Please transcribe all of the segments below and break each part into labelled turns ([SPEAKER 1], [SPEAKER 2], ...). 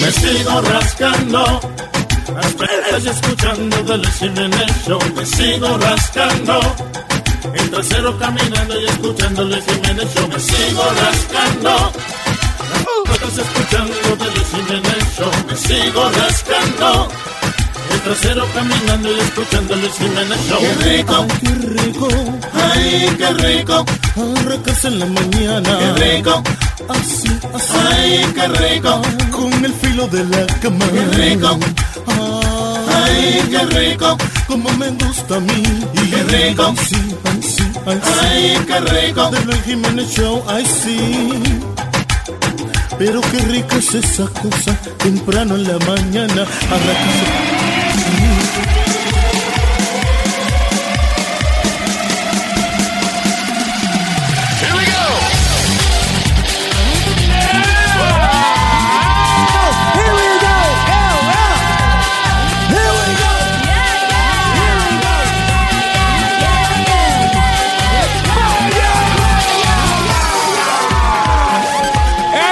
[SPEAKER 1] me sigo rascando. Las veces escuchando de los Show, me sigo rascando. El trasero caminando y escuchando el Jiménez Show, me sigo rascando. Estás escuchando de los Jiménez Show, me sigo rascando. El trasero caminando y escuchando el Jiménez Show.
[SPEAKER 2] Qué rico, qué rico,
[SPEAKER 1] ay, qué rico.
[SPEAKER 2] Arrancarse en la mañana.
[SPEAKER 1] Qué rico,
[SPEAKER 2] así, así.
[SPEAKER 1] ay, qué rico.
[SPEAKER 2] Con el filo de la cama.
[SPEAKER 1] Qué rico, ay, qué rico.
[SPEAKER 2] Como me gusta a mí. Y
[SPEAKER 1] Qué rico.
[SPEAKER 2] Así, así, así.
[SPEAKER 1] Ay, qué rico.
[SPEAKER 2] De Luis Jiménez Show, ay sí. Pero qué rica es esa cosa, temprano en la mañana, a la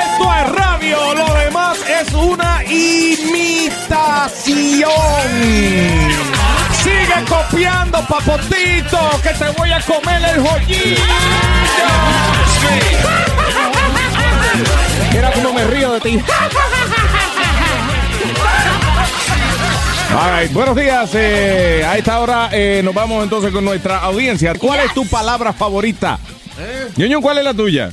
[SPEAKER 3] Esto es radio, lo demás es una imitación. Sigue copiando, papotito, que te voy a comer el joyillo. Mira cómo me río de ti. All right, buenos días. eh, a esta hora eh, nos vamos entonces con nuestra audiencia. ¿Cuál es tu palabra favorita?
[SPEAKER 4] ¿Eh?
[SPEAKER 3] Ñoño, ¿cuál es la tuya?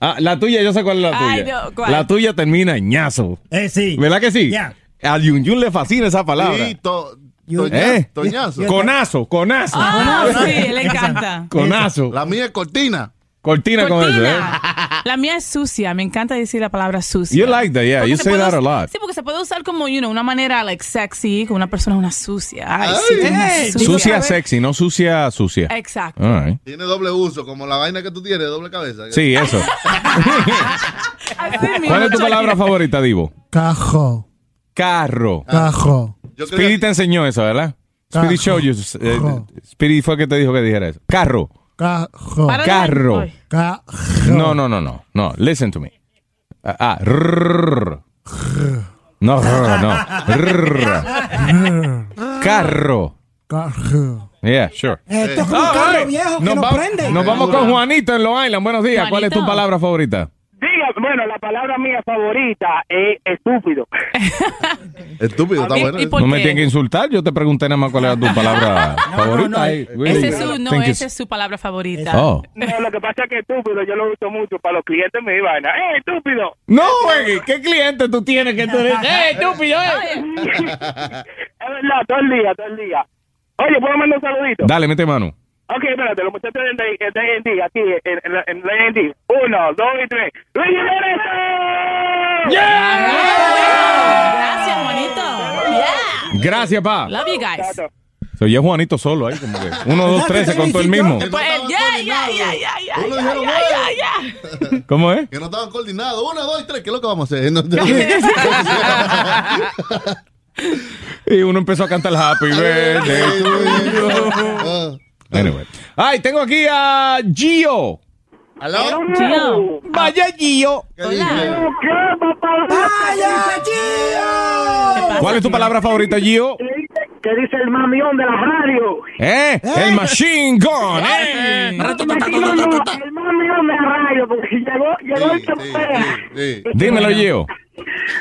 [SPEAKER 3] Ah, la tuya, yo sé cuál es la tuya.
[SPEAKER 4] Ay, no, ¿cuál?
[SPEAKER 3] La tuya termina en ñazo.
[SPEAKER 5] Eh, sí.
[SPEAKER 3] ¿Verdad que sí?
[SPEAKER 5] Ya.
[SPEAKER 3] A Yun Yun le fascina esa palabra.
[SPEAKER 6] Sí, to-
[SPEAKER 5] Yo-
[SPEAKER 6] toña-
[SPEAKER 3] ¿Eh?
[SPEAKER 6] Toñazo.
[SPEAKER 3] Conazo, conazo.
[SPEAKER 4] Ah,
[SPEAKER 5] Conazo.
[SPEAKER 4] sí, le encanta.
[SPEAKER 3] Conazo.
[SPEAKER 6] La mía es cortina.
[SPEAKER 3] Cortina, con eso, ¿eh?
[SPEAKER 4] Cortina. La mía es sucia, me encanta decir la palabra sucia.
[SPEAKER 3] You like that, yeah.
[SPEAKER 4] Porque
[SPEAKER 3] You
[SPEAKER 4] se
[SPEAKER 3] say
[SPEAKER 4] puede
[SPEAKER 3] that a
[SPEAKER 4] us-
[SPEAKER 3] lot.
[SPEAKER 4] Sí, porque se puede usar como, you know, una manera like sexy, como una persona una sucia. Ay, sí, una
[SPEAKER 5] Ey,
[SPEAKER 4] sucia.
[SPEAKER 3] Sucia sexy, no sucia sucia.
[SPEAKER 4] Exacto.
[SPEAKER 3] ¿eh? All right.
[SPEAKER 6] Tiene doble uso, como la vaina que tú tienes, doble cabeza.
[SPEAKER 3] Sí, eso.
[SPEAKER 4] Así mismo,
[SPEAKER 3] ¿Cuál es tu
[SPEAKER 4] Shakira.
[SPEAKER 3] palabra favorita, Divo?
[SPEAKER 5] Cajo,
[SPEAKER 3] Carro.
[SPEAKER 4] Ah.
[SPEAKER 5] cajo.
[SPEAKER 6] Yo creo
[SPEAKER 3] Speedy
[SPEAKER 6] que-
[SPEAKER 3] te enseñó eso, ¿verdad? Speedy
[SPEAKER 5] Carro.
[SPEAKER 3] show you. eh,
[SPEAKER 5] Carro.
[SPEAKER 3] Speedy fue el que te dijo que dijera eso. Carro.
[SPEAKER 5] Cajo.
[SPEAKER 4] Para de-
[SPEAKER 3] Carro.
[SPEAKER 4] Ay.
[SPEAKER 5] Cajo.
[SPEAKER 3] No, no, no, no. No, listen to me. Ah, ah, rrr. No, rrr, no. Rrr. Carro.
[SPEAKER 5] Cajo.
[SPEAKER 3] Yeah, sure.
[SPEAKER 7] Esto es como un carro viejo que nos
[SPEAKER 3] va-
[SPEAKER 7] prende.
[SPEAKER 3] Pues, nos vamos con Juanito en Long Island. Buenos días. ¿Cuál es tu
[SPEAKER 4] Juanito.
[SPEAKER 3] palabra favorita?
[SPEAKER 8] Diga, bueno, la palabra mía favorita es estúpido.
[SPEAKER 6] Estúpido, está
[SPEAKER 4] Y-
[SPEAKER 6] bueno.
[SPEAKER 4] y por-
[SPEAKER 3] No me
[SPEAKER 4] qué?
[SPEAKER 3] tienes que insultar. Yo te pregunté nada más cuál era tu palabra favorita. Ay, really,
[SPEAKER 4] Ese es su, no,
[SPEAKER 3] thank you.
[SPEAKER 4] esa es su palabra favorita.
[SPEAKER 3] Oh.
[SPEAKER 8] No, lo que pasa es que estúpido yo lo uso mucho para los clientes me vaina. ¡Eh, estúpido! Eh,
[SPEAKER 3] No, güey. ¿Qué cliente tú tienes que tú eres? ¡Ey, estúpido! eh!
[SPEAKER 8] es verdad, todo el día, todo el día. Oye, ¿puedo mandar un saludito?
[SPEAKER 3] Dale, mete mano.
[SPEAKER 8] ok, espérate, los muchachos de D&D, de D&D, aquí, en, en, la- en D&D. Uno, dos y tres. ¡Luis Jiménez! ¡Eh!
[SPEAKER 4] Gracias, Juanito. Yeah.
[SPEAKER 3] Gracias, pa.
[SPEAKER 4] Love you guys.
[SPEAKER 3] Se oye Juanito solo ahí, como que. Uno, dos, tres, se contó el mismo.
[SPEAKER 6] Que no
[SPEAKER 4] Pues,
[SPEAKER 6] estaban
[SPEAKER 4] yeah, yeah,
[SPEAKER 6] coordinados.
[SPEAKER 4] yeah, yeah, yeah,
[SPEAKER 6] Uno
[SPEAKER 4] yeah,
[SPEAKER 6] dijeron,
[SPEAKER 4] yeah,
[SPEAKER 6] "Bueno".
[SPEAKER 4] yeah, yeah.
[SPEAKER 3] ¿Cómo es?
[SPEAKER 6] Que no estaban coordinados. Uno, dos y tres. ¿Qué es lo que vamos a hacer? No-
[SPEAKER 3] Y uno empezó a cantar Happy Birthday to you.
[SPEAKER 6] Ah.
[SPEAKER 3] Anyway. Ay, tengo aquí a Gio.
[SPEAKER 6] ¿Aló?
[SPEAKER 4] Gio.
[SPEAKER 3] Vaya Gio.
[SPEAKER 6] ¿Qué dije?
[SPEAKER 7] ¡Váyanse, tío!
[SPEAKER 3] ¿Cuál es tu palabra favorita, Gio?
[SPEAKER 8] ¿Qué dice el mamión de la radio?
[SPEAKER 3] ¿Eh? El Machine Gun. ¿eh?
[SPEAKER 8] El mamión de la radio, porque llegó, llegó
[SPEAKER 6] Sí, sí, sí, sí.
[SPEAKER 3] Dímelo, Gio.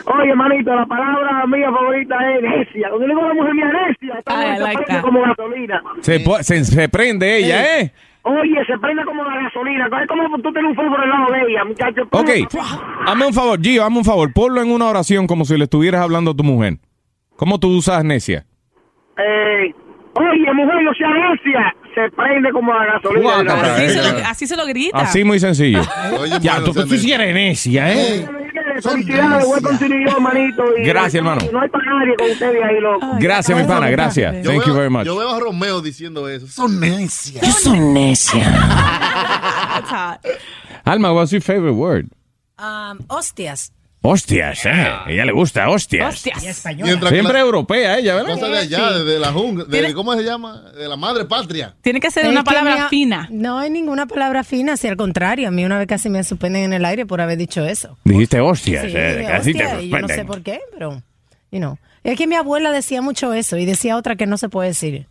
[SPEAKER 8] Oye, manito, la palabra mía favorita es necia. Cuando yo digo a la mujer mía necia, esta
[SPEAKER 4] Ah,
[SPEAKER 8] mujer
[SPEAKER 4] I
[SPEAKER 8] se
[SPEAKER 4] like
[SPEAKER 8] prende
[SPEAKER 4] that.
[SPEAKER 8] como gasolina.
[SPEAKER 3] Se, po- se, se prende ella, ¿eh?
[SPEAKER 8] Oye, se prende como la gasolina. Es como tú tienes un fútbol al lado de ella, muchacho.
[SPEAKER 3] Ok. Hazme un favor, Gio, hazme un favor. Ponlo en una oración como si le estuvieras hablando a tu mujer. ¿Cómo tú usas necia?
[SPEAKER 8] Eh, oye, mujer, no seas necia. Se prende como la gasolina.
[SPEAKER 3] Guácala.
[SPEAKER 8] Mira,
[SPEAKER 4] Así se lo- Así se lo grita.
[SPEAKER 3] Así muy sencillo.
[SPEAKER 6] Oye,
[SPEAKER 3] Ya,
[SPEAKER 6] mano,
[SPEAKER 3] tú,
[SPEAKER 6] o sea,
[SPEAKER 3] tú sí eres necia, ¿eh?
[SPEAKER 8] Felicidades, buen continuidad, manito. y-
[SPEAKER 3] Gracias, hermano.
[SPEAKER 8] No hay para nadie con ustedes ahí, loco.
[SPEAKER 4] Ay,
[SPEAKER 3] Gracias, mi
[SPEAKER 4] qué
[SPEAKER 3] pana,
[SPEAKER 4] bueno.
[SPEAKER 3] gracias.
[SPEAKER 6] Yo
[SPEAKER 3] Thank
[SPEAKER 6] veo-
[SPEAKER 3] you very much.
[SPEAKER 6] Yo veo a Romeo diciendo eso. Son necias.
[SPEAKER 4] That's hot.
[SPEAKER 3] Alma, what's your favorite word?
[SPEAKER 9] Um, hostias.
[SPEAKER 3] Hostias, eh. Ella le gusta, hostias.
[SPEAKER 4] Hostias.
[SPEAKER 6] Mientras que
[SPEAKER 3] Siempre
[SPEAKER 6] la
[SPEAKER 3] europea ella, ¿verdad?
[SPEAKER 6] cosa de allá, de, de la jungla, de,
[SPEAKER 4] Tiene-
[SPEAKER 6] ¿cómo se llama? De la madre patria.
[SPEAKER 4] Tiene que ser
[SPEAKER 10] Es
[SPEAKER 4] una
[SPEAKER 10] que
[SPEAKER 4] palabra
[SPEAKER 10] me ha-
[SPEAKER 4] fina.
[SPEAKER 10] No hay ninguna palabra fina, si al contrario, a mí una vez casi me suspenden en el aire por haber dicho eso.
[SPEAKER 3] Dijiste hostias,
[SPEAKER 10] Sí,
[SPEAKER 3] eh,
[SPEAKER 10] dije,
[SPEAKER 3] casi
[SPEAKER 10] "Hostia",
[SPEAKER 3] te
[SPEAKER 10] y yo no sé
[SPEAKER 3] suspenden.
[SPEAKER 10] por qué, pero, you know. Es que mi abuela decía mucho eso y decía otra que no se puede decir,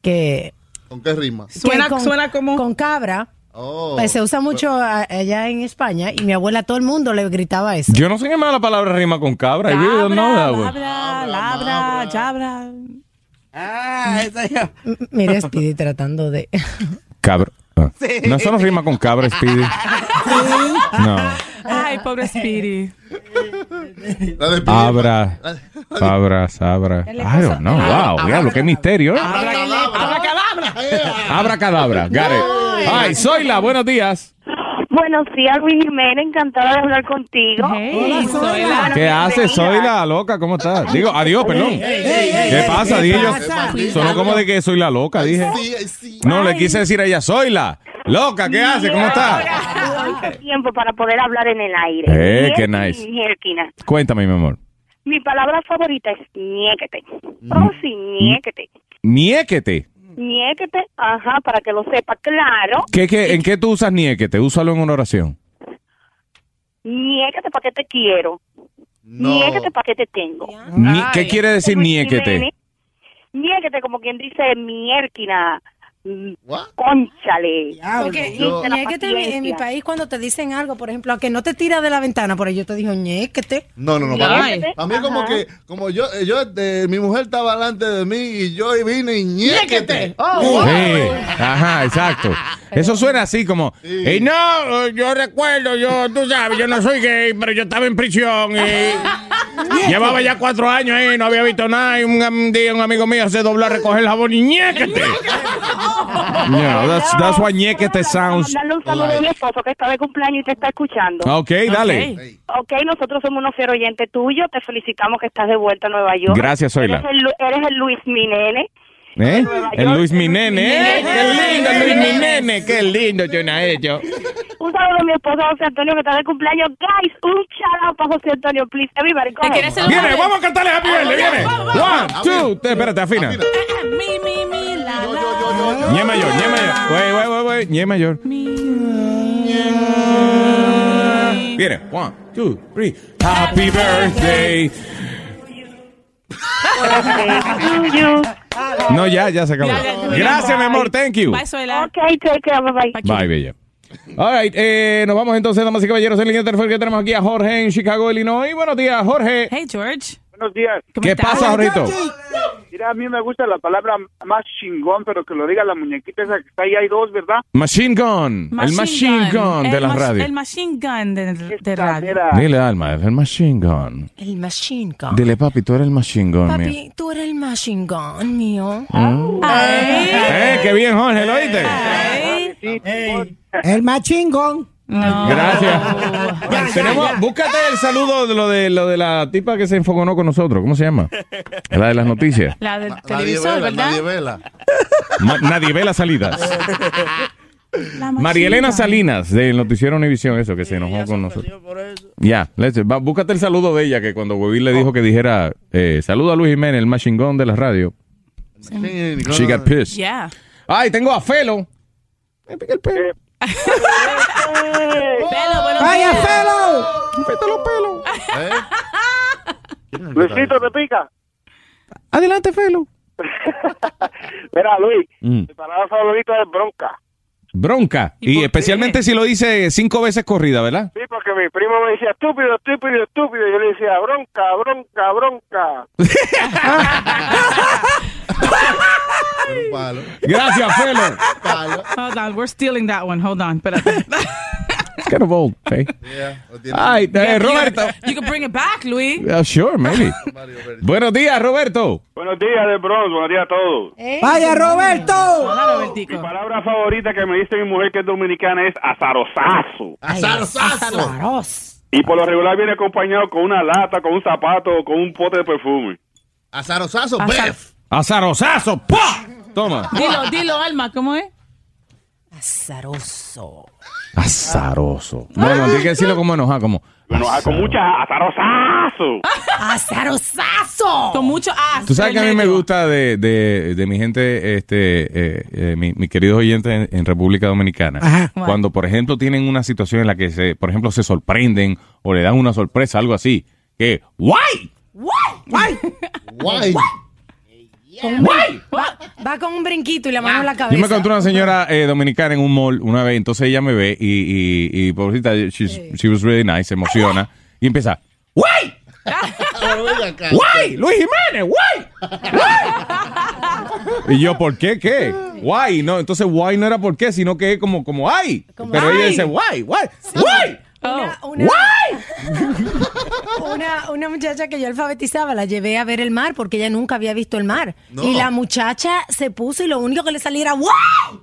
[SPEAKER 10] que...
[SPEAKER 6] ¿Con qué rima?
[SPEAKER 10] que
[SPEAKER 4] Suena- suena como-
[SPEAKER 10] Con cabra,
[SPEAKER 6] Oh.
[SPEAKER 10] pues, se usa mucho a- allá en España y mi abuela, todo el mundo le gritaba eso.
[SPEAKER 3] Yo no sé qué más la palabra rima con cabra. I really don't know that one.
[SPEAKER 4] labra, labra, labra.
[SPEAKER 11] Ah, esa ya.
[SPEAKER 10] M- Mira, Speedy tratando de...
[SPEAKER 3] Cabra. Ah. No, eso no rima con cabra, Speedy. No.
[SPEAKER 4] Ay, pobre Speedy.
[SPEAKER 6] La de
[SPEAKER 3] Abra.
[SPEAKER 6] La de-
[SPEAKER 3] Abra, sabra. I don't know. Wow, diablo, qué misterio, ¿eh? Abra cadabra. Got it. Ay, Zoila, buenos días.
[SPEAKER 12] Buenos días, Luis Jiménez, encantada de hablar contigo.
[SPEAKER 4] Hey, Zoila.
[SPEAKER 3] ¿Qué haces,
[SPEAKER 12] Bienvenida.
[SPEAKER 3] Zoila, loca? ¿Cómo estás? Digo, adiós, perdón. ¿Qué pasa, dije yo? Sonó como de que soy la loca, dije.
[SPEAKER 6] Sí, sí.
[SPEAKER 3] No, le quise decir a ella, Zoila. Loca, ¿qué haces? ¿Cómo estás?
[SPEAKER 12] Mucho tiempo para poder hablar en el aire.
[SPEAKER 3] Eh, qué
[SPEAKER 12] Bien,
[SPEAKER 3] nice.
[SPEAKER 12] Mierquina.
[SPEAKER 3] Cuéntame, mi amor.
[SPEAKER 12] Mi palabra favorita es ñéquete. Oh, sí, ñéquete.
[SPEAKER 3] Niéquete.
[SPEAKER 4] Mm.
[SPEAKER 12] Ñéquete, ajá, para que lo sepa claro.
[SPEAKER 3] ¿Qué, qué, en qué tú usas niéquete? Úsalo en una oración.
[SPEAKER 12] Ñéquete para que te quiero.
[SPEAKER 6] No.
[SPEAKER 12] Ñéquete para que te tengo.
[SPEAKER 3] Ni- ¿Qué quiere decir
[SPEAKER 12] Luis
[SPEAKER 3] niéquete?
[SPEAKER 12] Jiménez, Ñéquete, como quien dice mierquina. mm,
[SPEAKER 6] What?
[SPEAKER 12] Conchale.
[SPEAKER 10] Porque
[SPEAKER 6] Yo-
[SPEAKER 10] ñéquete en, mi- en mi país cuando te dicen algo, por ejemplo, a que no te tira de la ventana, por ahí yo te digo ñéquete.
[SPEAKER 6] No, no, no. Para mí, para mí como
[SPEAKER 12] Ajá.
[SPEAKER 6] que, como yo, eh, yo eh, mi mujer estaba delante de mí y yo vine y ñéquete.
[SPEAKER 4] Oh,
[SPEAKER 3] Sí, ajá, exacto. Eso suena así como, y no, yo recuerdo, yo, tú sabes, yo no soy gay, pero yo estaba en prisión y llevaba ya cuatro años ahí, no había visto nada y un, am- día un amigo mío se dobló a recoger el jabón y ñéquete. Yeah, that's, that's why ñéquete sounds
[SPEAKER 12] Mandarle un saludo a mi esposo que está de cumpleaños y te está escuchando.
[SPEAKER 3] Ok, dale.
[SPEAKER 4] Ok.
[SPEAKER 12] Ok, nosotros somos unos fieros oyentes tuyos. Te felicitamos que estás de vuelta a Nueva York.
[SPEAKER 3] Gracias, Zoila.
[SPEAKER 12] Eres el, Lu- eres el Luis Minene.
[SPEAKER 3] ¿Eh?
[SPEAKER 12] Nueva
[SPEAKER 3] El
[SPEAKER 12] York.
[SPEAKER 3] Luis Minene, ¿eh? Qué lindo, Luis Minene, qué lindo, yo no he hecho.
[SPEAKER 12] Un saludo a mi esposo José Antonio que está de cumpleaños. Guys, un shout out para José Antonio, please. Everybody, go
[SPEAKER 4] ¿Te
[SPEAKER 12] ahead.
[SPEAKER 4] quieres ser
[SPEAKER 3] Viene, vamos a cantarle Happy Birthday, viene. One, two, three, espérate, afina.
[SPEAKER 6] Afina.
[SPEAKER 4] Mi, mi, mi, la,
[SPEAKER 6] Yo,
[SPEAKER 4] la.
[SPEAKER 6] yo, yo, yo, yo.
[SPEAKER 3] Ñe mayor, Ñe mayor. Wey, wey, wey, wey, Ñe mayor. Viene. One, two, three. Happy birthday.
[SPEAKER 12] To you.
[SPEAKER 3] No, ya, ya se acabó.
[SPEAKER 4] Ya, ya, ya.
[SPEAKER 3] Gracias, mi amor. Thank you.
[SPEAKER 4] Bye, Zoila.
[SPEAKER 12] Ok, take care. Bye bye.
[SPEAKER 3] Bye, bella. All right, eh, nos vamos entonces, damas y caballeros, en línea telefónica tenemos aquí a Jorge en Chicago, Illinois. Buenos días, Jorge.
[SPEAKER 4] Hey, George.
[SPEAKER 8] Buenos días.
[SPEAKER 4] ¿Cómo
[SPEAKER 3] ¿Qué
[SPEAKER 4] estás?
[SPEAKER 3] pasa, Jorrito?
[SPEAKER 8] Mira, a mí me gusta la palabra más chingón, pero que lo diga la muñequita esa que está ahí. Hay dos, ¿verdad?
[SPEAKER 3] Machine Gun, el Machine Gun, de
[SPEAKER 4] El
[SPEAKER 3] las
[SPEAKER 4] mach-
[SPEAKER 3] radios.
[SPEAKER 4] El Machine Gun de, de
[SPEAKER 8] Esta,
[SPEAKER 4] radio.
[SPEAKER 8] mira.
[SPEAKER 3] Dile, Alma, el Machine Gun.
[SPEAKER 10] El machine gun.
[SPEAKER 3] Dile, papi, tú eres el Machine Gun,
[SPEAKER 10] Papi,
[SPEAKER 3] mío.
[SPEAKER 10] tú eres el machine gun mío. Ah,
[SPEAKER 4] Ay,
[SPEAKER 3] Ah. Eh, qué bien, Jorge, ¿lo oíste? Ah,
[SPEAKER 4] ay.
[SPEAKER 13] Eh. El más chingón.
[SPEAKER 4] No.
[SPEAKER 3] Gracias. Tenemos, búscate el saludo de lo de lo de la tipa que se enfogonó con nosotros. ¿Cómo se llama? La de las noticias.
[SPEAKER 4] La del
[SPEAKER 6] Nadie
[SPEAKER 4] televisor,
[SPEAKER 6] vela,
[SPEAKER 4] ¿verdad?
[SPEAKER 6] nadie vela.
[SPEAKER 3] Ma- nadie ve las salidas.
[SPEAKER 4] La machine
[SPEAKER 3] Marielena
[SPEAKER 4] gun.
[SPEAKER 3] Salinas del noticiero Univisión, eso que se enojó con nosotros. Ya, let's- va, búscate el saludo de ella que cuando Huevín le dijo que dijera eh, saludo a Luis Jiménez, el más chingón de la radio. She got pissed.
[SPEAKER 4] Yeah.
[SPEAKER 3] Ay, tengo a Felo. Me pica el pelo.
[SPEAKER 4] Pelo, buenos
[SPEAKER 13] ¡Vaya,
[SPEAKER 4] días.
[SPEAKER 13] pelo!
[SPEAKER 3] Peta los pelos.
[SPEAKER 6] ¿Eh?
[SPEAKER 8] Luisito, ¿te pica?
[SPEAKER 3] Adelante, Felo.
[SPEAKER 8] Mira, Luis,
[SPEAKER 3] Mm.
[SPEAKER 8] mi palabra favorita es bronca.
[SPEAKER 3] Bronca.
[SPEAKER 4] ¿Y
[SPEAKER 3] Y,
[SPEAKER 4] por
[SPEAKER 3] especialmente
[SPEAKER 4] qué?
[SPEAKER 3] si lo dice cinco veces corrida, ¿verdad?
[SPEAKER 8] Sí, porque mi primo me decía estúpido, estúpido, estúpido. Y yo le decía bronca, bronca, bronca.
[SPEAKER 6] Un palo.
[SPEAKER 3] Gracias, Felo.
[SPEAKER 6] Palo.
[SPEAKER 4] Hold on, we're stealing that one. Hold on, espérate.
[SPEAKER 3] It's kind of old, eh?
[SPEAKER 6] Yeah, lo tiene
[SPEAKER 3] Ay, eh, Roberto.
[SPEAKER 4] You can bring it back, Luis.
[SPEAKER 3] Uh, sure, maybe.
[SPEAKER 6] Mario Verde.
[SPEAKER 3] Buenos días, Roberto.
[SPEAKER 8] Buenos días, de Bronx. Buenos días a todos.
[SPEAKER 4] Eh.
[SPEAKER 13] ¡Vaya,
[SPEAKER 8] Eh,
[SPEAKER 13] Roberto!
[SPEAKER 4] Hola, Robertico.
[SPEAKER 8] palabra favorita que me dice mi mujer que es dominicana es azarosazo.
[SPEAKER 6] Azarzazo.
[SPEAKER 8] Y por lo regular viene acompañado con una lata, con un zapato o con un pote de perfume.
[SPEAKER 6] Azarosazo,
[SPEAKER 4] Azar-
[SPEAKER 6] Bef.
[SPEAKER 3] Azarosazo. ¡Pah! Toma.
[SPEAKER 4] Dilo, dilo, Alma, ¿cómo es?
[SPEAKER 10] Azaroso.
[SPEAKER 3] Azaroso. Bueno, tiene que decirlo como enojado, como. ah,
[SPEAKER 4] Enojado con muchas azarosazo.
[SPEAKER 10] ¡Azarosazo!
[SPEAKER 13] Con mucho as.
[SPEAKER 3] Tú sabes que a mí
[SPEAKER 13] del
[SPEAKER 3] me
[SPEAKER 13] medio.
[SPEAKER 3] gusta de, de- de mi gente, este, eh, eh, mi- mis queridos oyentes en, en República Dominicana,
[SPEAKER 14] Ajá.
[SPEAKER 3] cuando por ejemplo tienen una situación en la que, se, por ejemplo, se sorprenden o le dan una sorpresa, algo así, que ¡guay!
[SPEAKER 13] What?
[SPEAKER 3] ¡guay!
[SPEAKER 6] Guay.
[SPEAKER 3] ¡guay!
[SPEAKER 10] Va, va con un brinquito y la mano en la cabeza.
[SPEAKER 3] Yo me encontré una señora eh, dominicana en un mall una vez, entonces ella me ve y, y, y pobrecita, she's- she was really nice, se emociona y empieza, ¡guay!
[SPEAKER 6] Pero ven acá.
[SPEAKER 3] ¡Guay! ¡Luis Jiménez! ¡Guay! ¡Guay! Y yo, ¿por qué qué? ¡Guay! No, entonces guay no era por qué, sino que es como, como ¡ay!
[SPEAKER 10] Como,
[SPEAKER 3] Pero ella
[SPEAKER 10] "Ay".
[SPEAKER 3] dice guay, guay, guay.
[SPEAKER 10] Una, una,
[SPEAKER 3] ¡Guay!
[SPEAKER 10] una, una muchacha que yo alfabetizaba la llevé a ver el mar porque ella nunca había visto el mar. Y la muchacha se puso y lo único que le salía era ¡guau!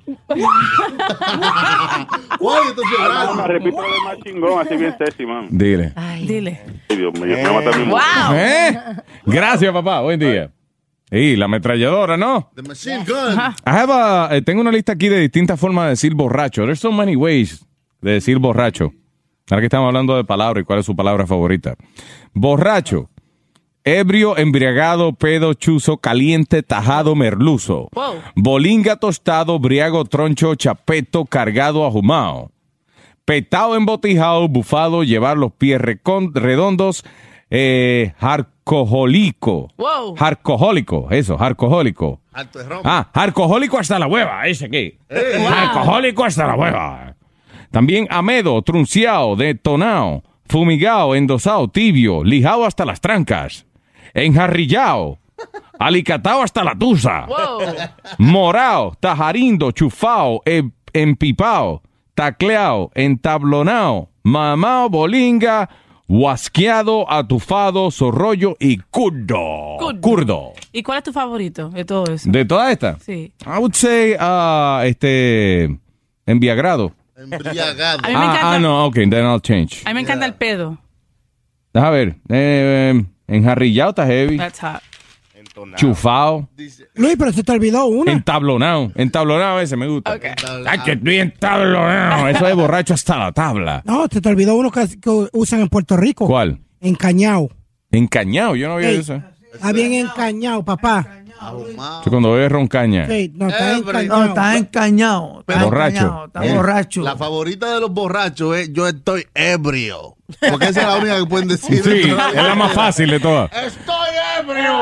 [SPEAKER 6] Guay, entonces
[SPEAKER 4] Mamá,
[SPEAKER 6] gracias.
[SPEAKER 4] repito lo más chingón, así bien sexy, mamá.
[SPEAKER 3] Dile.
[SPEAKER 10] Ay,
[SPEAKER 13] Dile.
[SPEAKER 4] Ay, Dios mío, me va a matar mi mujer.
[SPEAKER 13] Wow.
[SPEAKER 3] ¿Eh? Gracias, papá. Buen día. Y la ametralladora, ¿no?
[SPEAKER 6] The machine gun.
[SPEAKER 3] I have a- eh, tengo una lista aquí de distintas formas de decir borracho. There's so many ways de decir borracho. Ahora que estamos hablando de palabras y cuál es su palabra favorita. Borracho. Ebrio, embriagado, pedo, chuzo, caliente, tajado, merluzo.
[SPEAKER 13] Wow.
[SPEAKER 3] Bolinga, tostado, briago, troncho, chapeto, cargado, ajumao. Petao, embotijado, bufado, llevar los pies recon- redondos, eh, jarcojolico.
[SPEAKER 13] Wow.
[SPEAKER 3] Jarcojolico, eso, jarcojolico.
[SPEAKER 6] Alto de rompe. Eh.
[SPEAKER 3] Ah, alcohólico hasta la hueva, ese aquí. Alcohólico hasta la hueva. También amedo, trunciao, detonao, fumigao, endosao, tibio, lijao hasta las trancas, enjarrillao, alicatao hasta la tusa,
[SPEAKER 13] Wow.
[SPEAKER 3] morao, tajarindo, chufao, em- empipao, tacleao, entablonao, mamao, bolinga, huasqueado, atufado, zorrollo y curdo.
[SPEAKER 13] Curdo.
[SPEAKER 3] Curdo.
[SPEAKER 13] ¿Y cuál es tu favorito de todo eso?
[SPEAKER 3] ¿De todas estas?
[SPEAKER 13] Sí.
[SPEAKER 3] I would say, ah, este, enviagrado.
[SPEAKER 6] Embriagado.
[SPEAKER 13] A mí me encanta.
[SPEAKER 3] Ah, ah, no, ok, then I'll change.
[SPEAKER 13] A mí me encanta el pedo.
[SPEAKER 3] Deja ver, eh, enjarrillado está heavy,
[SPEAKER 13] That's hot.
[SPEAKER 3] chufado,
[SPEAKER 6] Dice,
[SPEAKER 14] Luis, pero se te olvidó una.
[SPEAKER 3] entablonado, entablonado ese me gusta. Ay, que estoy entablonado, eso es borracho hasta la tabla.
[SPEAKER 14] No, se te olvidó uno que, que usan en Puerto Rico.
[SPEAKER 3] ¿Cuál?
[SPEAKER 14] Encañado.
[SPEAKER 3] Encañado, yo no había eso. Yo
[SPEAKER 14] Está Ah, bien encañado, papá.
[SPEAKER 6] ahumado.
[SPEAKER 3] cuando bebes roncaña.
[SPEAKER 14] Ah, Sí, Eh, no, está
[SPEAKER 6] Every-
[SPEAKER 14] encañado.
[SPEAKER 15] está encañado. Está
[SPEAKER 3] Borracho.
[SPEAKER 15] encañado, Está
[SPEAKER 6] Eh,
[SPEAKER 15] borracho.
[SPEAKER 6] La favorita de los borrachos es yo estoy ebrio. Porque esa es la única que pueden decir.
[SPEAKER 3] Sí, es la más fácil de todas.
[SPEAKER 6] Estoy ebrio.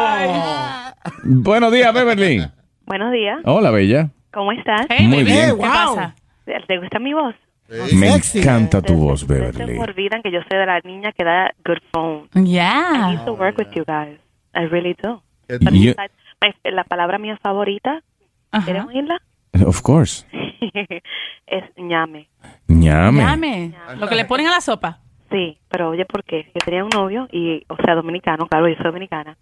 [SPEAKER 3] Buenos días, Beverly.
[SPEAKER 12] Buenos días,
[SPEAKER 3] Hola, bella.
[SPEAKER 12] ¿cómo estás?
[SPEAKER 13] Hey,
[SPEAKER 3] Muy
[SPEAKER 13] baby,
[SPEAKER 3] bien.
[SPEAKER 13] ¿Qué
[SPEAKER 14] Wow.
[SPEAKER 13] pasa?
[SPEAKER 12] ¿Te gusta mi voz?
[SPEAKER 3] Me
[SPEAKER 14] Sexy.
[SPEAKER 3] encanta tu voz,
[SPEAKER 12] Ustedes
[SPEAKER 3] Beverly.
[SPEAKER 12] se olvidan que yo soy de la niña que da good phone. I
[SPEAKER 13] Yeah.
[SPEAKER 12] used to work with you guys. I really do.
[SPEAKER 3] Y yo-
[SPEAKER 12] My- La palabra mía favorita, ¿quieren
[SPEAKER 13] Ajá.
[SPEAKER 12] oírla?
[SPEAKER 3] of course.
[SPEAKER 12] es ñame.
[SPEAKER 13] Llame. Lo que le ponen a la sopa.
[SPEAKER 12] Sí, pero oye, ¿por qué? Yo tenía un novio, y, o sea, dominicano, claro, yo soy dominicana,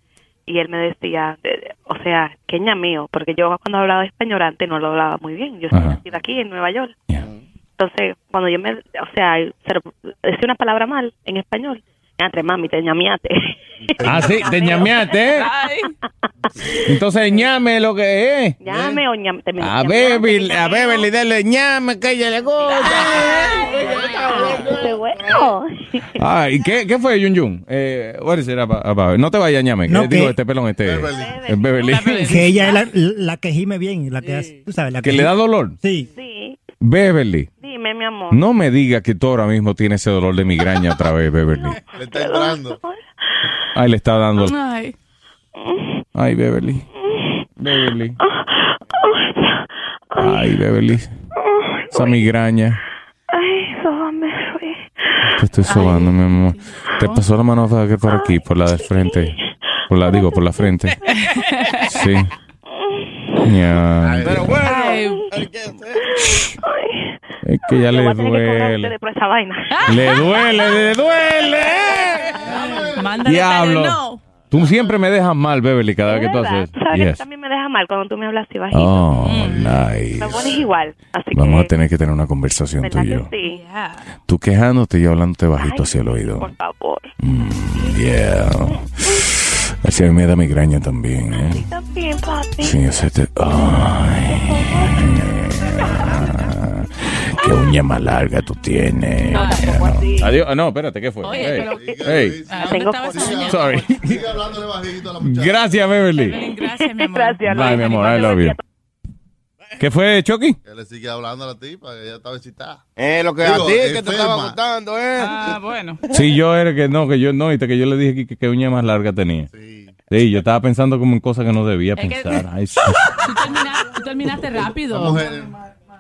[SPEAKER 12] y él me decía, de- de- o sea, que ñameo, porque yo cuando hablaba español antes no lo hablaba muy bien, yo soy
[SPEAKER 3] Ajá.
[SPEAKER 12] nacida aquí en Nueva York.
[SPEAKER 3] Yeah.
[SPEAKER 12] Entonces, cuando yo me, o sea, se lo- decía una palabra mal en español, entre mami, te ñameaste.
[SPEAKER 3] Ah, sí, te ñameaste. ¿eh?
[SPEAKER 13] Ay.
[SPEAKER 3] Entonces ñame lo que es.
[SPEAKER 12] Ñame o ñame, te me
[SPEAKER 3] A
[SPEAKER 12] ñameaste,
[SPEAKER 3] Beverly, a
[SPEAKER 12] ñameo.
[SPEAKER 3] Beverly, dale ñame que ella le gusta.
[SPEAKER 12] Ah, qué bueno.
[SPEAKER 3] Ay, ¿qué, qué fue, Yun Yun? Eh, what is it about- about? No te vayas, ñame.
[SPEAKER 14] No,
[SPEAKER 3] Eh, digo,
[SPEAKER 14] que-
[SPEAKER 3] este pelón, este.
[SPEAKER 6] Beverly.
[SPEAKER 3] eh, Beverly.
[SPEAKER 14] Que ella es la, la que gime bien, la que hace, tú sabes, la
[SPEAKER 3] Que le da dolor.
[SPEAKER 14] Sí.
[SPEAKER 12] Sí,
[SPEAKER 3] Beverly,
[SPEAKER 12] dime, mi amor.
[SPEAKER 3] no me digas que tú ahora mismo tienes ese dolor de migraña otra vez, Beverly.
[SPEAKER 6] Le está entrando.
[SPEAKER 3] Ay, le está dando.
[SPEAKER 13] Ay.
[SPEAKER 3] Ay, Beverly. Beverly. Ay, Beverly. Esa migraña.
[SPEAKER 12] Ay, sóbame, Luis.
[SPEAKER 3] Te estoy sobando, mi amor. Te pasó la mano para, por aquí, por la de frente. Por la, digo, por la frente. Sí. Ya.
[SPEAKER 6] Pero bueno.
[SPEAKER 13] Ay.
[SPEAKER 3] Es que ya
[SPEAKER 12] Yo voy
[SPEAKER 3] le
[SPEAKER 12] a tener que cobrar a
[SPEAKER 3] duele.
[SPEAKER 12] ustedes por esa vaina.
[SPEAKER 13] Ah.
[SPEAKER 3] Le duele, le duele.
[SPEAKER 13] Mándale
[SPEAKER 3] Diablo.
[SPEAKER 13] No.
[SPEAKER 3] Tú siempre me dejas mal, Beverly, cada vez que
[SPEAKER 12] Es
[SPEAKER 3] tú
[SPEAKER 12] verdad.
[SPEAKER 3] haces.
[SPEAKER 12] Tú sabes que
[SPEAKER 3] Yes.
[SPEAKER 12] tú también me deja mal cuando tú me hablas así bajito. Mm.
[SPEAKER 3] Oh,
[SPEAKER 12] Me pones
[SPEAKER 3] nice.
[SPEAKER 12] igual. Así
[SPEAKER 3] Vamos
[SPEAKER 12] que,
[SPEAKER 3] a tener que tener una conversación tú
[SPEAKER 12] ¿verdad
[SPEAKER 3] y
[SPEAKER 12] que
[SPEAKER 3] yo.
[SPEAKER 12] sí?
[SPEAKER 13] Yeah.
[SPEAKER 3] Tú quejándote y yo hablándote bajito
[SPEAKER 12] Ay,
[SPEAKER 3] hacia el oído. Mm,
[SPEAKER 12] Por favor.
[SPEAKER 3] Yeah. Así a mí me da migraña también, ¿eh?
[SPEAKER 12] También, papi.
[SPEAKER 3] Sí, o sea, te- ay. qué uña más larga tú tienes.
[SPEAKER 1] No,
[SPEAKER 3] Mira,
[SPEAKER 1] tampoco
[SPEAKER 3] no.
[SPEAKER 1] así.
[SPEAKER 3] Adiós. Ah, no, espérate, ¿qué fue?
[SPEAKER 1] Oye,
[SPEAKER 3] Hey,
[SPEAKER 1] pero-
[SPEAKER 3] hey.
[SPEAKER 1] Ah, ¿dónde Tengo estaba esa cosas. uña?
[SPEAKER 3] Sorry.
[SPEAKER 6] Sigue hablándole bajito a la muchacha.
[SPEAKER 3] Gracias, Beverly.
[SPEAKER 4] Gracias, mi amor.
[SPEAKER 3] Bye, mi amor. I love you. ¿Qué fue, Chucky?
[SPEAKER 6] Que le sigue hablando a la tipa, que ella estaba excitada.
[SPEAKER 7] Eh, lo que a ti que te estaba gustando, eh.
[SPEAKER 4] Ah, bueno.
[SPEAKER 3] Sí, yo era que no, que yo no, y te- que yo le dije que, que, qué uña más larga tenía. Sí. yo estaba pensando como en cosas que no debía
[SPEAKER 4] Es que-
[SPEAKER 3] pensar. Ay, sí.
[SPEAKER 4] Tú terminaste, tú terminaste rápido.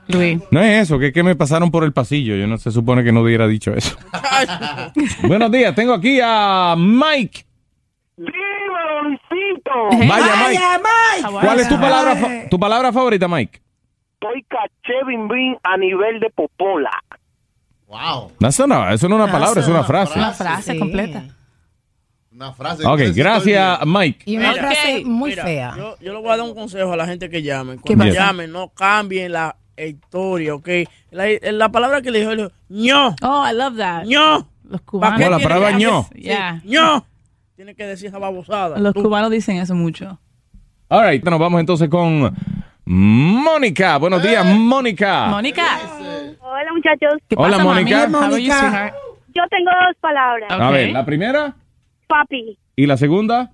[SPEAKER 3] Luis. No es eso, que es que me pasaron por el pasillo. Yo no se supone que no hubiera dicho eso. Buenos días, tengo aquí a Mike.
[SPEAKER 1] ¡Dímelo, Luisito!
[SPEAKER 3] Vaya, Mike. ¿Cuál es tu palabra, fa- tu palabra favorita, Mike?
[SPEAKER 1] Soy caché bim bim a nivel de popola.
[SPEAKER 6] Wow.
[SPEAKER 3] No, eso no, eso no es una palabra, es una frase.
[SPEAKER 4] Una frase completa.
[SPEAKER 6] Una frase.
[SPEAKER 3] Ok,
[SPEAKER 6] Entonces,
[SPEAKER 3] gracias, Mike.
[SPEAKER 9] Y una
[SPEAKER 7] Mira,
[SPEAKER 9] frase
[SPEAKER 7] ok,
[SPEAKER 9] muy
[SPEAKER 7] mira,
[SPEAKER 9] fea.
[SPEAKER 7] Yo, yo le voy a dar un consejo a la gente que llame.
[SPEAKER 9] ¿Qué
[SPEAKER 7] Cuando
[SPEAKER 3] pasa?
[SPEAKER 7] llamen, no cambien la historia, ¿ok? La, la palabra que le dijo, le dijo, ño,
[SPEAKER 4] Oh, I love that.
[SPEAKER 7] ño.
[SPEAKER 4] Los
[SPEAKER 7] ¿Para
[SPEAKER 4] cubanos.
[SPEAKER 7] qué
[SPEAKER 3] No, la
[SPEAKER 7] tiene
[SPEAKER 3] palabra
[SPEAKER 7] que-
[SPEAKER 3] ño.
[SPEAKER 7] Sí,
[SPEAKER 4] Yeah.
[SPEAKER 7] ño. Tiene que decir esa babosada.
[SPEAKER 4] Los
[SPEAKER 7] Tú.
[SPEAKER 4] cubanos dicen eso mucho.
[SPEAKER 3] All right, nos vamos entonces con Mónica. Buenos días, Eh, Mónica.
[SPEAKER 4] Mónica.
[SPEAKER 16] Hola muchachos,
[SPEAKER 4] ¿Qué
[SPEAKER 3] Ah. Hola,
[SPEAKER 4] pasa, mami?
[SPEAKER 3] Mónica.
[SPEAKER 4] How are you, sweetheart?
[SPEAKER 16] yo tengo dos palabras.
[SPEAKER 3] A
[SPEAKER 4] Ok.
[SPEAKER 3] ver, la primera
[SPEAKER 16] Papi.
[SPEAKER 3] y la segunda.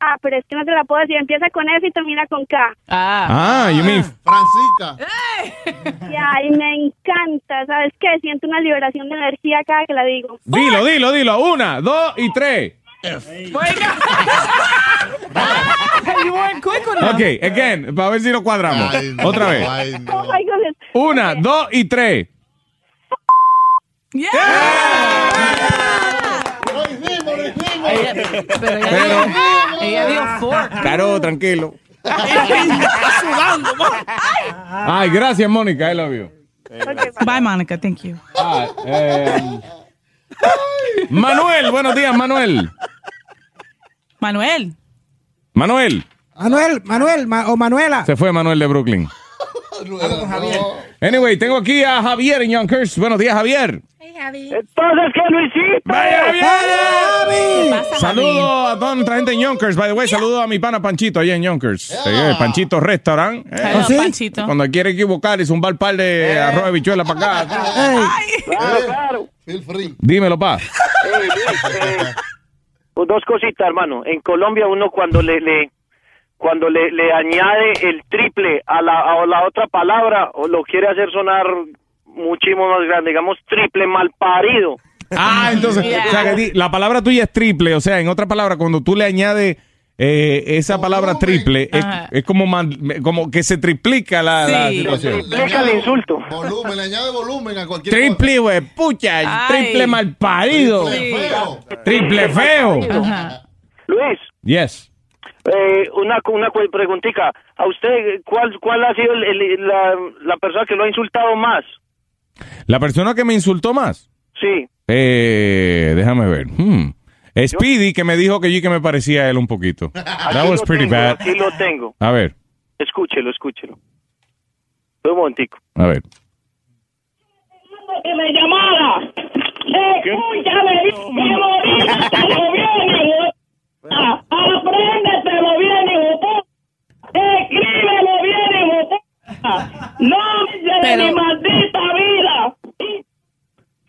[SPEAKER 16] Ah, pero es que no te la puedo decir. Empieza con S y termina con K.
[SPEAKER 4] Ah.
[SPEAKER 3] Ah, you mean
[SPEAKER 6] Francisca.
[SPEAKER 16] Y ay, me encanta. ¿Sabes qué? Siento una liberación de energía cada que la digo.
[SPEAKER 3] Dilo, dilo, dilo. Una, dos y tres.
[SPEAKER 4] You weren't quick enough.
[SPEAKER 3] Ok, again, para ver si lo cuadramos.
[SPEAKER 6] Ay, no,
[SPEAKER 3] Otra vez.
[SPEAKER 6] ay, no.
[SPEAKER 16] Oh my goodness.
[SPEAKER 3] Una, dos y tres.
[SPEAKER 6] Lo hicimos, lo hicimos.
[SPEAKER 4] Pero ella,
[SPEAKER 3] Pero-
[SPEAKER 4] dijo, ella dijo four.
[SPEAKER 3] Claro, tranquilo. Ay, gracias, Mónica. I love you.
[SPEAKER 4] Bye, Monica. Thank you.
[SPEAKER 3] Ah, eh, Manuel, buenos días, Manuel.
[SPEAKER 4] Manuel.
[SPEAKER 3] Manuel.
[SPEAKER 7] Manuel, Manuel Ma- o Manuela.
[SPEAKER 3] Se fue Manuel de Brooklyn. Anyway, tengo aquí a Javier en Yonkers. Buenos días, Javier.
[SPEAKER 9] Hey, Javi.
[SPEAKER 1] Entonces, ¿qué Luisito?
[SPEAKER 3] ¡Vaya,
[SPEAKER 4] ¿Qué
[SPEAKER 3] Javier!
[SPEAKER 4] pasa, Javi?
[SPEAKER 3] Saludo a toda nuestra gente en Yonkers. By the way, saludo a mi pana Panchito allá en Yonkers. Eh, Panchito Restaurant. Eh,
[SPEAKER 4] Hello, Panchito.
[SPEAKER 3] Cuando quiere equivocar y zumbar par
[SPEAKER 1] Eh.
[SPEAKER 3] de arroz de bichuela para acá.
[SPEAKER 8] Claro, claro.
[SPEAKER 6] Eh, Feel free.
[SPEAKER 3] Dímelo, pa.
[SPEAKER 8] Eh, eh, eh, pues dos cositas, hermano. En Colombia uno cuando le, le cuando le, le añade el triple a la, a la otra palabra o lo quiere hacer sonar muchísimo más grande, digamos triple mal parido.
[SPEAKER 3] Ah, entonces, o sea, que di- la palabra tuya es triple. O sea, en otra palabra, cuando tú le añades eh, esa palabra triple, es,
[SPEAKER 4] Ajá.
[SPEAKER 3] es como, man- como que se triplica la, la
[SPEAKER 4] Sí.
[SPEAKER 3] situación.
[SPEAKER 6] Le
[SPEAKER 8] Explica el insulto.
[SPEAKER 6] Volumen, le añade volumen a cualquier
[SPEAKER 3] Triple, güey, pucha,
[SPEAKER 4] Ay.
[SPEAKER 3] triple mal parido,
[SPEAKER 6] cosa. Triple feo.
[SPEAKER 3] triple feo.
[SPEAKER 4] Ajá.
[SPEAKER 8] Luis,
[SPEAKER 3] Yes.
[SPEAKER 8] eh, una una cu- preguntica. A usted cuál cuál ha sido el- el- la, la persona que lo ha insultado más.
[SPEAKER 3] La persona que me insultó más,
[SPEAKER 8] Sí.
[SPEAKER 3] eh, déjame ver. hmm, Speedy, que me dijo que yo que me parecía a él un poquito. That
[SPEAKER 8] Aquí
[SPEAKER 3] was
[SPEAKER 8] lo
[SPEAKER 3] pretty
[SPEAKER 8] tengo,
[SPEAKER 3] bad.
[SPEAKER 8] Aquí lo tengo.
[SPEAKER 3] A ver,
[SPEAKER 8] Escúchelo, escúchelo. Un momentico.
[SPEAKER 3] a ver.
[SPEAKER 16] Que me llamara. Escúchame. Que lo bien, Apréndetelo bien, hijo Escríbelo bien, hijo No me
[SPEAKER 4] Pero- mi
[SPEAKER 16] maldita vida.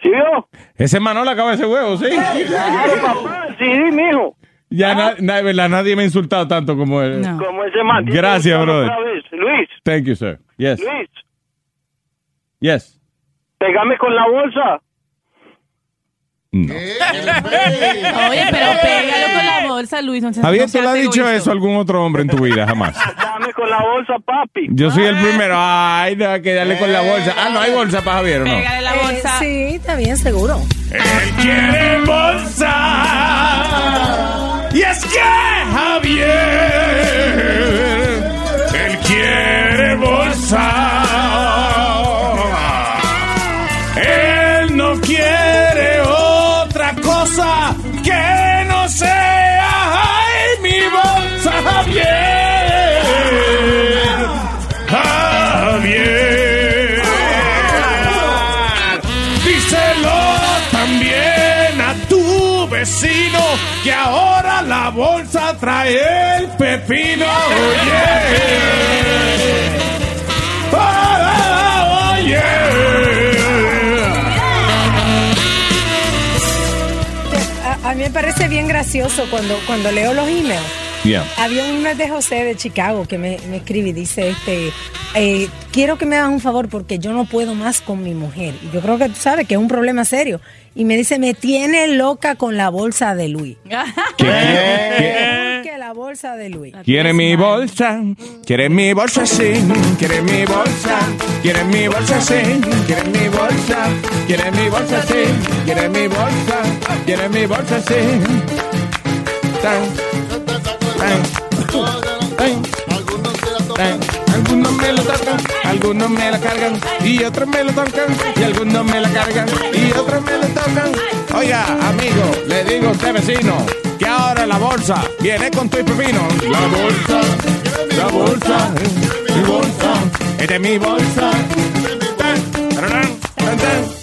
[SPEAKER 8] ¿Sí vio?
[SPEAKER 3] Ese Manolo acaba ese huevo, ¿sí?
[SPEAKER 8] Claro, papá. Sí, mijo.
[SPEAKER 3] Ya na- na- de verdad, nadie me ha insultado tanto como él.
[SPEAKER 4] No.
[SPEAKER 8] Como ese man.
[SPEAKER 3] Gracias,
[SPEAKER 8] Otra
[SPEAKER 3] brother.
[SPEAKER 8] vez. Luis,
[SPEAKER 3] Thank you, sir. Yes.
[SPEAKER 8] Luis,
[SPEAKER 3] Yes.
[SPEAKER 8] pegame con la bolsa.
[SPEAKER 3] No.
[SPEAKER 4] Oye, pero pégalo con la bolsa, Luis. No seas-
[SPEAKER 3] Javier,
[SPEAKER 4] no
[SPEAKER 3] ¿tú
[SPEAKER 4] seas
[SPEAKER 3] le has dicho
[SPEAKER 4] egoísta.
[SPEAKER 3] eso a algún otro hombre en tu vida? Jamás.
[SPEAKER 8] Dame con la bolsa, papi.
[SPEAKER 3] Yo soy
[SPEAKER 4] Ah.
[SPEAKER 3] el primero. Ay, no, hay que darle con la bolsa. Ah, no hay bolsa para Javier, ¿o no?
[SPEAKER 4] Pégale la
[SPEAKER 9] Eh,
[SPEAKER 4] bolsa.
[SPEAKER 9] sí, está bien, seguro.
[SPEAKER 3] Él quiere
[SPEAKER 2] Ah.
[SPEAKER 3] bolsa. Y es que Javier, él quiere bolsa. Él no quiere otra cosa que no sea ay, mi bolsa, Javier. Javier. Díselo también a tu vecino que ahora la bolsa trae el pepino. Oye. Ah, oye.
[SPEAKER 10] A mí me parece bien gracioso cuando, cuando leo los emails.
[SPEAKER 3] Yeah.
[SPEAKER 10] Había un email de José de Chicago que me, me escribe y dice, este, eh, quiero que me hagas un favor porque yo no puedo más con mi mujer. Y yo creo que tú sabes que es un problema serio. Y me dice, me tiene loca con la bolsa de Luis. Que la bolsa de Luis.
[SPEAKER 3] Quiere mi bolsa, quiere mi bolsa sí, quiere mi bolsa, quiere mi bolsa sí, quiere mi bolsa, quiere mi bolsa sí, quiere mi bolsa, quiere mi bolsa sí. Algunos me lo tocan, algunos me la cargan y otros me lo tocan y algunos me la cargan y otros me lo tocan. Oiga, amigo, le digo a usted vecino que ahora la bolsa viene con tu pepino. La bolsa, la bolsa, mi bolsa, es de mi bolsa. Tan, tararán, tan, tan.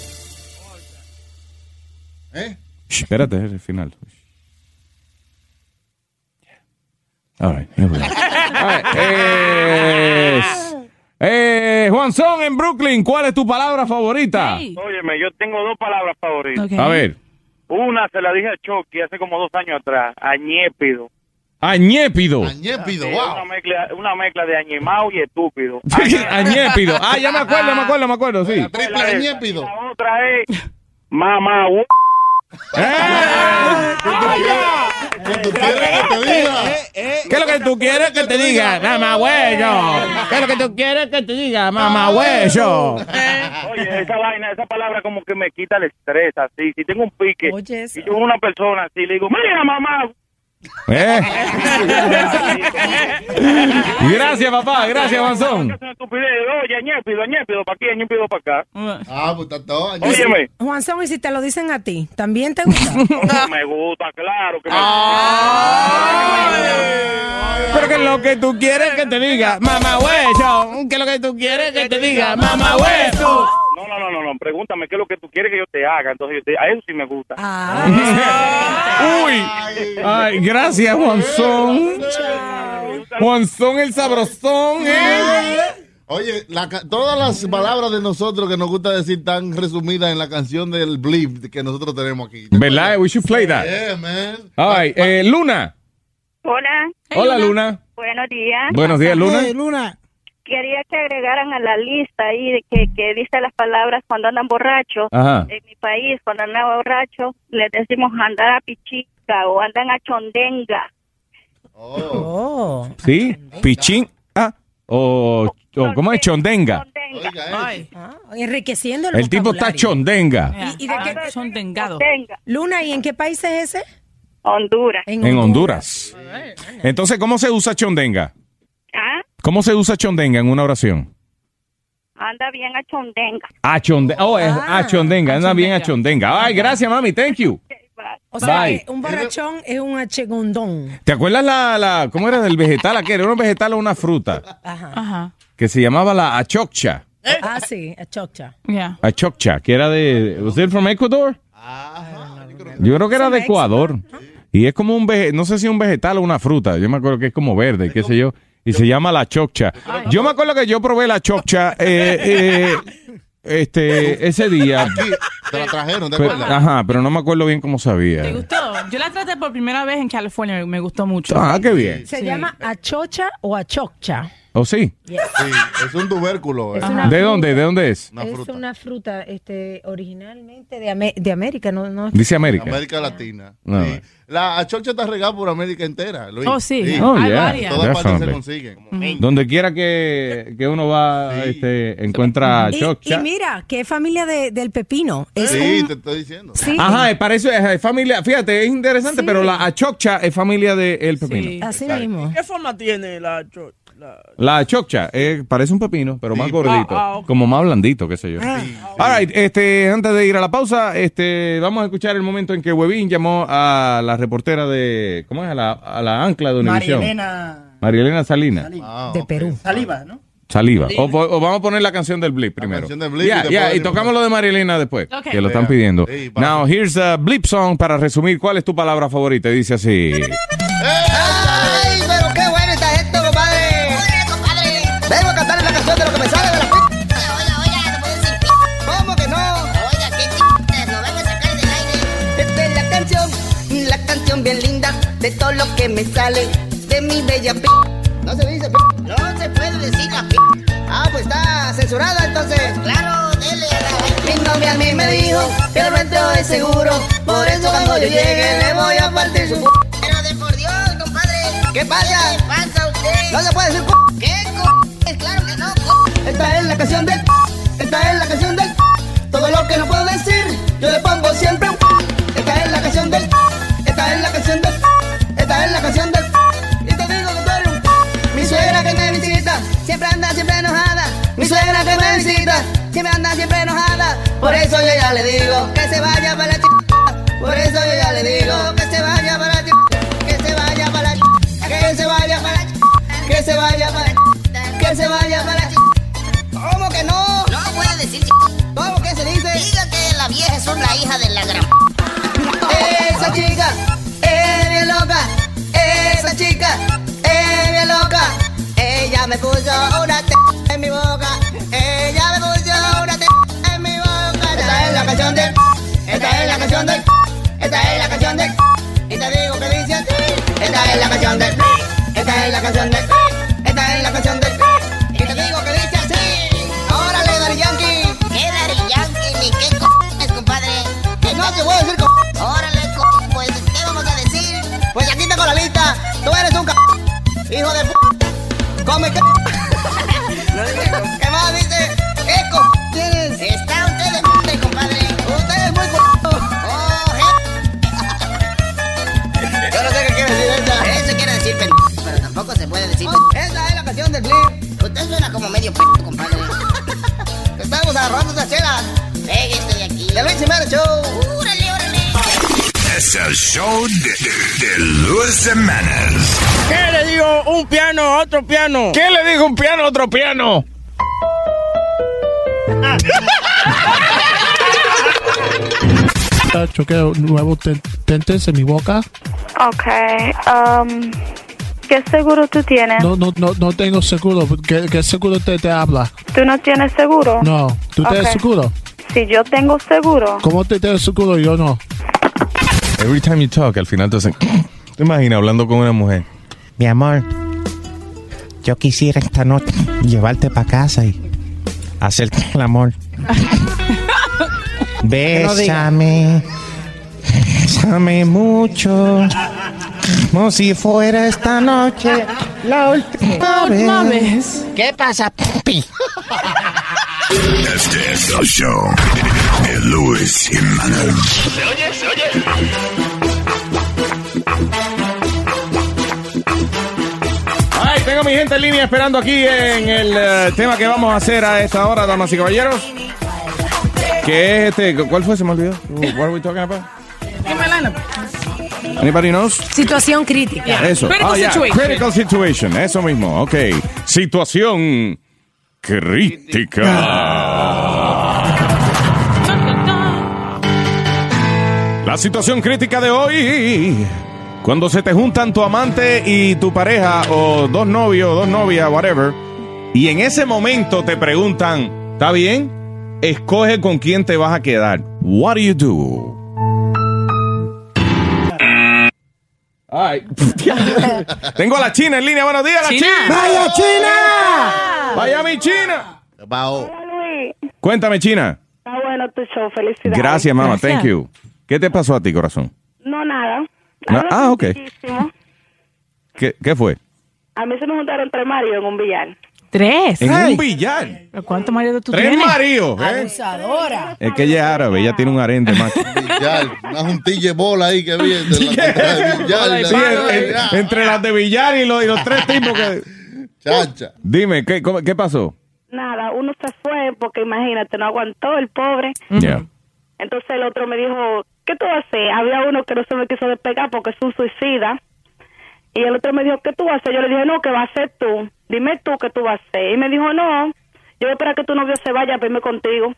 [SPEAKER 3] Shh, Espérate, es el final. All right, here we go. All right, es- eh, Juanzón en Brooklyn, ¿cuál es tu palabra favorita?
[SPEAKER 17] Óyeme, yo tengo dos palabras favoritas.
[SPEAKER 3] A ver,
[SPEAKER 17] Una se la dije a Chucky hace como dos años atrás, añépido.
[SPEAKER 3] añépido.
[SPEAKER 6] Ñépido,
[SPEAKER 17] Sí,
[SPEAKER 6] wow.
[SPEAKER 17] Una mezcla, una mezcla de añemao y estúpido.
[SPEAKER 3] Añépido. Ah, ya me acuerdo, me acuerdo, me acuerdo, sí. Eh.
[SPEAKER 17] Triple añépido. Pues La otra es mamá. u-
[SPEAKER 3] Eh, ¿Qué es lo que tú quieres que te diga? Mamá huello. ¿Qué es lo que tú quieres que te diga? Mamá huello.
[SPEAKER 4] Eh.
[SPEAKER 17] Oye, esa vaina, esa palabra como que me quita el estrés, así. Si tengo un pique, y yo con una persona así, le digo, mira mamá.
[SPEAKER 3] ¿Eh? Gracias, papá. Gracias, Juanzón.
[SPEAKER 17] Es una estupidez. Oye, añépido, añépido, para aquí, añépido para acá.
[SPEAKER 6] Ah, pues está todo.
[SPEAKER 17] Óyeme.
[SPEAKER 10] Juanzón, y si te lo dicen a ti, ¿también te gusta?
[SPEAKER 17] No me gusta, claro que me
[SPEAKER 3] Pero que lo que tú quieres que te diga, mamá huello. ¿Qué es lo que tú quieres que te diga? Mamá huello.
[SPEAKER 17] No, no, no, no, no, pregúntame qué es lo que tú quieres que yo te haga. Entonces, yo te- a eso sí me gusta.
[SPEAKER 3] Uy. Ay, gracias, Juanzón. Juanzón el sabrosón, ¿eh?
[SPEAKER 6] Oye, la ca- todas las palabras de nosotros que nos gusta decir están resumidas en la canción del Blip que nosotros tenemos aquí.
[SPEAKER 3] ¿Verdad? We should play that.
[SPEAKER 6] Yeah, man.
[SPEAKER 3] All right, eh, Luna.
[SPEAKER 12] Hola.
[SPEAKER 3] Hola, Luna.
[SPEAKER 12] Buenos días.
[SPEAKER 3] Buenos días, Luna.
[SPEAKER 12] Luna. Quería que agregaran a la lista ahí de que, que dice las palabras cuando andan borrachos.
[SPEAKER 3] Ajá.
[SPEAKER 12] En mi país, cuando andan borrachos, les decimos andar a pichica o andan a chondenga.
[SPEAKER 3] ¿Sí? Pichín. Ah, o, o ¿cómo es? Chondenga.
[SPEAKER 10] Ah, enriqueciendo el
[SPEAKER 3] El tipo está
[SPEAKER 10] vocabulario.
[SPEAKER 3] chondenga.
[SPEAKER 10] ¿Y, y de qué son tengados? Luna, ¿y en qué país es ese?
[SPEAKER 12] Honduras.
[SPEAKER 3] En Honduras. Entonces, ¿cómo se usa chondenga?
[SPEAKER 12] Ah,
[SPEAKER 3] ¿Cómo se usa chondenga en una oración?
[SPEAKER 12] anda bien a chondenga.
[SPEAKER 3] A chondenga. Oh, es a chondenga. Anda bien a chondenga. Ay, gracias, mami. Thank you.
[SPEAKER 10] O sea,
[SPEAKER 3] Bye.
[SPEAKER 10] que un borrachón es un achegondón.
[SPEAKER 3] ¿Te acuerdas la, la cómo era del vegetal aquel? Era un vegetal o una fruta
[SPEAKER 10] Ajá. Ajá.
[SPEAKER 3] que se llamaba la achoccha.
[SPEAKER 10] Ah, sí, achocha.
[SPEAKER 3] Achoccha, que era de ¿Was it from Ecuador? Yo creo que era de Ecuador. Y es como un vege- no sé si un vegetal o una fruta, yo me acuerdo que es como verde, qué sé yo, y se llama la choccha. Yo me acuerdo que yo probé la choccha eh, eh, este ese día.
[SPEAKER 6] Te la trajeron, ¿te
[SPEAKER 3] Pero-
[SPEAKER 6] acuerdas?
[SPEAKER 3] ajá, pero no me acuerdo bien cómo
[SPEAKER 4] ¿Te
[SPEAKER 3] sabía.
[SPEAKER 4] gustó? Yo la traté por primera vez en California, me- me gustó mucho.
[SPEAKER 3] Ah, qué bien.
[SPEAKER 10] Se llama achocha o achoccha.
[SPEAKER 3] ¿O sí?
[SPEAKER 6] Sí, es un tubérculo. eh.
[SPEAKER 10] Es una
[SPEAKER 3] ¿De
[SPEAKER 10] fruta.
[SPEAKER 3] dónde? ¿De dónde es?
[SPEAKER 10] es una fruta este, originalmente de, Amé- de América, no, no es-
[SPEAKER 3] Dice América.
[SPEAKER 6] América Latina.
[SPEAKER 3] No.
[SPEAKER 6] Sí. La achocha está regada por América entera, Luis.
[SPEAKER 10] Oh, sí.
[SPEAKER 3] Oh,
[SPEAKER 6] En
[SPEAKER 3] yeah,
[SPEAKER 6] Todas partes se
[SPEAKER 3] definitely.
[SPEAKER 6] consiguen.
[SPEAKER 3] Donde quiera que, que uno va, este, encuentra
[SPEAKER 10] Y- Y,
[SPEAKER 3] chocha.
[SPEAKER 10] mira, qué familia de- del pepino. Es
[SPEAKER 6] Sí,
[SPEAKER 10] un-
[SPEAKER 6] te estoy diciendo.
[SPEAKER 10] Sí.
[SPEAKER 3] Ajá, es para eso es, es familia. Fíjate, es interesante, pero la achoccha es familia del el pepino.
[SPEAKER 10] Así
[SPEAKER 13] ¿Y ¿Qué forma tiene la cho- la-
[SPEAKER 3] La achoccha eh, parece un pepino, pero más gordito,
[SPEAKER 13] Ah, ah, ok.
[SPEAKER 3] como más blandito, qué
[SPEAKER 10] Ah,
[SPEAKER 3] sé yo. All right, este, antes de ir a la pausa, este, vamos a escuchar el momento en que Webin llamó a la reportera de, ¿cómo es? A la, a la ancla de Univision.
[SPEAKER 18] Marielena
[SPEAKER 3] Marielena Salinas.
[SPEAKER 18] de Perú. Saliva, ¿no?
[SPEAKER 3] Saliva. O, o vamos a poner la canción del Blip primero.
[SPEAKER 6] canción del Blip
[SPEAKER 3] Yeah,
[SPEAKER 6] y después
[SPEAKER 3] yeah, y
[SPEAKER 6] venimos.
[SPEAKER 3] tocamos lo de Marilena después,
[SPEAKER 6] Ok.
[SPEAKER 3] que lo están pidiendo. Now, here's a Blip song para resumir cuál es tu palabra favorita. Y Dice así.
[SPEAKER 19] ¡Ay, pero qué bueno está esto, compadre! Muy bien, compadre. Vengo a cantarle la canción de lo que me sale de la p***. Oiga, oiga, no puedo decir p***. ¿Cómo que no? Oiga, qué p***, nos van a sacar del aire. Esta es la canción fin, la canción bien linda de todo lo que me sale de mi bella p. No se dice p. No se puede decir la p. Ah, pues está censurada entonces. Claro, dele a la Mi novia a mí me dijo que el renteo es seguro. Por eso cuando yo llegue le voy a partir su p. Pero de por Dios, compadre. ¿Qué pasa? ¿Qué pasa usted? No se puede decir p. ¿Qué c? Claro que no. Esta es la canción del p. Esta es la canción del p. Todo lo que no puedo decir, yo le pongo siempre un p. Esta es la canción del p. Esta es la canción del p. Esta es la canción del p. Y te digo que tú eres un p. Mi suegra que me visita, siempre anda siempre enojada. Mi suegra que me visita, siempre anda siempre enojada. Por eso yo ya le digo que se vaya para la ch... Por eso yo ya le digo que se vaya para la ch... Que se vaya para la ch... Que se vaya para la ch... Que se vaya para la ch... Que se vaya para la ch... ¿Cómo que no? No puede decir ch... ¿Cómo que se dice? Diga que la vieja es una hija de la gran... Esa chica es bien loca. Esa chica es bien loca. Ella me puso una t en mi boca. Ella me puso una t en mi boca. Esta es la canción de. Esta es la canción de. Esta es la canción de. Y te digo que dice así. Esta es la canción de. Esta es la canción de. Esta es la canción de. Y te digo que dice así. Órale, Dari Yankee. ¿Qué Dari Yankee? Ni qué c compadre. Que no te voy a decir c. Órale, c pues, ¿qué vamos a decir? Pues aquí tengo la lista. Tú eres un c. Hijo de p. Come c. ¿Qué más dice? ¿Qué c tienes? Está usted de p, compadre. Usted es muy c. Oh, je- Yo no sé qué quiere decir esa. Eso quiere decir p. Pero tampoco se puede decir p. Esa es la canción del blip. Usted suena como medio p, compadre. Estamos agarrando esa chela. Péguese de aquí. De Luis Jiménez Show. Úrale, órale.
[SPEAKER 20] Es el show de, de- de Luis Jiménez.
[SPEAKER 7] ¿Qué le digo un piano a otro piano?
[SPEAKER 3] ¿Qué le dijo un piano a otro piano?
[SPEAKER 21] Tacho, que nuevo ten- tentes en mi boca.
[SPEAKER 12] Ok. um, ¿Qué seguro tú tienes?
[SPEAKER 21] No, no, no, no tengo seguro. ¿Qué, qué seguro te, te habla?
[SPEAKER 12] ¿Tú no tienes seguro?
[SPEAKER 21] No, ¿tú
[SPEAKER 12] Ok.
[SPEAKER 21] tienes seguro?
[SPEAKER 12] Si yo tengo seguro.
[SPEAKER 21] ¿Cómo te tienes seguro? Yo no.
[SPEAKER 3] Every time you talk, al final te hacen. ¿Te imaginas hablando con una mujer?
[SPEAKER 22] Mi amor, yo quisiera esta noche llevarte para casa y hacer el amor. Bésame, bésame mucho, como si fuera esta noche la última
[SPEAKER 4] Última
[SPEAKER 22] vez. ¿Qué pasa, papi?
[SPEAKER 20] Este es el show de Luis Jiménez.
[SPEAKER 1] ¿Se oye? ¿Se oye?
[SPEAKER 3] Ay, tengo mi gente en línea esperando aquí en el eh, tema que vamos a hacer a esta hora, damas y caballeros. ¿Qué es este? ¿Cuál fue? Se me olvidó. What are we talking about? Anybody knows?
[SPEAKER 9] Situación crítica.
[SPEAKER 3] Eso. Ah, yeah. Critical situation. Eso mismo. Ok. Situación crítica. La situación crítica de hoy. Cuando se te juntan tu amante y tu pareja, o dos novios, dos novias, whatever, y en ese momento te preguntan, ¿está bien? Escoge con quién te vas a quedar. What do you do? Ay. Tengo a la China en línea. Buenos días, la China.
[SPEAKER 1] ¡Vaya,
[SPEAKER 3] China! ¡Vaya mi China! Cuéntame, China.
[SPEAKER 12] Está Ah, bueno tu show, felicidades.
[SPEAKER 3] Gracias, mamá. Thank you. ¿Qué te pasó a ti, corazón?
[SPEAKER 12] No, nada.
[SPEAKER 3] No- ah, ok.
[SPEAKER 12] Muchísimo.
[SPEAKER 3] ¿Qué, qué fue?
[SPEAKER 12] A mí se nos juntaron tres maridos en un billar.
[SPEAKER 4] Tres.
[SPEAKER 3] En
[SPEAKER 4] Ay.
[SPEAKER 3] un billar.
[SPEAKER 4] ¿Pero ¿Cuántos maridos tú
[SPEAKER 3] Tres
[SPEAKER 4] tienes?
[SPEAKER 3] maridos, ¿eh?
[SPEAKER 4] Abusadora.
[SPEAKER 3] Es que ella es árabe, ella tiene un harén de más.
[SPEAKER 6] Una juntilla de bola ahí que vi. entre la contra de Villar y la-
[SPEAKER 3] Sí, en- en- entre las de billar y los, y los tres tipos que.
[SPEAKER 6] Chacha.
[SPEAKER 3] Dime, ¿qué, cómo- qué pasó?
[SPEAKER 12] Nada, uno se fue porque imagínate, no aguantó el pobre.
[SPEAKER 3] Yeah.
[SPEAKER 12] Entonces el otro me dijo, ¿qué tú haces? Había uno que no se me quiso despegar porque es un suicida. Y el otro me dijo, ¿qué tú haces? Yo le dije, no, que va a hacer tú. Dime tú qué tú vas a hacer. Y me dijo, no, yo voy a esperar que tu novio se vaya a verme contigo.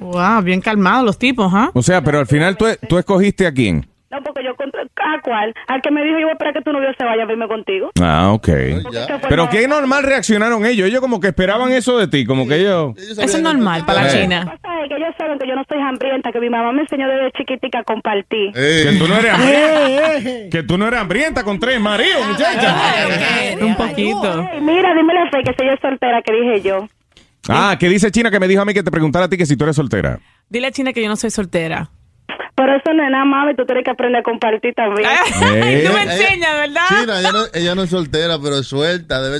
[SPEAKER 4] Wow, bien calmados los tipos, ¿ah?
[SPEAKER 3] O sea, pero al final tú, tú escogiste a quién.
[SPEAKER 12] No, porque yo contra- ¿A cuál? Al que me dijo, yo voy a esperar que tu novio se vaya a verme contigo.
[SPEAKER 3] Ah, ok.
[SPEAKER 12] ya.
[SPEAKER 3] Pero qué normal reaccionaron ellos. Ellos como que esperaban eso de ti, como que ellos...
[SPEAKER 4] Eso es normal para la
[SPEAKER 3] Eh.
[SPEAKER 4] China.
[SPEAKER 12] Lo que pasa es que ellos saben que yo no soy hambrienta, que mi mamá me enseñó desde chiquitica a compartir.
[SPEAKER 3] Que tú no eres hambrienta. que tú no eres hambrienta con tres maridos, muchacha.
[SPEAKER 4] Ah, Un poquito.
[SPEAKER 12] Ay, mira, dímele a Fe que si ella es soltera, que dije yo.
[SPEAKER 3] Ah, que dice China que me dijo a mí que te preguntara a ti que si tú eres soltera.
[SPEAKER 4] Dile a China que yo no soy soltera.
[SPEAKER 12] Pero eso no es nada, mami, tú tienes que aprender a compartir también.
[SPEAKER 3] Eh.
[SPEAKER 4] Tú me enseñas, ¿verdad?
[SPEAKER 6] China, ella no, ella no es soltera, pero es suelta. Debe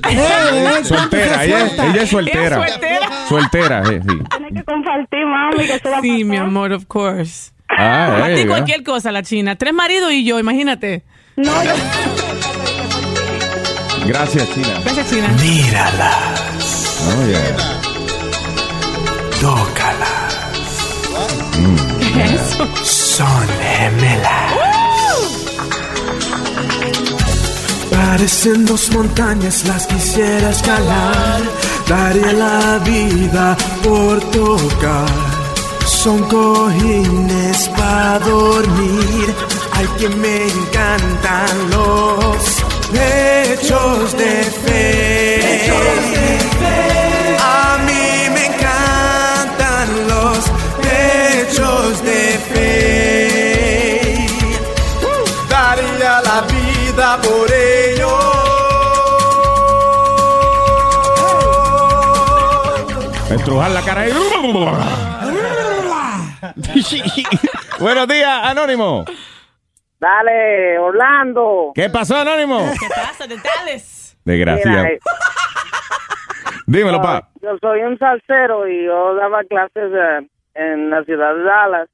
[SPEAKER 3] Soltera, ella, es- ella es soltera.
[SPEAKER 4] Ella es soltera.
[SPEAKER 3] Soltera, eh, sí.
[SPEAKER 12] Tienes que compartir, mami, que eso va a
[SPEAKER 4] Sí, mi amor, of course.
[SPEAKER 3] Ah,
[SPEAKER 4] A
[SPEAKER 3] eh,
[SPEAKER 4] ti
[SPEAKER 3] ya.
[SPEAKER 4] cualquier cosa, la China. Tres maridos y yo, imagínate.
[SPEAKER 12] No, yo...
[SPEAKER 3] Gracias, China.
[SPEAKER 4] Gracias, China.
[SPEAKER 20] Míralas,
[SPEAKER 3] Oh, yeah.
[SPEAKER 20] tócalas.
[SPEAKER 4] Eso.
[SPEAKER 20] Son gemelas.
[SPEAKER 23] Parecen dos montañas las quisiera escalar, daría la vida por tocar. Son cojines para dormir, hay que me encantan los hechos de fe. A mí me encantan los hechos de fe. Daría la vida por ellos.
[SPEAKER 3] Estrujar la cara y... Buenos días, Anónimo.
[SPEAKER 15] Dale, Orlando.
[SPEAKER 3] ¿Qué pasó, Anónimo?
[SPEAKER 4] ¿Qué pasa, detales?
[SPEAKER 3] Desgraciado.
[SPEAKER 15] Mira, eh,
[SPEAKER 3] Dímelo, pa.
[SPEAKER 15] yo soy un salsero y yo daba clases eh, en la ciudad de Dallas.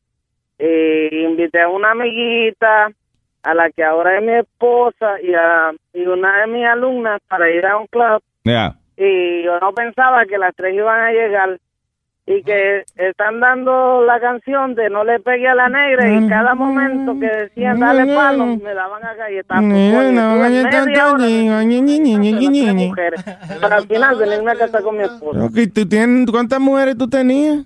[SPEAKER 15] E invité a una amiguita, a la que ahora es mi esposa, y, a, y una de mis alumnas para ir a un club.
[SPEAKER 3] Ya.
[SPEAKER 15] Y yo no pensaba que las tres iban a llegar y que están dando la canción de No le pegue a la negra y cada momento que decían dale palo me daban a galletazo. mujeres. Para al final venir a una casa con mi esposo.
[SPEAKER 3] Ok, ¿tú tienes, ¿Cuántas mujeres tú tenías?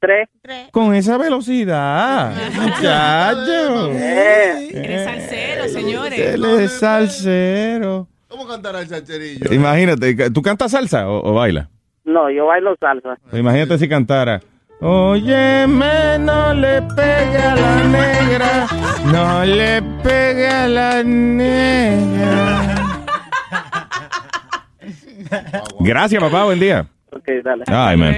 [SPEAKER 15] Tres.
[SPEAKER 3] Con esa velocidad. Muchacho.
[SPEAKER 4] Eres
[SPEAKER 3] Eh.
[SPEAKER 4] salsero,
[SPEAKER 3] Él
[SPEAKER 4] señores.
[SPEAKER 3] es salsero.
[SPEAKER 6] ¿Cómo cantará el chacherillo?
[SPEAKER 3] Imagínate, ¿tú cantas salsa o, o bailas?
[SPEAKER 15] No, yo bailo salsa.
[SPEAKER 3] Pues Imagínate si cantara. Óyeme, no le pegue a la negra. No le pegue a la negra. Gracias, papá. Buen día.
[SPEAKER 15] Ok, dale.
[SPEAKER 3] Ay, man.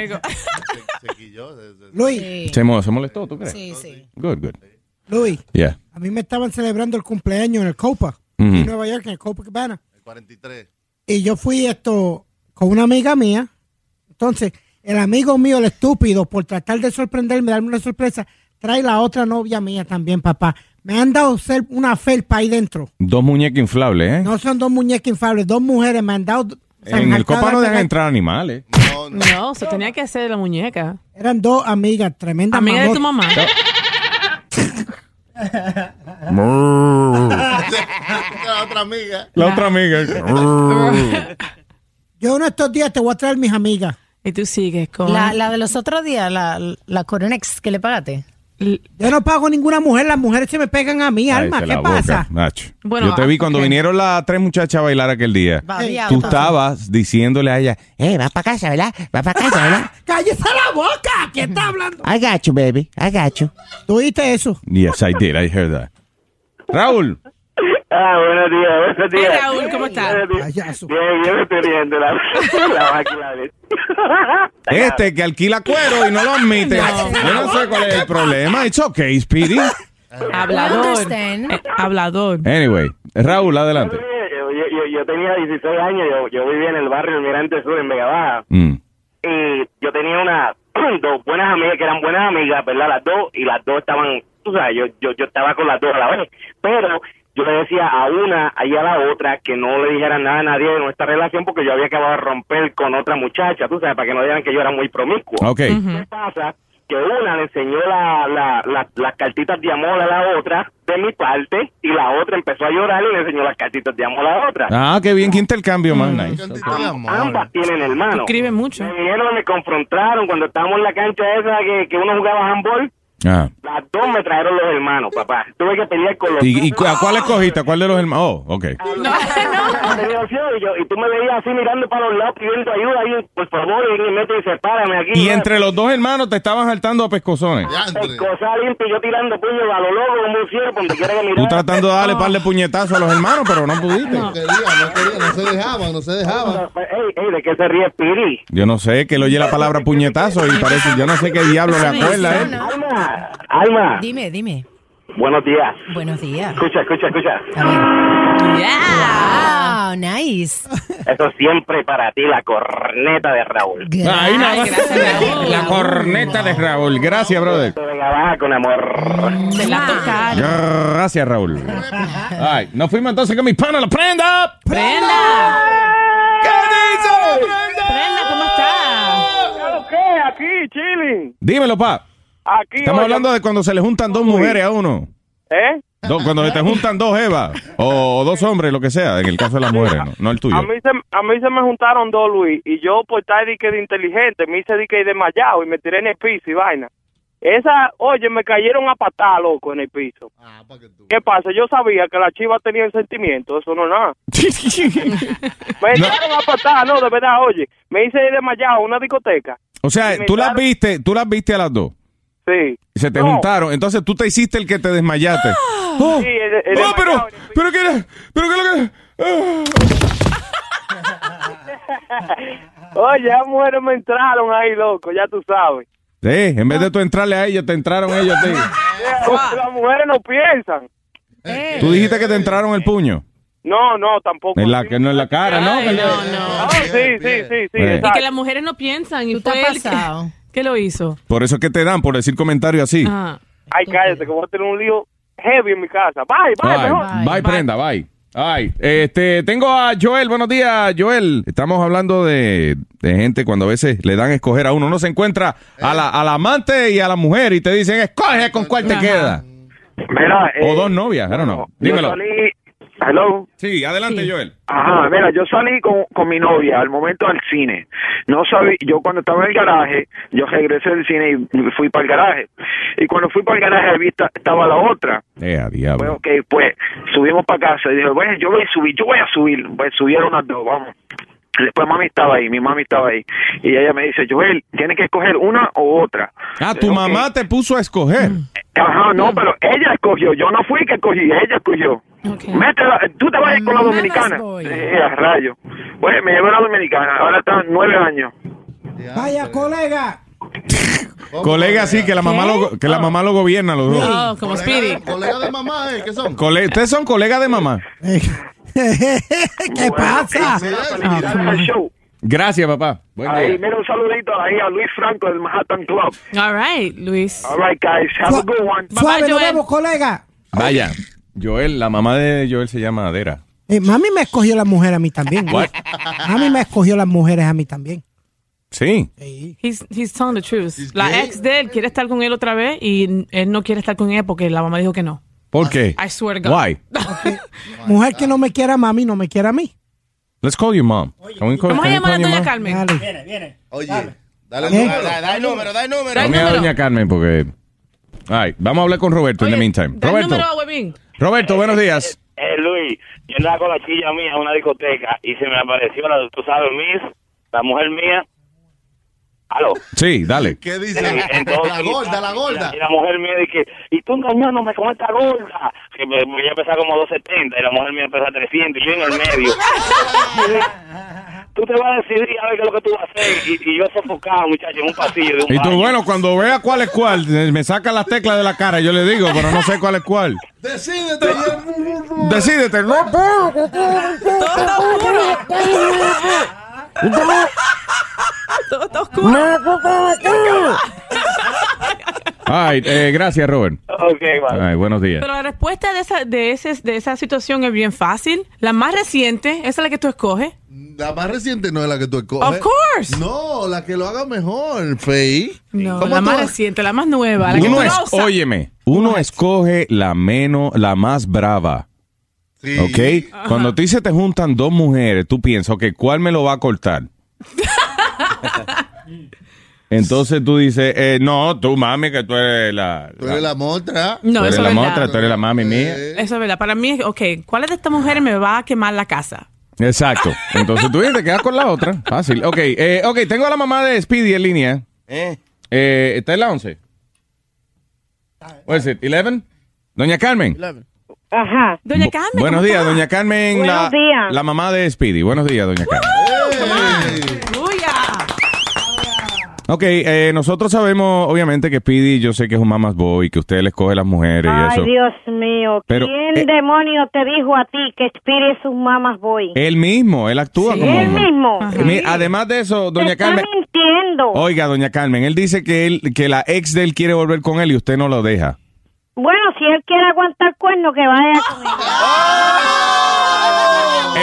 [SPEAKER 14] Luis,
[SPEAKER 3] Se, mo- se molestó, ¿tú crees?
[SPEAKER 14] Sí, sí.
[SPEAKER 3] Good, good.
[SPEAKER 14] Luis,
[SPEAKER 3] Yeah.
[SPEAKER 14] a mí me estaban celebrando el cumpleaños en el Copa,
[SPEAKER 3] Ujú.
[SPEAKER 14] en Nueva York, en el Copa Cabana. El 43. Y yo fui esto con una amiga mía. Entonces, el amigo mío, el estúpido, por tratar de sorprenderme, darme una sorpresa, trae la otra novia mía también, papá. Me han dado ser- una felpa ahí dentro.
[SPEAKER 3] Dos muñecas inflables, ¿eh?
[SPEAKER 14] No son dos muñecas infables, dos mujeres me han dado. se han
[SPEAKER 3] en el
[SPEAKER 14] jaltado
[SPEAKER 3] copa no
[SPEAKER 14] la
[SPEAKER 3] dejan
[SPEAKER 14] cara.
[SPEAKER 3] entrar animales.
[SPEAKER 4] No, se tenía que hacer la muñeca.
[SPEAKER 14] Eran dos amigas, tremendas
[SPEAKER 4] Amiga de tu
[SPEAKER 14] mamotas.
[SPEAKER 4] mamá.
[SPEAKER 6] La otra amiga.
[SPEAKER 3] La otra amiga.
[SPEAKER 14] Yo en estos días te voy a traer mis amigas.
[SPEAKER 4] Y tú sigues con...
[SPEAKER 9] La, la de los otros días, la, la Coronex que le pagaste.
[SPEAKER 14] Yo no pago ninguna mujer, las mujeres se me pegan a mí,
[SPEAKER 3] Cállate
[SPEAKER 14] alma,
[SPEAKER 3] la
[SPEAKER 14] ¿qué
[SPEAKER 3] boca,
[SPEAKER 14] pasa?
[SPEAKER 3] Nacho.
[SPEAKER 14] Bueno,
[SPEAKER 3] Yo te
[SPEAKER 14] ah,
[SPEAKER 3] vi cuando
[SPEAKER 14] ok.
[SPEAKER 3] vinieron las tres muchachas a bailar aquel día.
[SPEAKER 14] Babiado,
[SPEAKER 3] Tú
[SPEAKER 14] pasó.
[SPEAKER 3] estabas diciéndole a ella, eh, vas para casa, ¿verdad? Vas para casa, ¿verdad?
[SPEAKER 14] ¡Cállese la boca! ¿Qué está hablando?
[SPEAKER 22] I got you, baby. I got you.
[SPEAKER 14] ¿Tú oíste eso?
[SPEAKER 3] yes, I did. I heard that. Raúl.
[SPEAKER 17] Ah, buenos días, buenos días.
[SPEAKER 4] Hey, Raúl, ¿cómo estás?
[SPEAKER 17] Bien, yo me estoy riendo la, la máquina de-
[SPEAKER 3] Este que alquila cuero y no lo admite. Yo no sé cuál es el problema. It's okay, Speedy.
[SPEAKER 4] Hablador. Eh, hablador.
[SPEAKER 3] Anyway, Raúl, adelante.
[SPEAKER 17] Yo, yo- yo tenía 16 años, yo, yo vivía en el barrio El Mirante Sur, en Vega Baja.
[SPEAKER 3] Mm.
[SPEAKER 17] Y yo tenía una, dos buenas amigas que eran buenas amigas, ¿verdad? Las dos, y las dos estaban, tú sabes, yo, yo, yo estaba con las dos a la vez. Pero yo le decía a una y a la otra que no le dijera nada a nadie de nuestra relación porque yo había acabado de romper con otra muchacha, tú sabes, para que no dijeran que yo era muy promiscuo.
[SPEAKER 3] Ok.
[SPEAKER 17] ¿Qué pasa? Que una le enseñó la, la- la- las cartitas de amor a la otra de mi parte y la otra empezó a llorar y le enseñó las cartitas de amor a la otra.
[SPEAKER 3] Ah, qué bien, qué intercambio, man. Nice.
[SPEAKER 17] Am- ambas tienen hermano.
[SPEAKER 4] Escribe mucho.
[SPEAKER 17] Me vinieron, me confrontaron cuando estábamos en la cancha esa que, que uno jugaba handball.
[SPEAKER 3] Ah.
[SPEAKER 13] Las dos me trajeron los hermanos, papá. Tuve que pelear con los
[SPEAKER 3] ¿Y, y
[SPEAKER 13] dos.
[SPEAKER 3] cu- a cuál escogiste? ¿A cuál de los hermanos? Oh, ok.
[SPEAKER 13] No tenía opción, y, yo, y tú me veías así mirando para los lados pidiendo ayuda. Y yo, por favor, y me meto y sepárame aquí.
[SPEAKER 3] Y entre los dos hermanos te estaban saltando a pescozones.
[SPEAKER 13] Cosa limpia y yo tirando puños a lo loco como un ciervo, donde quiera que
[SPEAKER 3] Tú
[SPEAKER 13] mirara.
[SPEAKER 3] tratando de darle par de puñetazos a los hermanos, pero no pudiste.
[SPEAKER 6] no quería, no se dejaban, no se dejaban.
[SPEAKER 13] pues, Ey, ey, ¿de qué se ríe Piri?
[SPEAKER 3] Yo no sé, que le oye la palabra puñetazo y parece, yo no sé qué
[SPEAKER 4] Ah,
[SPEAKER 3] diablo le acuerda, ¿eh?
[SPEAKER 13] Alma, Alma.
[SPEAKER 10] Dime, dime.
[SPEAKER 13] Buenos días.
[SPEAKER 10] Buenos días.
[SPEAKER 13] Escucha, escucha, escucha.
[SPEAKER 10] Yeah. Wow, nice.
[SPEAKER 13] Eso siempre para ti, la corneta de Raúl.
[SPEAKER 3] Ahí nada más. La corneta de Raúl. Gracias, brother.
[SPEAKER 13] Venga, baja con amor.
[SPEAKER 4] Se la tocaron.
[SPEAKER 3] Gracias, Raúl. Ay, nos fuimos entonces con mis panas, la prenda.
[SPEAKER 4] ¡Prenda!
[SPEAKER 3] ¿Qué
[SPEAKER 4] dice Prenda, ¿cómo estás?
[SPEAKER 8] ¿Claro qué? Aquí, chilling.
[SPEAKER 3] Dímelo, pa.
[SPEAKER 8] Aquí.
[SPEAKER 3] Estamos
[SPEAKER 8] oye,
[SPEAKER 3] hablando de cuando se le juntan dos mujeres a uno.
[SPEAKER 8] ¿Eh?
[SPEAKER 3] Do- cuando le te juntan dos Eva o dos hombres, lo que sea, en el caso de las mujeres, no, no el tuyo.
[SPEAKER 8] A mí, se, a mí se me juntaron dos, Luis, y yo por estar de, que de inteligente, me hice de que desmayado y me tiré en el piso y vaina. Esa, oye, me cayeron a patar, loco, en el piso. ¿Qué pasa? Yo sabía que la chiva tenía sentimientos, eso no es nada. me echaron a patar, no, de verdad, oye, me hice desmayado en una discoteca.
[SPEAKER 3] O sea, tú las viste, tú las viste a las dos.
[SPEAKER 8] Sí.
[SPEAKER 3] Y se te
[SPEAKER 8] No.
[SPEAKER 3] juntaron, entonces tú te hiciste el que te desmayaste.
[SPEAKER 8] Sí, el- el
[SPEAKER 3] Oh, pero,
[SPEAKER 8] desmayado
[SPEAKER 3] pero que era, pero que lo que.
[SPEAKER 8] Oye, las mujeres me entraron ahí, loco, ya tú sabes.
[SPEAKER 3] Sí, en vez de tú entrarle a ellos, te entraron ellos a ti.
[SPEAKER 8] Las mujeres no piensan.
[SPEAKER 3] Tú dijiste que te entraron el puño.
[SPEAKER 8] No, no, tampoco.
[SPEAKER 3] En la, que no en la cara, ¿no? Que le-
[SPEAKER 8] no. sí, sí, sí, sí.
[SPEAKER 3] Eh.
[SPEAKER 8] exacto.
[SPEAKER 4] Que las mujeres no piensan y fue él que- ¿Qué lo hizo?
[SPEAKER 3] Por eso es que te dan, por decir comentarios así.
[SPEAKER 8] Ay, cállate, que voy a tener un lío heavy en mi casa. Bye, bye,
[SPEAKER 3] Ay,
[SPEAKER 8] mejor.
[SPEAKER 3] bye, prenda, bye. Ay, este, tengo a Joel, buenos días, Joel. Estamos hablando de, de gente cuando a veces le dan a escoger a uno. Uno se encuentra a la, al amante y a la mujer y te dicen, escoge con cuál te queda. o dos novias, I don't know. Dímelo.
[SPEAKER 17] eh, Yo salí... Hello.
[SPEAKER 3] Sí, adelante, Joel.
[SPEAKER 17] Ajá, mira, yo salí con, con mi novia al momento al cine. No sabía, yo cuando estaba en el garaje, yo regresé del cine y fui para el garaje. Y cuando fui para el garaje, vi esta- estaba la otra.
[SPEAKER 3] Eh, a diablo.
[SPEAKER 17] Pues, ok, pues subimos para casa y dije, bueno, yo voy a subir, yo voy a subir. Pues subieron las dos, vamos. Después mami estaba ahí, mi mami estaba ahí. Y ella me dice, Joel, tienes que escoger una o otra.
[SPEAKER 3] Ah, tu mamá te puso a escoger.
[SPEAKER 17] Ajá, no, pero ella escogió, yo no fui que escogí, ella escogió. Métela, tú te vas con la dominicana. Eh, a rayo. Bueno, me llevo a la dominicana, ahora está nueve años.
[SPEAKER 14] Vaya, colega.
[SPEAKER 3] Colega, sí, que la mamá lo, que la mamá lo gobierna los dos.
[SPEAKER 4] Oh, como Speedy.
[SPEAKER 6] Colega de mamá, ¿eh? ¿Qué son?
[SPEAKER 3] Cole- Ustedes son colegas de mamá.
[SPEAKER 14] ¿Qué pasa?
[SPEAKER 3] Gracias, papá. Buen
[SPEAKER 17] Ahí,
[SPEAKER 3] día.
[SPEAKER 17] mira un saludito ahí a Luis Franco del Manhattan Club.
[SPEAKER 4] All right, Luis.
[SPEAKER 17] All right, guys, have a good one.
[SPEAKER 14] Suave, nos vemos, colega.
[SPEAKER 3] Vaya, Joel, la mamá de Joel se llama Adera.
[SPEAKER 14] Eh, mami me escogió las mujeres a mí también.
[SPEAKER 3] What?
[SPEAKER 14] Mami me escogió las mujeres a mí también.
[SPEAKER 3] Sí.
[SPEAKER 4] He's, he's telling the truth. La ex de él quiere estar con él otra vez y él no quiere estar con ella porque la mamá dijo que no.
[SPEAKER 3] ¿Por qué?
[SPEAKER 4] I swear to God.
[SPEAKER 3] Why?
[SPEAKER 14] Mujer que no me quiera a mami, no me quiera a mí.
[SPEAKER 3] Let's call your mom. Can we call-
[SPEAKER 4] Vamos a
[SPEAKER 3] can we
[SPEAKER 4] llamar a
[SPEAKER 3] call your
[SPEAKER 4] Doña
[SPEAKER 3] mom?
[SPEAKER 4] Carmen.
[SPEAKER 14] Dale.
[SPEAKER 6] Oye, dale
[SPEAKER 14] ¿Eh?
[SPEAKER 6] número, da- da el número, da el número.
[SPEAKER 3] Vamos a Doña Carmen porque... Ay, vamos a hablar con Roberto en the meantime.
[SPEAKER 17] da el
[SPEAKER 3] Roberto,
[SPEAKER 17] número a
[SPEAKER 3] Roberto, buenos días.
[SPEAKER 17] Eh, Luis, yo andaba con la chilla mía a una discoteca y se me apareció la, tú sabes, Miss, la mujer mía. Aló.
[SPEAKER 3] Sí, dale.
[SPEAKER 17] ¿Qué
[SPEAKER 6] dice?
[SPEAKER 17] Entonces,
[SPEAKER 6] La gorda, la gorda.
[SPEAKER 17] Y la, y la mujer mía dice, y tú engañándome con esta gorda. Que me, me iba a pesar como 270 y la mujer mía empezó a 300 y yo en el medio. tú te vas a decidir a ver qué es lo que tú vas a hacer. Y, y yo sofocado, muchacho, en un pasillo de un
[SPEAKER 3] Y tú,
[SPEAKER 17] baño.
[SPEAKER 3] bueno, cuando vea cuál es cuál, me saca las teclas de la cara, yo le digo, pero no sé cuál es cuál.
[SPEAKER 6] Decídete.
[SPEAKER 3] Decídete, no puedo.
[SPEAKER 4] Todo está oscuro.
[SPEAKER 3] Ay, eh, gracias, Robert.
[SPEAKER 17] Ok,
[SPEAKER 3] Ay, buenos días.
[SPEAKER 4] Pero la respuesta de esa, de, ese, de esa situación es bien fácil. La más reciente, esa es la que tú escoges.
[SPEAKER 6] La más reciente no es la que tú
[SPEAKER 4] Of
[SPEAKER 6] escoges.
[SPEAKER 4] course.
[SPEAKER 6] No, la que lo haga mejor, Fey.
[SPEAKER 4] No,
[SPEAKER 6] ¿Cómo
[SPEAKER 4] la
[SPEAKER 6] tú
[SPEAKER 4] más
[SPEAKER 6] vas-
[SPEAKER 4] reciente, la más nueva, la que
[SPEAKER 3] uno
[SPEAKER 4] tú
[SPEAKER 3] es,
[SPEAKER 4] no usas.
[SPEAKER 3] óyeme, uno escoge la menos, la más brava. ¿Ok?
[SPEAKER 4] Ajá.
[SPEAKER 3] Cuando a ti se te juntan dos mujeres, tú piensas, ok, ¿cuál me lo va a cortar? Entonces tú dices, eh, no, tú mami, que tú eres la.
[SPEAKER 6] Tú eres la montra.
[SPEAKER 3] tú
[SPEAKER 4] No,
[SPEAKER 3] eres
[SPEAKER 4] eso
[SPEAKER 3] la
[SPEAKER 4] es
[SPEAKER 3] montra, tú
[SPEAKER 4] verdad.
[SPEAKER 3] eres la mami mía.
[SPEAKER 4] Eso es verdad. Para mí, es, ok, ¿cuál de estas mujeres me va a quemar la casa?
[SPEAKER 3] Exacto. Entonces tú dices, te quedas con la otra. Fácil. Ok, eh, ok, tengo a la mamá de Speedy en línea. Eh, ¿Está en la 11? ¿What is it? ¿11? Doña Carmen.
[SPEAKER 2] Ajá.
[SPEAKER 4] Doña Carmen.
[SPEAKER 3] Buenos días, doña Carmen. la,
[SPEAKER 2] Buenos días.
[SPEAKER 3] la mamá de Speedy. Buenos días, doña Carmen. Ok, eh, nosotros sabemos, obviamente, que Speedy, yo sé que es un mamas boy, que usted le escoge las mujeres y
[SPEAKER 2] Ay,
[SPEAKER 3] eso.
[SPEAKER 2] Dios mío.
[SPEAKER 3] Pero,
[SPEAKER 2] ¿Quién
[SPEAKER 3] eh,
[SPEAKER 2] demonio te dijo a ti que Spirit es un mamas boy?
[SPEAKER 3] Él mismo, él actúa
[SPEAKER 2] Sí.
[SPEAKER 3] como.
[SPEAKER 2] Él mismo.
[SPEAKER 3] Eh, mi- Además de eso, doña
[SPEAKER 2] Está
[SPEAKER 3] Carmen.
[SPEAKER 2] mintiendo.
[SPEAKER 3] Oiga, doña Carmen, él dice que él, que la ex de él quiere volver con él y usted no lo deja.
[SPEAKER 2] Bueno, si él quiere aguantar cuerno, que vaya con él.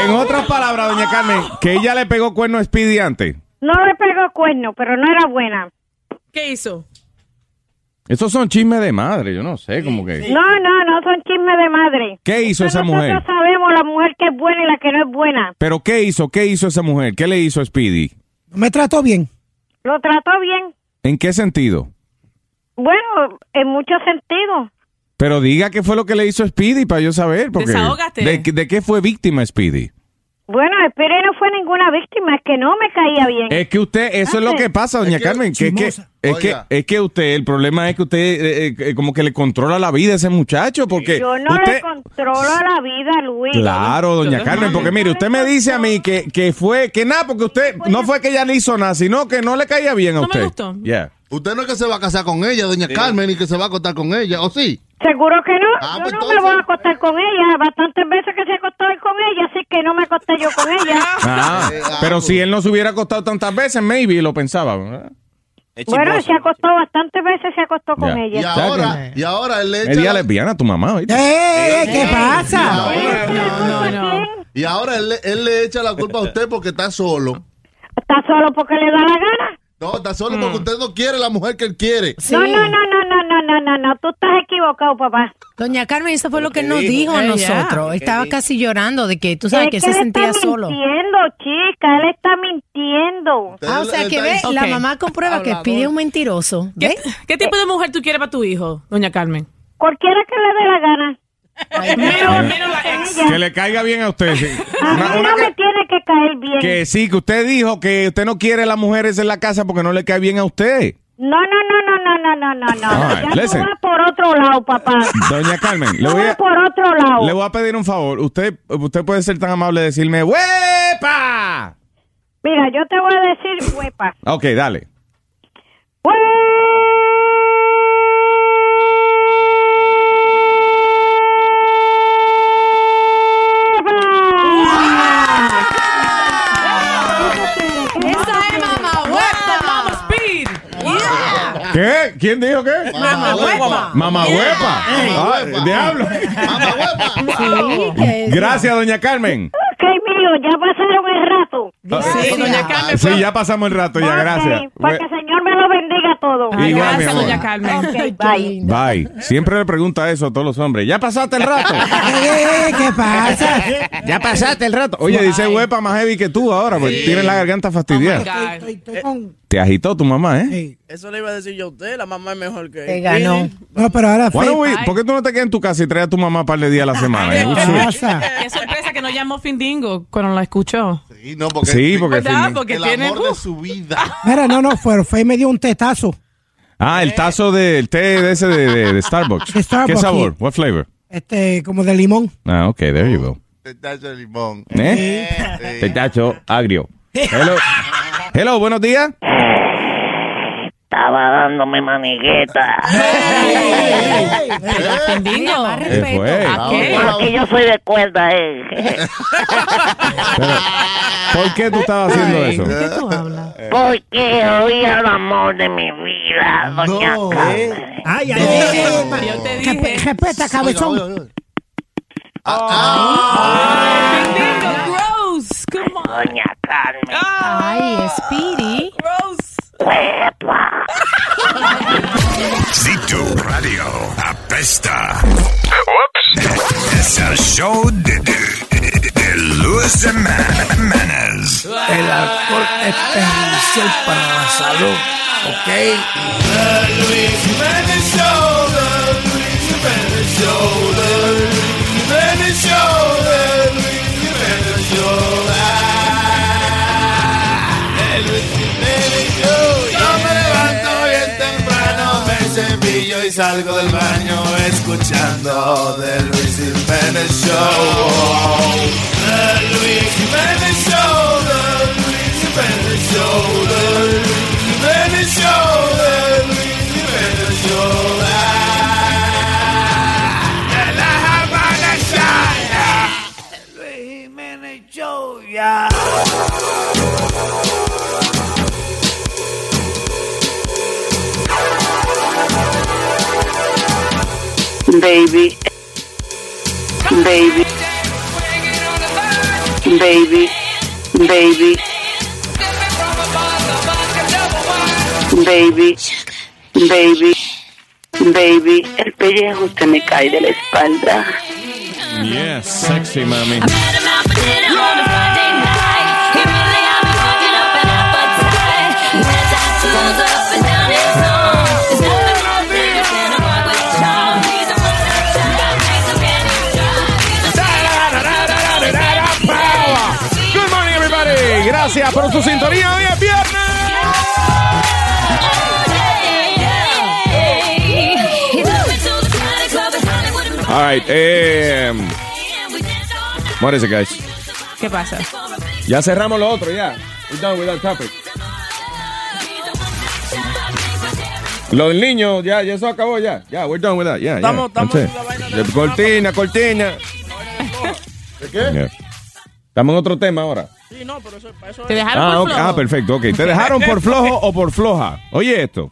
[SPEAKER 3] En otras palabras, doña Carmen, que ella le pegó cuerno a Speedy antes.
[SPEAKER 2] No le pegó cuerno, pero no era buena.
[SPEAKER 4] ¿Qué hizo?
[SPEAKER 3] Esos son chismes de madre, yo no sé, como que.
[SPEAKER 2] No, no, no son chismes de madre.
[SPEAKER 3] ¿Qué hizo esa mujer?
[SPEAKER 2] Nosotros sabemos la mujer que es buena y la que no es buena.
[SPEAKER 3] ¿Pero qué hizo? ¿Qué hizo esa mujer? ¿Qué le hizo a Speedy?
[SPEAKER 14] Me trató bien.
[SPEAKER 2] Lo trató bien.
[SPEAKER 3] ¿En qué sentido?
[SPEAKER 2] Bueno, en muchos sentidos.
[SPEAKER 3] Pero diga qué fue lo que le hizo Speedy para yo saber. Porque
[SPEAKER 2] Desahógate.
[SPEAKER 3] ¿de, qué- de qué fue víctima Speedy?
[SPEAKER 2] Bueno, Spirit no fue ninguna víctima, es que no me caía bien.
[SPEAKER 3] Es que usted, eso es lo que pasa, doña Carmen. Que es, que, es, que, es que usted, el problema es que usted eh, eh, como que le controla la vida a ese muchacho. Porque
[SPEAKER 2] Yo no
[SPEAKER 3] Eh, usted,
[SPEAKER 2] le controlo la vida, Luis.
[SPEAKER 3] Claro, doña
[SPEAKER 2] Yo
[SPEAKER 3] Carmen, porque mire, usted me dice a mí que, que fue, que nada, porque usted no fue que ella le hizo nada, sino que no le caía bien a usted.
[SPEAKER 6] gustó.
[SPEAKER 3] Yeah.
[SPEAKER 6] Usted no es que se va a casar con ella, doña Carmen, y que se va a acostar con ella, ¿o sí?
[SPEAKER 2] Seguro que no.
[SPEAKER 6] Ah,
[SPEAKER 2] yo
[SPEAKER 6] pues
[SPEAKER 2] no me voy a acostar con ella. Bastantes veces que se acostó él con ella, así que no me acosté yo con ella.
[SPEAKER 3] Ah, pero si él no se hubiera acostado tantas veces, maybe lo pensaba. ¿verdad?
[SPEAKER 2] bueno, se acostó bastantes veces, se acostó con
[SPEAKER 3] Ya.
[SPEAKER 2] ella.
[SPEAKER 3] Y ahora-
[SPEAKER 6] Y ahora él le echa
[SPEAKER 3] Media
[SPEAKER 6] la-
[SPEAKER 3] lesbiana tu mamá, ¿oíste?
[SPEAKER 2] Eh,
[SPEAKER 6] ¿Qué pasa?
[SPEAKER 2] No, no.
[SPEAKER 6] Y ahora él, le- él le echa la culpa a usted porque está solo.
[SPEAKER 2] Está solo porque le da la gana.
[SPEAKER 6] No, está
[SPEAKER 2] Mm.
[SPEAKER 6] solo porque usted no quiere la mujer que él quiere.
[SPEAKER 2] No, no, no, no, no, no, no, no, no. Tú estás equivocado, papá.
[SPEAKER 10] Doña Carmen, eso fue lo que él nos
[SPEAKER 2] dijo.
[SPEAKER 10] dijo a
[SPEAKER 2] Ella.
[SPEAKER 4] Eh,
[SPEAKER 10] nosotros. Estaba casi llorando de que tú sabes
[SPEAKER 2] Es
[SPEAKER 10] que él se
[SPEAKER 2] él
[SPEAKER 10] sentía
[SPEAKER 2] está
[SPEAKER 10] solo.
[SPEAKER 2] mintiendo, chica. Él está mintiendo.
[SPEAKER 10] Ah, o sea que ve, la mamá comprueba que pide un mentiroso.
[SPEAKER 4] ¿Qué, Eh, qué tipo de mujer tú quieres para tu hijo, doña Carmen?
[SPEAKER 2] Cualquiera que le dé la gana.
[SPEAKER 4] menos, menos la ex.
[SPEAKER 3] Que le caiga bien a usted. sí.
[SPEAKER 2] A mí no me tiene que caer bien.
[SPEAKER 3] Que sí, que usted dijo que usted no quiere las mujeres en la casa porque no le cae bien a usted.
[SPEAKER 2] No, no, no, no, no, no, no, no, no.
[SPEAKER 3] All right,
[SPEAKER 2] ya tú
[SPEAKER 3] listen.
[SPEAKER 2] vas por otro lado, papá.
[SPEAKER 3] Doña Carmen, le voy a,
[SPEAKER 2] por otro lado.
[SPEAKER 3] le voy a pedir un favor. Usted, usted puede ser tan amable de decirme, ¡Wepa!
[SPEAKER 2] Mira, yo te voy a decir, huepa.
[SPEAKER 3] Ok, dale.
[SPEAKER 10] Esa es mamá huepa.
[SPEAKER 2] Ah.
[SPEAKER 4] Mama Speed.
[SPEAKER 3] ¿Qué? ¿Quién dijo qué?
[SPEAKER 4] Mamá huepa.
[SPEAKER 3] Mamá huepa.
[SPEAKER 4] Yeah.
[SPEAKER 3] Ah, diablo. Gracias, doña Carmen.
[SPEAKER 2] Ok, mío, ya pasaron el rato.
[SPEAKER 3] Sí,
[SPEAKER 2] doña Carmen,
[SPEAKER 3] Sí, ya pasamos el rato, ya, gracias.
[SPEAKER 2] Para que el Señor me lo bendiga a todos.
[SPEAKER 3] Ay, Pues Igual, gracias, mi amor. doña
[SPEAKER 4] Carmen.
[SPEAKER 2] Ok, bye.
[SPEAKER 3] Bye. Siempre le pregunta eso a todos los hombres. ¿Ya pasaste el rato?
[SPEAKER 14] Eh, ¿Qué pasa?
[SPEAKER 3] ¿Ya pasaste el rato? Oye, dice huepa más heavy que tú ahora, porque tienes la garganta
[SPEAKER 4] Oh
[SPEAKER 3] fastidiada.
[SPEAKER 14] Estoy- estoy con-
[SPEAKER 3] Te agitó tu mamá, ¿eh?
[SPEAKER 7] Eso le iba a decir yo a usted, la mamá es mejor que él.
[SPEAKER 14] Te ganó. No, pero ahora
[SPEAKER 3] Why don't we-
[SPEAKER 14] Facebook.
[SPEAKER 3] ¿Por qué tú no te quedas en tu casa y traes a tu mamá un par de días a la semana? eh?
[SPEAKER 14] ¿Qué pasa?
[SPEAKER 4] Qué sorpresa que no llamó Findingo cuando la escuchó.
[SPEAKER 6] Sí, no,
[SPEAKER 3] Sí, porque
[SPEAKER 4] ¿Verdad?
[SPEAKER 3] Findingo-
[SPEAKER 4] Porque
[SPEAKER 6] el
[SPEAKER 4] tiene...
[SPEAKER 6] amor de su vida.
[SPEAKER 14] Mira, no, no, fue, fue y me dio un tetazo.
[SPEAKER 3] Ah, el tazo del té de ese de, de- de Starbucks.
[SPEAKER 14] De Starbucks,
[SPEAKER 3] ¿Qué sabor? What flavor?
[SPEAKER 14] Este, como de limón.
[SPEAKER 3] Ah, ok, there you go.
[SPEAKER 6] Tacho de limón.
[SPEAKER 3] ¿Eh? El tacho agrio. Hello. Hello, buenos días.
[SPEAKER 5] Estaba dándome manigueta.
[SPEAKER 3] Eh, fue.
[SPEAKER 5] Porque yo soy de cuerda, eh.
[SPEAKER 3] ¿Por qué tú estabas haciendo eso?
[SPEAKER 5] Porque oí al amor de mi vida, doña Carmen.
[SPEAKER 14] Ay, ay,
[SPEAKER 4] Yo te dije.
[SPEAKER 14] Respeta, cabezón.
[SPEAKER 5] Ah,
[SPEAKER 4] Gross. Come on.
[SPEAKER 5] Doña Carmen.
[SPEAKER 10] Ay, Speedy.
[SPEAKER 20] Zito Radio apesta. Ups. Es el show de, de, de, de Luis de Man- Manas.
[SPEAKER 23] El alcohol es perjudicial para la salud, ¿ok? The Luis Jiménez Show, The Luis Jiménez Show, The Luis Jiménez Show, The Luis Jiménez Show. Ah, The Luis Jiménez Show. Yo me levanto bien temprano, me cepillo y salgo del baño escuchando The Luis Jiménez Show. The Luis Jiménez Show, The Luis Jiménez Show, The Luis Jiménez Show, The Luis Jiménez Show. Ah, de la Habana Shaya, Luis Jiménez Show, ya.
[SPEAKER 5] Baby. Baby. Baby. Baby. Baby. Baby. Baby. El pellejo se me cae de la espalda.
[SPEAKER 3] Yes, sexy mami. Good morning everybody. Gracias por su sintonía. Hoy es viernes. All right. Eh, muérese, guys.
[SPEAKER 4] ¿Qué pasa?
[SPEAKER 3] Ya cerramos lo otro, ya. We're done with that topic. Lo del niño, ya, ya eso acabó, ya. Ya, we're done with that. Ya, ya.
[SPEAKER 7] Estamos- estamos
[SPEAKER 3] That's it.
[SPEAKER 7] en la vaina
[SPEAKER 3] De- Cortina, cortina.
[SPEAKER 6] ¿De
[SPEAKER 3] Ya. Estamos en otro tema ahora.
[SPEAKER 7] Sí, no, pero eso, para eso
[SPEAKER 4] Te dejaron
[SPEAKER 3] Ah,
[SPEAKER 4] por
[SPEAKER 3] ok.
[SPEAKER 4] flojo.
[SPEAKER 3] Ah, perfecto, ok. ¿Te dejaron por flojo o por floja? Oye esto.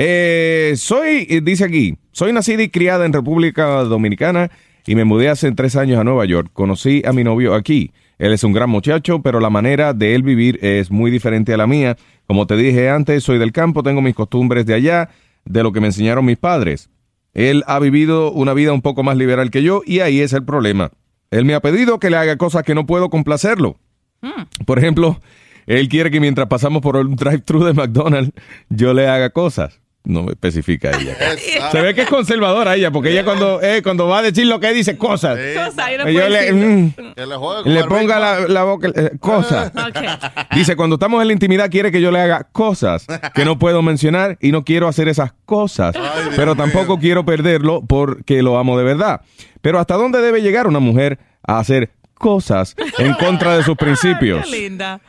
[SPEAKER 3] Eh, soy, eh, dice aquí, soy nacida y criada en República Dominicana y me mudé hace tres años a Nueva York. Conocí a mi novio aquí. Él es un gran muchacho, pero la manera de él vivir es muy diferente a la mía. Como te dije antes, soy del campo, tengo mis costumbres de allá, de lo que me enseñaron mis padres. Él ha vivido una vida un poco más liberal que yo y ahí es el problema. Él me ha pedido que le haga cosas que no puedo complacerlo.
[SPEAKER 4] Mm.
[SPEAKER 3] Por ejemplo, él quiere que mientras pasamos por un drive-thru de McDonald's, yo le haga cosas. No me especifica ella. Se ve que es conservadora ella, porque ella cuando, eh, cuando va a decir lo que dice, cosas.
[SPEAKER 4] Cosa, yo no
[SPEAKER 3] Yo
[SPEAKER 4] puedo
[SPEAKER 3] le-
[SPEAKER 4] decirlo.
[SPEAKER 3] mm,
[SPEAKER 6] Que le juegue con
[SPEAKER 3] le
[SPEAKER 6] Barbie.
[SPEAKER 3] ponga la, la boca, eh, cosas.
[SPEAKER 4] Ok.
[SPEAKER 3] Dice, cuando estamos en la intimidad quiere que yo le haga cosas que no puedo mencionar y no quiero hacer esas cosas, pero tampoco quiero perderlo porque lo amo de verdad. Pero ¿hasta dónde debe llegar una mujer a hacer cosas en contra de sus principios?
[SPEAKER 4] Qué linda.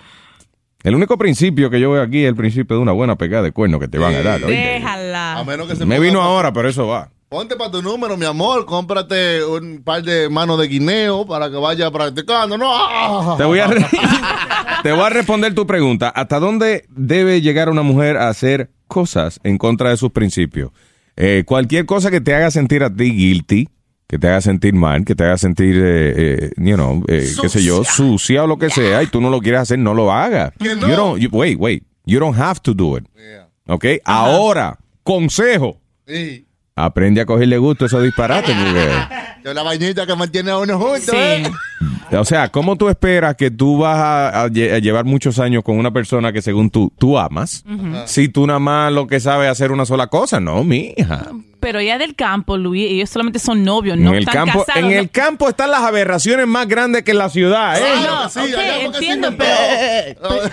[SPEAKER 3] El único principio que yo veo aquí es el principio de una buena pegada de cuerno que te van a dar. ¿oíste?
[SPEAKER 4] Déjala.
[SPEAKER 6] A menos que se
[SPEAKER 3] Me
[SPEAKER 6] ponga-
[SPEAKER 3] vino ahora, pero eso va.
[SPEAKER 6] Ponte para tu número, mi amor. Cómprate un par de manos de guineo para que vaya practicando. No. ah.
[SPEAKER 3] Te voy a, re- te voy a responder tu pregunta. ¿Hasta dónde debe llegar una mujer a hacer cosas en contra de sus principios? Eh, cualquier cosa que te haga sentir a ti guilty, que te haga sentir mal, que te haga sentir, eh, eh, you know, eh, qué sé yo, sucia o lo que sea, y tú no lo quieras hacer, no lo hagas. You don't- you- wait, wait. You don't have to do it. ¿Ok? Ahora, consejo.
[SPEAKER 6] Sí.
[SPEAKER 3] Aprende a cogerle gusto a esos disparates, porque...
[SPEAKER 6] Yo la vainita que mantiene a uno junto, ¿eh?
[SPEAKER 3] O sea, ¿cómo tú esperas que tú vas a, a lle- a llevar muchos años con una persona que según tú, tú amas?
[SPEAKER 4] Ujú.
[SPEAKER 3] Si tú nada más lo que sabes es hacer una sola cosa, no, mija.
[SPEAKER 4] Pero ella es del campo, Luis, ellos solamente son novios,
[SPEAKER 10] pues
[SPEAKER 3] En
[SPEAKER 4] no
[SPEAKER 3] el,
[SPEAKER 4] están
[SPEAKER 3] campo,
[SPEAKER 4] casados.
[SPEAKER 3] en
[SPEAKER 4] no-
[SPEAKER 3] el campo están las aberraciones más grandes que en la ciudad, ¿eh?
[SPEAKER 4] no,
[SPEAKER 6] sí,
[SPEAKER 4] ok,
[SPEAKER 6] allá porque
[SPEAKER 4] entiendo,
[SPEAKER 6] sí,
[SPEAKER 4] pero...
[SPEAKER 3] Ah,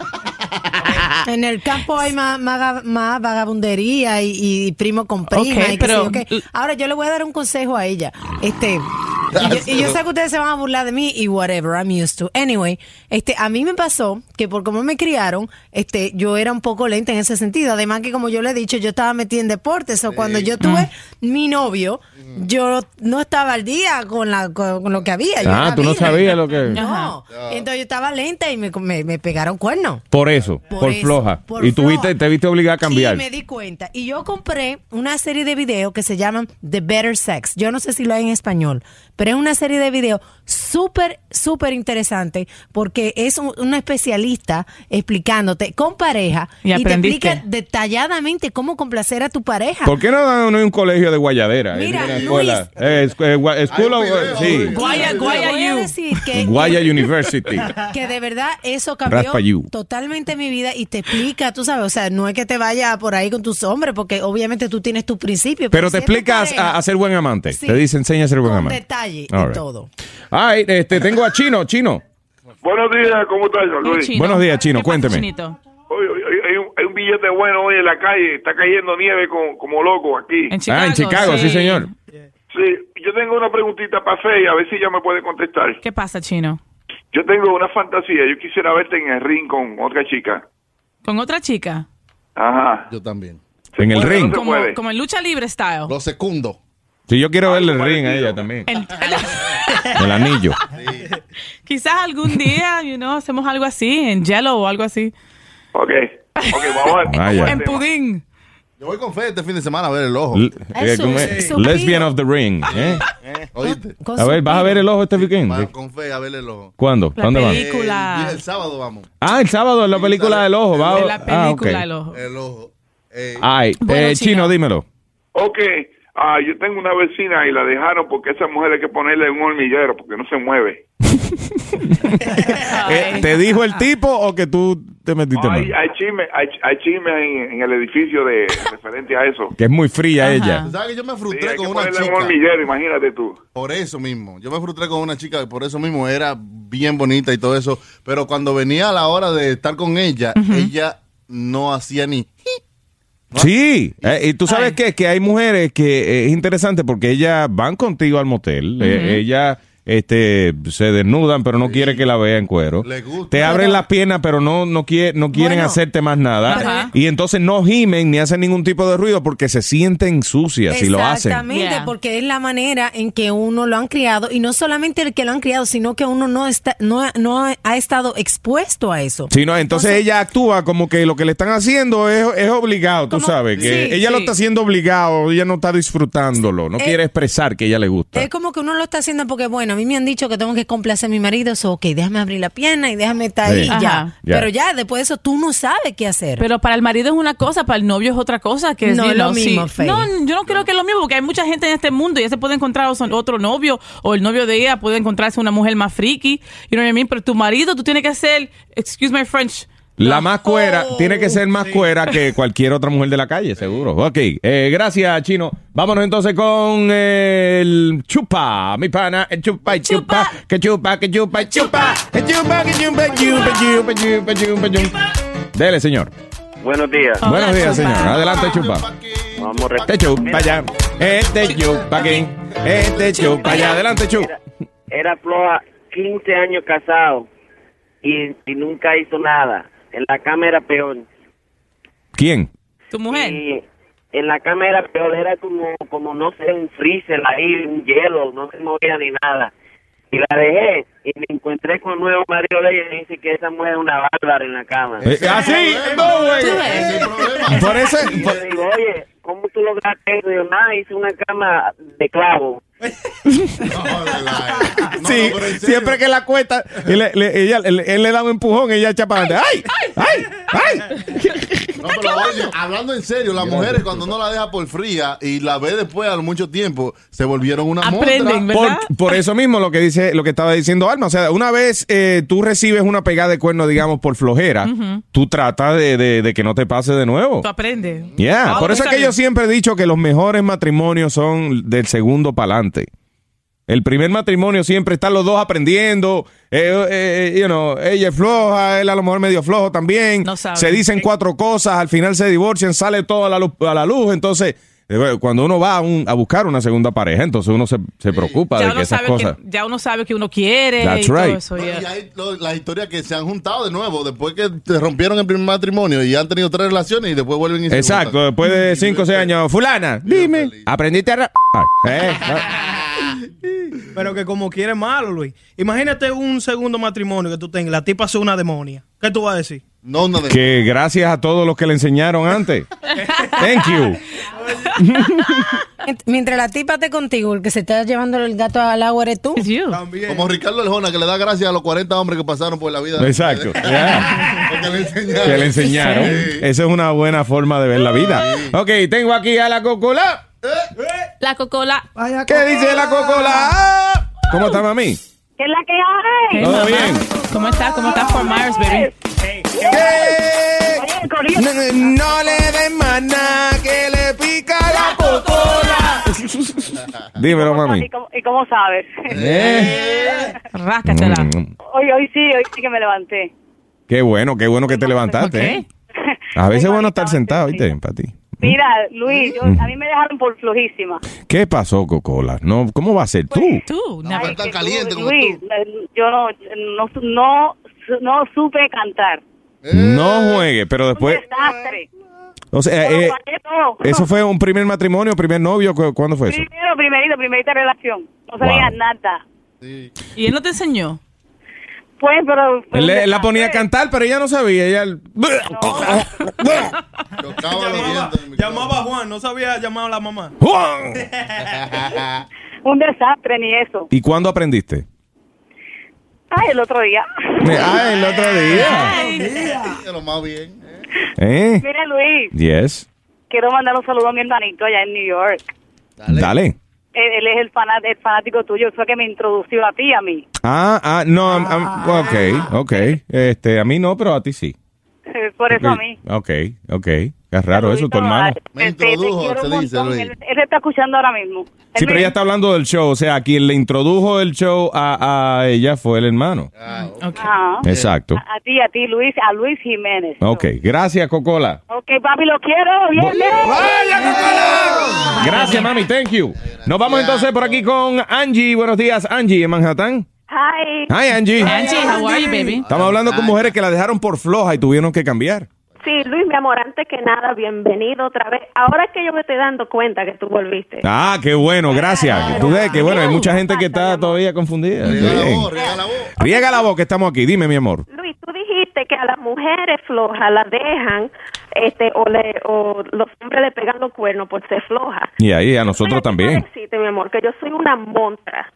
[SPEAKER 10] En el campo hay más, más ga- más vagabundería y, y primo con prima.
[SPEAKER 4] Ok,
[SPEAKER 10] y qué sé yo
[SPEAKER 4] pero-
[SPEAKER 10] qué. Ahora yo le voy a dar un consejo a ella. Este, y yo- y yo sé que ustedes se van a burlar de mí y whatever, I'm used to. Anyway, este, a mí me pasó que por cómo me criaron, este, yo era un poco lenta en ese sentido. Además que como yo le he dicho, yo estaba metida en deportes. O cuando yo tuve
[SPEAKER 3] Mm.
[SPEAKER 10] mi novio, yo no estaba al día con, la, con, con lo que había. Yo
[SPEAKER 3] Ah,
[SPEAKER 10] era
[SPEAKER 3] tú no
[SPEAKER 10] virgen.
[SPEAKER 3] sabías lo que-
[SPEAKER 10] No. Entonces yo estaba lenta y me, me, me pegaron cuernos.
[SPEAKER 3] Por eso, por,
[SPEAKER 10] Por eso,
[SPEAKER 3] floja.
[SPEAKER 10] por
[SPEAKER 3] y tuviste,
[SPEAKER 10] floja.
[SPEAKER 3] te viste obligada a cambiar.
[SPEAKER 10] Y me di cuenta. Y yo compré una serie de videos que se llaman The Better Sex. Yo no sé si lo hay en español, pero es una serie de videos súper, súper interesante porque es un- una especialista explicándote con pareja
[SPEAKER 4] Y
[SPEAKER 10] te
[SPEAKER 4] aprendiste.
[SPEAKER 10] explica detalladamente cómo complacer a tu pareja.
[SPEAKER 3] ¿Por qué no dan uno un colegio de guayadera?
[SPEAKER 10] Mira,
[SPEAKER 3] Una escuela. Eh, escu- eh, gua- school of- eh, sí.
[SPEAKER 10] Guaya,
[SPEAKER 4] guaya
[SPEAKER 10] Voy a decir que,
[SPEAKER 3] Guaya University.
[SPEAKER 10] que de verdad eso cambió
[SPEAKER 3] Raspa you.
[SPEAKER 10] totalmente mi vida y te explica, tú sabes, o sea, no es que te vaya por ahí con tus hombres porque obviamente tú tienes tus principios.
[SPEAKER 3] Pero te
[SPEAKER 10] siendo
[SPEAKER 3] explicas
[SPEAKER 10] pareja,
[SPEAKER 3] a, a ser buen amante.
[SPEAKER 10] pues, Sí.
[SPEAKER 3] Te dice, enseña a ser buen
[SPEAKER 10] con
[SPEAKER 3] amante.
[SPEAKER 10] detalle y
[SPEAKER 3] All right.
[SPEAKER 10] todo.
[SPEAKER 3] All right, este, tengo a Chino, Chino.
[SPEAKER 24] Buenos días, ¿cómo estás, Luis?
[SPEAKER 3] Buenos días, Chino, cuénteme.
[SPEAKER 24] Hoy, hoy- hoy hay, un, hay un billete bueno hoy en la calle, está cayendo nieve con- como loco aquí.
[SPEAKER 3] ah, en Chicago, sí, señor.
[SPEAKER 24] Sí, yo tengo una preguntita para Fey, a ver si ella me puede contestar.
[SPEAKER 4] ¿Qué pasa, Chino?
[SPEAKER 24] Yo tengo una fantasía, yo quisiera verte en el ring con otra chica.
[SPEAKER 4] ¿Con otra chica?
[SPEAKER 24] Ajá.
[SPEAKER 6] Yo también.
[SPEAKER 3] En el
[SPEAKER 24] puede,
[SPEAKER 3] ring.
[SPEAKER 24] no se
[SPEAKER 4] Como,
[SPEAKER 24] puede.
[SPEAKER 4] como en lucha libre style.
[SPEAKER 6] Lo secundo.
[SPEAKER 3] Sí, yo quiero verle el ring a ella también.
[SPEAKER 4] El-
[SPEAKER 3] El anillo.
[SPEAKER 4] Quizás algún día, you know, hacemos algo así, en Yellow o algo así.
[SPEAKER 24] Ok. Ok, vamos a ver.
[SPEAKER 3] Vaya.
[SPEAKER 4] En pudín.
[SPEAKER 6] Yo voy con fe este fin de semana a ver el ojo.
[SPEAKER 3] L- eh, ¿cómo es? Lesbian of the ring. ¿eh?
[SPEAKER 6] ¿Oíste?
[SPEAKER 3] A ver, ¿vas a ver el ojo este weekend?
[SPEAKER 6] Va con fe a ver el ojo.
[SPEAKER 3] ¿Cuándo?
[SPEAKER 6] La
[SPEAKER 3] ¿Dónde van?
[SPEAKER 6] película. Eh, El, el sábado vamos.
[SPEAKER 3] Ah, el sábado en la película del ojo. Va,
[SPEAKER 24] En la
[SPEAKER 3] ah, ok.
[SPEAKER 24] película del
[SPEAKER 6] ojo. El ojo.
[SPEAKER 3] Ay,
[SPEAKER 24] Bueno,
[SPEAKER 3] eh, Chino, dímelo.
[SPEAKER 24] Ok, ah, yo tengo una vecina y la dejaron porque esa mujer hay que ponerle un hormiguero porque no se mueve.
[SPEAKER 3] Eh, ¿Te dijo el tipo o que tú te metiste
[SPEAKER 24] Hay,
[SPEAKER 3] mal?
[SPEAKER 24] hay chisme, hay, hay chisme en, en el edificio de referente a eso.
[SPEAKER 3] Que es muy fría ella.
[SPEAKER 6] ¿Sabes que yo me
[SPEAKER 24] Sí,
[SPEAKER 6] frustré
[SPEAKER 24] hay que
[SPEAKER 6] con una
[SPEAKER 24] ponerle un
[SPEAKER 6] chica?
[SPEAKER 24] hormiguero, imagínate tú.
[SPEAKER 6] Por eso mismo. Yo me frustré con una chica, por eso mismo era bien bonita y todo eso. Pero cuando venía a la hora de estar con ella, ella no hacía ni.
[SPEAKER 3] Sí, eh, y tú sabes qué, que hay mujeres que eh, es interesante porque ellas van contigo al motel, eh,
[SPEAKER 6] Ujú.
[SPEAKER 3] ellas este, se desnudan pero no quiere que la vea en cuero, te abren las piernas pero no no, quie- no quieren hacerte más nada
[SPEAKER 10] Ajá.
[SPEAKER 3] y entonces no gimen ni hacen ningún tipo de ruido porque se sienten sucias si lo hacen.
[SPEAKER 10] Exactamente, porque es la manera en que uno lo han criado y no solamente el que lo han criado, sino que uno no está no, no ha- ha estado expuesto a eso.
[SPEAKER 3] Sí, no, entonces ella actúa como que lo que le están haciendo es, es obligado, tú sabes, que
[SPEAKER 10] Sí,
[SPEAKER 3] ella lo
[SPEAKER 10] sí.
[SPEAKER 3] está haciendo obligado, ella no está disfrutándolo, no
[SPEAKER 10] Eh,
[SPEAKER 3] quiere expresar que ella le gusta.
[SPEAKER 10] Es como que uno lo está haciendo porque, bueno, a mí me han dicho que tengo que complacer a mi marido, so, ok, déjame abrir la pierna y déjame estar ahí
[SPEAKER 4] Sí.
[SPEAKER 10] y ya.
[SPEAKER 4] Ajá.
[SPEAKER 3] Ya.
[SPEAKER 10] Pero ya, después de eso, tú no sabes qué hacer.
[SPEAKER 4] Pero para el marido es una cosa, para el novio es otra cosa. Que
[SPEAKER 10] No
[SPEAKER 4] you
[SPEAKER 10] es lo
[SPEAKER 4] know, sí.
[SPEAKER 10] mismo, Faye.
[SPEAKER 4] No, yo no creo que es lo mismo, porque hay mucha gente en este mundo y ella se puede encontrar o- otro novio o el novio de ella puede encontrarse una mujer más friki. You know what I mean? Pero tu marido, tú tienes que ser, excuse my French,
[SPEAKER 3] La más cuera tiene que ser más cuera que cualquier otra mujer de la calle, seguro. Ok, eh, gracias, Chino. Vámonos entonces con eh, el chupa, mi pana, el chupa y chupa, que chupa, que chupa y chupa, que chupa, que chupa, chupa, chupa, chupa, chupa, chupa. Dele, señor.
[SPEAKER 17] Buenos días.
[SPEAKER 3] Buenos días, señor. Adelante, chupa.
[SPEAKER 17] Vamos,
[SPEAKER 3] Te chupa allá. Este chupa aquí. Este chupa allá. Adelante, chupa.
[SPEAKER 17] Era Floa 15 años casado y, y nunca hizo nada. En la cama era peor.
[SPEAKER 3] ¿Quién?
[SPEAKER 4] ¿Tu mujer?
[SPEAKER 17] en la cama era peor. Era como, como no sé, un freezer ahí, un hielo. No se movía ni nada. Y la dejé y me encontré con un nuevo marido de ella y dice que esa mujer es una bárbara en la cama.
[SPEAKER 3] Eh, así, no, güey. Por eso.
[SPEAKER 17] Y yo digo, oye, ¿cómo tú lograste eso? Y yo, nada, hice una cama de clavo.
[SPEAKER 3] Sí, siempre que la cuesta, y le- le- ella- él, él le da un empujón y ella echa para adelante. ¡Ay!
[SPEAKER 6] No, pero oye, hablando en serio, las mujeres cuando no la deja por fría y la ve después a mucho tiempo, se volvieron una montra.
[SPEAKER 3] Por, por eso mismo lo que dice, lo que estaba diciendo Alma. O sea, una vez eh, tú recibes una pegada de cuerno, digamos, por flojera,
[SPEAKER 4] Ujú.
[SPEAKER 3] tú tratas de, de- de que no te pase de nuevo.
[SPEAKER 4] tú aprendes.
[SPEAKER 3] Yeah.
[SPEAKER 4] Ah,
[SPEAKER 3] Por eso es
[SPEAKER 4] está
[SPEAKER 3] que yo
[SPEAKER 4] bien.
[SPEAKER 3] siempre he dicho que los mejores matrimonios son del segundo para adelante. El primer matrimonio siempre están los dos aprendiendo. eh, eh, you know, ella es floja, él a lo mejor medio flojo también.
[SPEAKER 4] sabe.
[SPEAKER 3] Se dicen cuatro cosas, al final se divorcian, sale todo a la luz. a la luz. Entonces, eh, cuando uno va a, un- a buscar una segunda pareja, entonces uno se, se preocupa
[SPEAKER 4] Ya
[SPEAKER 3] de que
[SPEAKER 4] uno,
[SPEAKER 3] esas
[SPEAKER 4] sabe que,
[SPEAKER 3] cosas.
[SPEAKER 4] ya uno sabe que uno quiere
[SPEAKER 3] That's
[SPEAKER 4] y
[SPEAKER 3] right.
[SPEAKER 4] todo eso.
[SPEAKER 6] No,
[SPEAKER 4] yeah.
[SPEAKER 6] y hay lo- las historias que se han juntado de nuevo después que te rompieron el primer matrimonio y han tenido tres relaciones y después vuelven y se
[SPEAKER 3] Exacto,
[SPEAKER 6] juntan.
[SPEAKER 3] después de cinco o seis años. Fulana, dime, aprendiste a... ra- Ah, eh, ah.
[SPEAKER 16] Pero que como quiere malo, Luis. Imagínate un segundo matrimonio que tú tengas. La tipa es una demonia. ¿Qué tú vas a decir?
[SPEAKER 6] No, no.
[SPEAKER 3] Que gracias a todos los que le enseñaron antes. Thank you.
[SPEAKER 10] Mient- Mientras la tipa esté contigo, el que se está llevando el gato al agua eres tú.
[SPEAKER 6] Como Ricardo Arjona, que le da gracias a los 40 hombres que pasaron por la vida. de-
[SPEAKER 3] Exacto. ya.
[SPEAKER 6] Porque le enseñaron.
[SPEAKER 3] Que le enseñaron. Esa es una buena forma de ver la vida. Ok, tengo aquí a la Cocola.
[SPEAKER 4] La Cocola.
[SPEAKER 3] ¿Qué dice la Cocola? ¿Cómo está, mami?
[SPEAKER 2] ¿Qué es la que hay?
[SPEAKER 3] ¿Todo bien?
[SPEAKER 4] ¿Cómo estás? ¿Cómo estás, Fort Myers, baby?
[SPEAKER 16] No, no, no le den maná que le pica la cocola.
[SPEAKER 3] Dímelo,
[SPEAKER 19] ¿Y
[SPEAKER 3] mami.
[SPEAKER 19] cómo, y cómo sabes?
[SPEAKER 3] Eh.
[SPEAKER 4] Ráscatela.
[SPEAKER 3] Mm,
[SPEAKER 19] Hoy, hoy sí, hoy sí que me levanté.
[SPEAKER 3] Qué bueno, qué bueno que te levantaste. ¿eh? A veces es bueno estar sentado, ¿viste? Para ti.
[SPEAKER 19] Mira, Luis, yo- a mí me dejaron por flojísima.
[SPEAKER 3] ¿Qué pasó, Cocola? No, ¿Cómo va a ser tú?
[SPEAKER 4] Tú,
[SPEAKER 19] Ay, que tú, Luis, eh, yo no, no, su- no, su- no supe cantar.
[SPEAKER 3] No juegue, pero después...
[SPEAKER 19] Desastre.
[SPEAKER 3] O sea, eh,
[SPEAKER 19] Pues, No.
[SPEAKER 3] ¿eso fue un primer matrimonio, primer novio? ¿Cu- ¿Cuándo fue eso?
[SPEAKER 19] Primero, primerito, primerita relación. No sabía nada.
[SPEAKER 4] ¿Y él no te enseñó?
[SPEAKER 19] Pues, pero...
[SPEAKER 3] Él le- la ponía a cantar, pero ella no sabía. Ella...
[SPEAKER 16] Llamaba, llamaba a Juan, no sabía llamar a la mamá.
[SPEAKER 3] ¡Juan!
[SPEAKER 19] Un desastre, ni eso.
[SPEAKER 3] ¿Y cuándo aprendiste?
[SPEAKER 19] Ay, el otro día.
[SPEAKER 3] Ah, el otro día.
[SPEAKER 6] Pero más bien.
[SPEAKER 3] ¿Eh?
[SPEAKER 19] Mira, Luis,
[SPEAKER 3] Yes.
[SPEAKER 19] quiero mandar un saludo a mi hermanito allá en New York.
[SPEAKER 3] Dale.
[SPEAKER 19] Él, él es el, fana- el fanático tuyo, fue que me introdució a ti, a mí.
[SPEAKER 3] Ah, ah, no, I'm- I'm-
[SPEAKER 19] Ah.
[SPEAKER 3] ok, ok. Este, a mí no, pero a ti sí.
[SPEAKER 19] Por eso a
[SPEAKER 3] Ok,
[SPEAKER 19] mí.
[SPEAKER 3] Ok, ok. Es raro eso, tu hermana.
[SPEAKER 19] Me introdujo, te,
[SPEAKER 6] dice, Luis.
[SPEAKER 19] Él, él te está escuchando ahora mismo.
[SPEAKER 3] Sí, pero ella está hablando del show. O sea, quien le introdujo el show a, a ella fue el hermano.
[SPEAKER 19] Ah, Ajá.
[SPEAKER 3] Exacto.
[SPEAKER 19] A, a ti, a ti, Luis, a Luis Jiménez.
[SPEAKER 3] Ok, gracias, Cocola.
[SPEAKER 19] Ok, papi, lo quiero. Bien, bien.
[SPEAKER 3] Gracias, mami, thank you. Nos vamos entonces por aquí con Angie. Buenos días, Angie, en Manhattan.
[SPEAKER 19] Hi.
[SPEAKER 3] Hi, Angie.
[SPEAKER 4] Angie, how are you, baby?
[SPEAKER 3] Estamos hablando con mujeres que la dejaron por floja y tuvieron que cambiar.
[SPEAKER 21] Sí, Luis, mi amor, antes que nada, bienvenido otra vez. Ahora es que yo me estoy dando cuenta que tú volviste.
[SPEAKER 3] Ah, qué bueno, gracias. Tú ves que bueno, hay mucha gente que está todavía confundida. Bien. Riega la voz, que estamos aquí. Dime, mi amor.
[SPEAKER 21] Luis, tú dijiste que a las mujeres flojas las dejan este, o, le, o los hombres le pegan los cuernos por ser flojas.
[SPEAKER 3] Y ahí a nosotros también.
[SPEAKER 21] Decirte, mi amor, que yo soy una montra.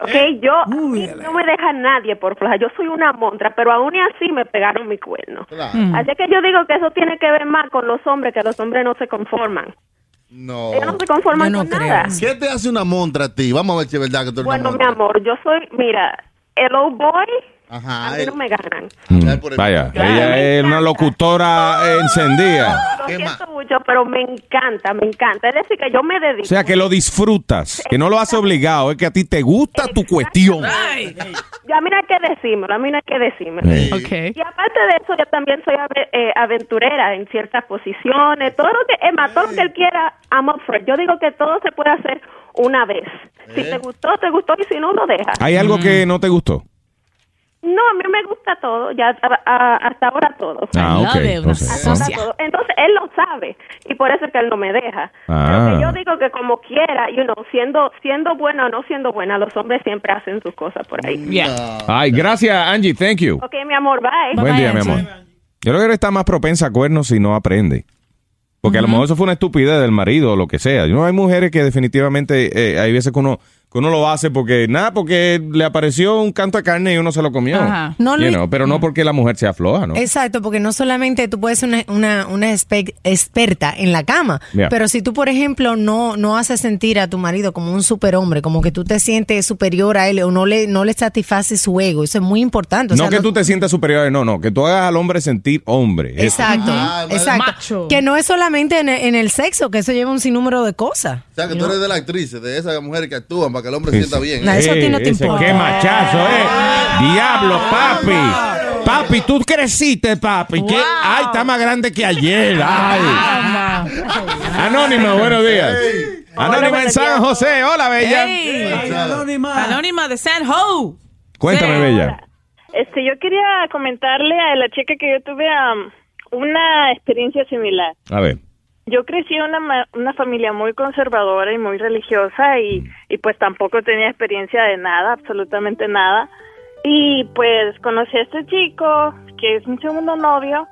[SPEAKER 21] Ok,
[SPEAKER 3] ¿Eh?
[SPEAKER 21] yo a mí no me deja nadie por floja. Yo soy una montra, pero aún y así me pegaron mi cuerno.
[SPEAKER 6] Mm.
[SPEAKER 21] Así que yo digo que eso tiene que ver más con los hombres, que los hombres no se conforman.
[SPEAKER 6] No.
[SPEAKER 21] Ellos no se conforman con nada.
[SPEAKER 6] ¿Qué te hace una montra a ti? Vamos a ver si es verdad que tú eres una
[SPEAKER 21] Bueno, mi
[SPEAKER 6] montra.
[SPEAKER 21] amor, yo soy, mira, el old boy,
[SPEAKER 6] Ajá. eh,
[SPEAKER 21] a mí no me ganan.
[SPEAKER 3] Mm, Vaya, ella es una locutora encendida.
[SPEAKER 21] Lo siento mucho, pero me encanta, me encanta. Es decir, que yo me dedico.
[SPEAKER 3] O sea, que lo disfrutas, que no lo has obligado, es que a ti te gusta tu cuestión.
[SPEAKER 21] Ya mira que decímelo, a mí no hay que decírmelo.
[SPEAKER 3] Sí.
[SPEAKER 21] Y aparte de eso, yo también soy ave- eh, aventurera en ciertas posiciones. Todo lo que, es más, todo lo que él quiera, I'm up for it. Yo digo que todo se puede hacer una vez. Si te gustó, te gustó, y si no, lo dejas.
[SPEAKER 3] Eh. ¿Hay algo
[SPEAKER 10] Mm.
[SPEAKER 3] que no te gustó?
[SPEAKER 21] No, a mí me gusta todo, ya a- a- hasta ahora todo.
[SPEAKER 3] Ah, ok, ok,
[SPEAKER 21] Hasta ahora
[SPEAKER 3] ah.
[SPEAKER 21] todo. Entonces él lo sabe y por eso es que él no me deja.
[SPEAKER 3] Ah.
[SPEAKER 21] Yo digo que como quiera, you know, siendo siendo buena o no siendo buena, los hombres siempre hacen sus cosas por ahí.
[SPEAKER 3] Ay, gracias, Angie, thank you.
[SPEAKER 21] Ok, mi amor, bye.
[SPEAKER 3] Buen día, mi amor. Yo creo que eres está más propensa a cuernos si no aprende. Porque a lo mejor eso fue una estupidez del marido o lo que sea. No hay mujeres que definitivamente eh, hay veces que uno que uno lo hace porque nada, porque le apareció un canto de carne y uno se lo comió.
[SPEAKER 10] Ajá. No,
[SPEAKER 3] You
[SPEAKER 10] Luis-
[SPEAKER 3] know, pero no porque la mujer sea floja, ¿no?
[SPEAKER 10] Exacto, porque no solamente tú puedes ser una, una, una espe- experta en la cama,
[SPEAKER 3] Yeah.
[SPEAKER 10] pero si tú, por ejemplo, no, no haces sentir a tu marido como un superhombre, como que tú te sientes superior a él o no le, no le satisfaces su ego, eso es muy importante. o
[SPEAKER 3] no
[SPEAKER 10] sea,
[SPEAKER 3] que
[SPEAKER 10] no-
[SPEAKER 3] tú te sientas superior, no, no, que tú hagas al hombre sentir hombre. Eso.
[SPEAKER 10] Exacto,
[SPEAKER 6] Ah,
[SPEAKER 3] Ah,
[SPEAKER 10] exacto. Que no es solamente en el, en el sexo, que eso lleva un sinnúmero de cosas.
[SPEAKER 6] O sea, que tú eres de la actriz, de esas mujeres que actúan para que el hombre
[SPEAKER 3] Sí,
[SPEAKER 6] sienta
[SPEAKER 3] sí.
[SPEAKER 6] bien. Ah,
[SPEAKER 10] No, eso a ti no
[SPEAKER 3] Eh,
[SPEAKER 10] te
[SPEAKER 3] ese,
[SPEAKER 10] importa.
[SPEAKER 3] Qué machazo, eh. Diablo, papi. Papi, tú creciste, papi. ¿Qué? Ay, está más grande que ayer. Ay. Anónima, buenos días. Anónima en San José. Hola, bella.
[SPEAKER 4] Anónima. Anónima de San Ho.
[SPEAKER 3] Cuéntame, bella.
[SPEAKER 25] Este, yo quería comentarle a la chica que yo tuve am, una um, experiencia similar.
[SPEAKER 3] A ver.
[SPEAKER 25] Yo crecí en una, ma- una familia muy conservadora y muy religiosa y, y pues tampoco tenía experiencia de nada, absolutamente nada. Y pues conocí a este chico que es mi segundo novio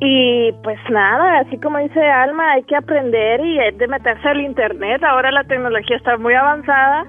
[SPEAKER 25] y pues nada, así como dice Alma, hay que aprender y hay de meterse al internet. Ahora la tecnología está muy avanzada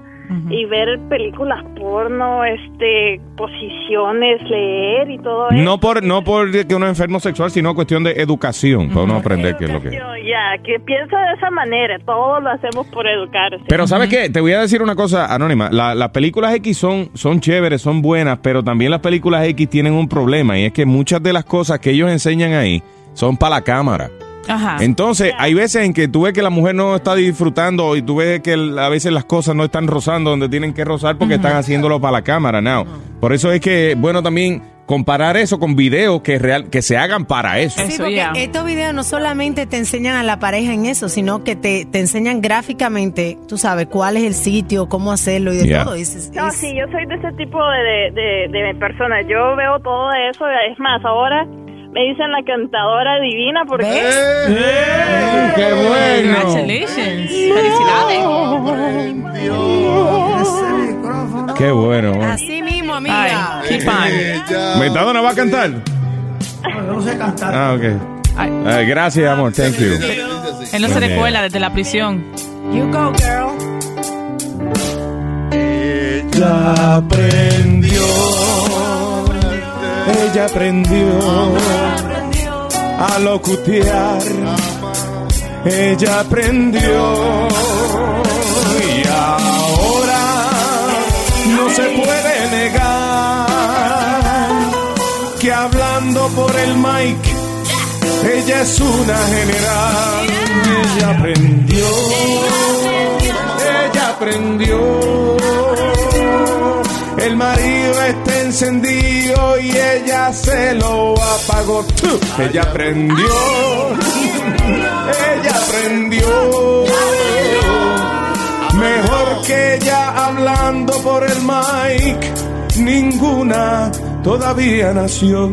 [SPEAKER 25] y ver películas porno, este, posiciones, leer y todo eso.
[SPEAKER 10] eh,
[SPEAKER 3] No por, no por que uno es enfermo sexual, sino cuestión de educación, para uno aprender qué es lo que es.
[SPEAKER 25] Ya, que piensa de esa manera, todos lo hacemos por educarse.
[SPEAKER 3] Pero ¿sabes qué? Te voy a decir una cosa anónima. La- las películas X son, son chéveres, son buenas, pero también las películas X tienen un problema y es que muchas de las cosas que ellos enseñan ahí son para la cámara.
[SPEAKER 4] Ajá.
[SPEAKER 3] Entonces, hay veces en que tú ves que la mujer no está disfrutando y tú ves que el- a veces las cosas no están rozando donde tienen que rozar porque están haciéndolo para la cámara, now. Por eso es que, bueno, también comparar eso con videos que, real, que se hagan para eso.
[SPEAKER 10] Sí, porque estos videos no solamente te enseñan a la pareja en eso, sino que te, te enseñan gráficamente, tú sabes, cuál es el sitio, cómo hacerlo y de
[SPEAKER 3] Yeah.
[SPEAKER 10] todo. Y es-
[SPEAKER 25] No, sí, yo soy de ese tipo de, de, de, de personas. Yo veo todo eso. Es más, ahora me dicen la cantadora divina porque...
[SPEAKER 3] ¡Qué bueno!
[SPEAKER 4] Congratulations. Felicidades.
[SPEAKER 3] Qué bueno. bueno.
[SPEAKER 10] Así mismo, amiga.
[SPEAKER 3] ¿Me está dando va a cantar?
[SPEAKER 10] no sé cantar.
[SPEAKER 3] Ah, ok. Ay, gracias, amor. Thank you.
[SPEAKER 4] Él no se recuerda desde la prisión.
[SPEAKER 10] You go, girl.
[SPEAKER 23] Ella aprendió.
[SPEAKER 3] Ella aprendió a locutear.
[SPEAKER 23] Ella aprendió. Y ahora no se puede negar que hablando por el mic, ella es una general. Ella aprendió. Ella aprendió. El marido está encendido y ella se lo apagó. ¡Tú! Ella aprendió. Ella aprendió. Mejor que ella hablando por el mic. Ninguna todavía nació.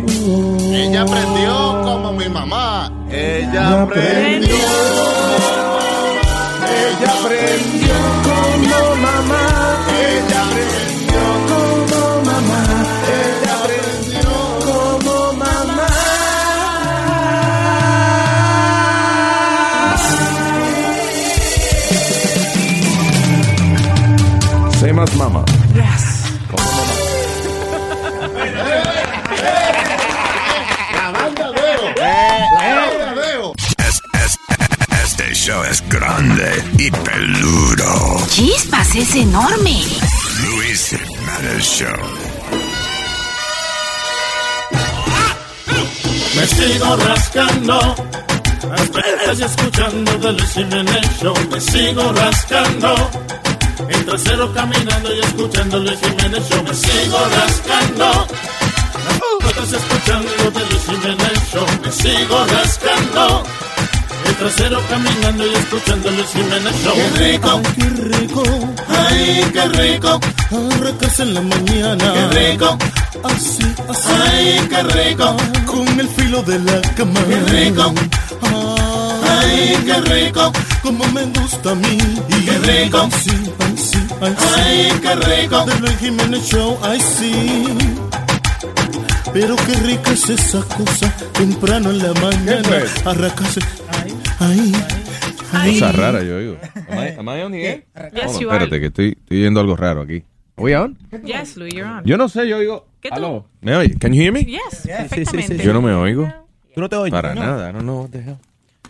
[SPEAKER 6] Ella aprendió como mi mamá. Ella aprendió. Ella aprendió como mamá. Ella aprendió como mamá. Ella aprendió como mamá.
[SPEAKER 3] Say más mama.
[SPEAKER 23] La banda
[SPEAKER 20] Es- es- este show es grande y peludo.
[SPEAKER 1] Chispas, es enorme.
[SPEAKER 20] Luis Jiménez Show.
[SPEAKER 23] Me sigo rascando. Estás escuchando de Luis Jiménez Show. Me sigo rascando. El trasero caminando y escuchando Luis Jiménez Show. Me sigo rascando. Estás escuchando de Luis Jiménez Show. Me sigo rascando. El trasero caminando y escuchando Luis Jiménez Show. Qué rico, qué rico. Ay, qué rico. Arrancarse en la mañana. Qué rico. Así, así. Ay, qué rico. Con el filo de la cama. Qué rico. Ay, qué rico. Como me gusta a mí. Qué rico. Sí, ay, sí, ay, sí. Ay, qué rico. De Luis Jiménez Show, ay, sí. Pero qué rica es esa cosa. Temprano en la mañana.
[SPEAKER 3] fue?
[SPEAKER 23] Arrancarse. Ay, ay.
[SPEAKER 3] Cosa rara, yo digo. Am I, am I on the air?
[SPEAKER 4] Yes,
[SPEAKER 3] Hold on,
[SPEAKER 4] you are.
[SPEAKER 3] espérate, que estoy, estoy viendo algo raro aquí. ¿Voy on?
[SPEAKER 4] Yes, Luis, you're on.
[SPEAKER 3] Yo no sé, yo digo.
[SPEAKER 4] ¿Qué tú?
[SPEAKER 3] Aló. ¿Me oye? ¿Can you hear me?
[SPEAKER 4] Yes, perfectamente.
[SPEAKER 3] Yo no me oigo.
[SPEAKER 16] ¿Tú no te oyes?
[SPEAKER 3] Para
[SPEAKER 16] No.
[SPEAKER 3] nada, no, no. what the hell.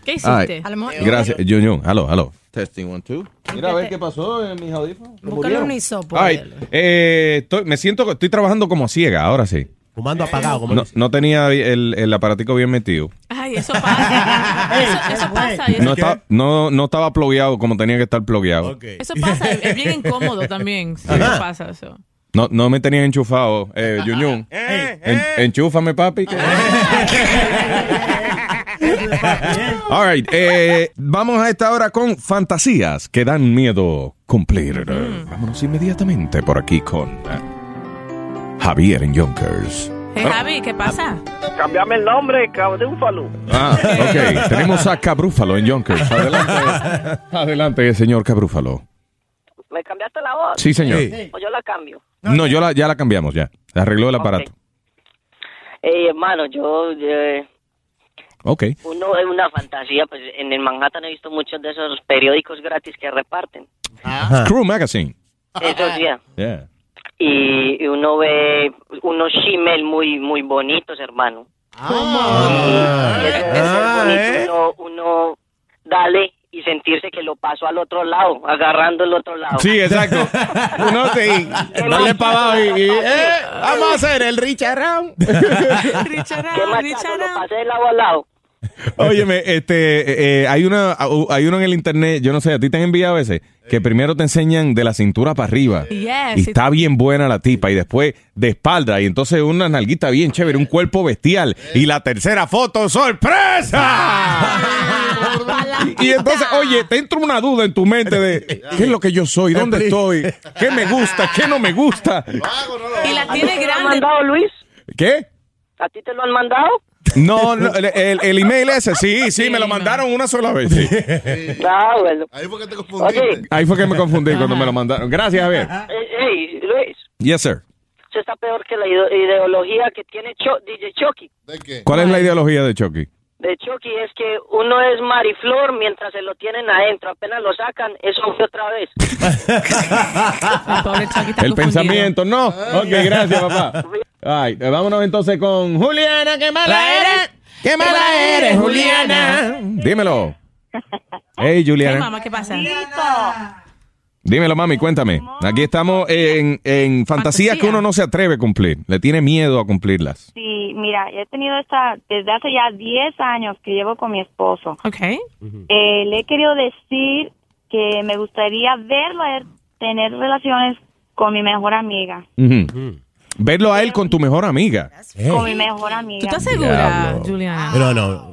[SPEAKER 4] ¿Qué
[SPEAKER 3] Ay,
[SPEAKER 4] hiciste?
[SPEAKER 3] gracias. Yo, yo, aló, aló. Testing one, two. Mira a ver qué pasó en mis audífonos.
[SPEAKER 10] Búscale un hisopo.
[SPEAKER 3] Ay, eh, estoy- me siento que estoy trabajando como ciega, ahora sí.
[SPEAKER 9] Fumando apagado, como
[SPEAKER 3] No, no tenía el, el aparatico bien metido.
[SPEAKER 4] Ay, eso pasa. eso, eso pasa. y Eso,
[SPEAKER 3] No, está- no, no estaba plugueado como tenía que estar plugueado.
[SPEAKER 4] eso pasa. Es bien incómodo también. Sí, eso pasa. Eso.
[SPEAKER 3] No, no me tenían enchufado,
[SPEAKER 4] Ah,
[SPEAKER 3] eh, Yunyun. En- enchúfame, papi. que- All right, eh, vamos a esta hora con fantasías que dan miedo cumplir. Vámonos inmediatamente por aquí con eh, Javier en Yonkers.
[SPEAKER 4] Hey, Javi, ¿qué pasa?
[SPEAKER 18] Cambiame el nombre, cabrúfalo.
[SPEAKER 3] Ah, ok. Tenemos a Cabrúfalo en Yonkers. Adelante, adelante señor Cabrúfalo.
[SPEAKER 9] ¿Me cambiaste la voz?
[SPEAKER 3] Sí, señor.
[SPEAKER 9] Sí. O yo la cambio.
[SPEAKER 3] No, yo la, ya la cambiamos, ya. Arregló el aparato.
[SPEAKER 9] Eh, hermano, yo... eh,
[SPEAKER 3] Ok.
[SPEAKER 9] uno es una fantasía, pues en el Manhattan he visto muchos de esos periódicos gratis que reparten.
[SPEAKER 3] Screw Magazine.
[SPEAKER 9] Esos días.
[SPEAKER 3] Yeah.
[SPEAKER 9] Y, y uno ve unos shimel muy, muy bonitos, hermano.
[SPEAKER 3] Ah.
[SPEAKER 9] Y, y eso es
[SPEAKER 3] ¿eh?
[SPEAKER 9] bonito, uno, uno dale y sentirse que lo pasó al otro lado, agarrando el otro lado.
[SPEAKER 3] Sí, exacto. Uno sí, dale para abajo y, y, eh, vamos a hacer el Richard Round.
[SPEAKER 9] ¿Qué más hago? Lo pasé de lado a lado.
[SPEAKER 3] Óyeme, este, eh, eh, hay una, hay uno en el internet, yo no sé, a ti te han enviado ese, que primero te enseñan de la cintura para arriba.
[SPEAKER 4] Yes,
[SPEAKER 23] Eh,
[SPEAKER 3] y
[SPEAKER 4] it-
[SPEAKER 3] está bien buena la tipa, y después de espalda, y entonces una nalguita bien chévere, un cuerpo bestial. Y la tercera foto, ¡sorpresa! Y entonces, oye, te entra una duda en tu mente de qué es lo que yo soy, dónde estoy, qué me gusta, qué no me gusta.
[SPEAKER 9] ¿Y la
[SPEAKER 4] tiene
[SPEAKER 9] ¿Te lo han
[SPEAKER 4] grande.
[SPEAKER 9] mandado, Luis?
[SPEAKER 3] ¿Qué?
[SPEAKER 9] ¿A ti te lo han mandado?
[SPEAKER 3] No, no, el, el- el email ese, sí, sí, me lo mandaron una sola vez. sí.
[SPEAKER 9] Ah, bueno.
[SPEAKER 6] Ahí fue que te
[SPEAKER 9] confundiste.
[SPEAKER 3] Ahí fue que me confundí cuando me lo mandaron. Gracias, a ver.
[SPEAKER 9] eh, Hey, Luis,
[SPEAKER 3] Yes, sir.
[SPEAKER 9] eso está peor que la ide- ideología que tiene Cho- DJ Chucky. ¿De qué?
[SPEAKER 3] ¿Cuál es la ideología de Chucky?
[SPEAKER 9] De Chucky es que uno es mariflor mientras se lo tienen adentro. Apenas lo sacan, eso fue otra vez.
[SPEAKER 3] El pensamiento, no. Ok, gracias, papá. Ay, eh, vámonos entonces con Juliana, qué mala eres. Qué mala eres, Juliana. Dímelo. Hey,
[SPEAKER 4] Hey,
[SPEAKER 3] Juliana.
[SPEAKER 4] mamá, ¿qué pasa?
[SPEAKER 3] Dímelo, mami, cuéntame. Aquí estamos en, en fantasías que uno no se atreve a cumplir. Le tiene miedo a cumplirlas.
[SPEAKER 12] Sí, mira, he tenido esta desde hace ya 10 años que llevo con mi esposo.
[SPEAKER 4] Okay.
[SPEAKER 12] Eh, le he querido decir que me gustaría verlo, a él tener relaciones con mi mejor amiga.
[SPEAKER 3] Ujú. Verlo a él con tu mejor amiga.
[SPEAKER 12] Con mi mejor amiga. ¿Tú estás
[SPEAKER 3] Diablo.
[SPEAKER 22] Pero no.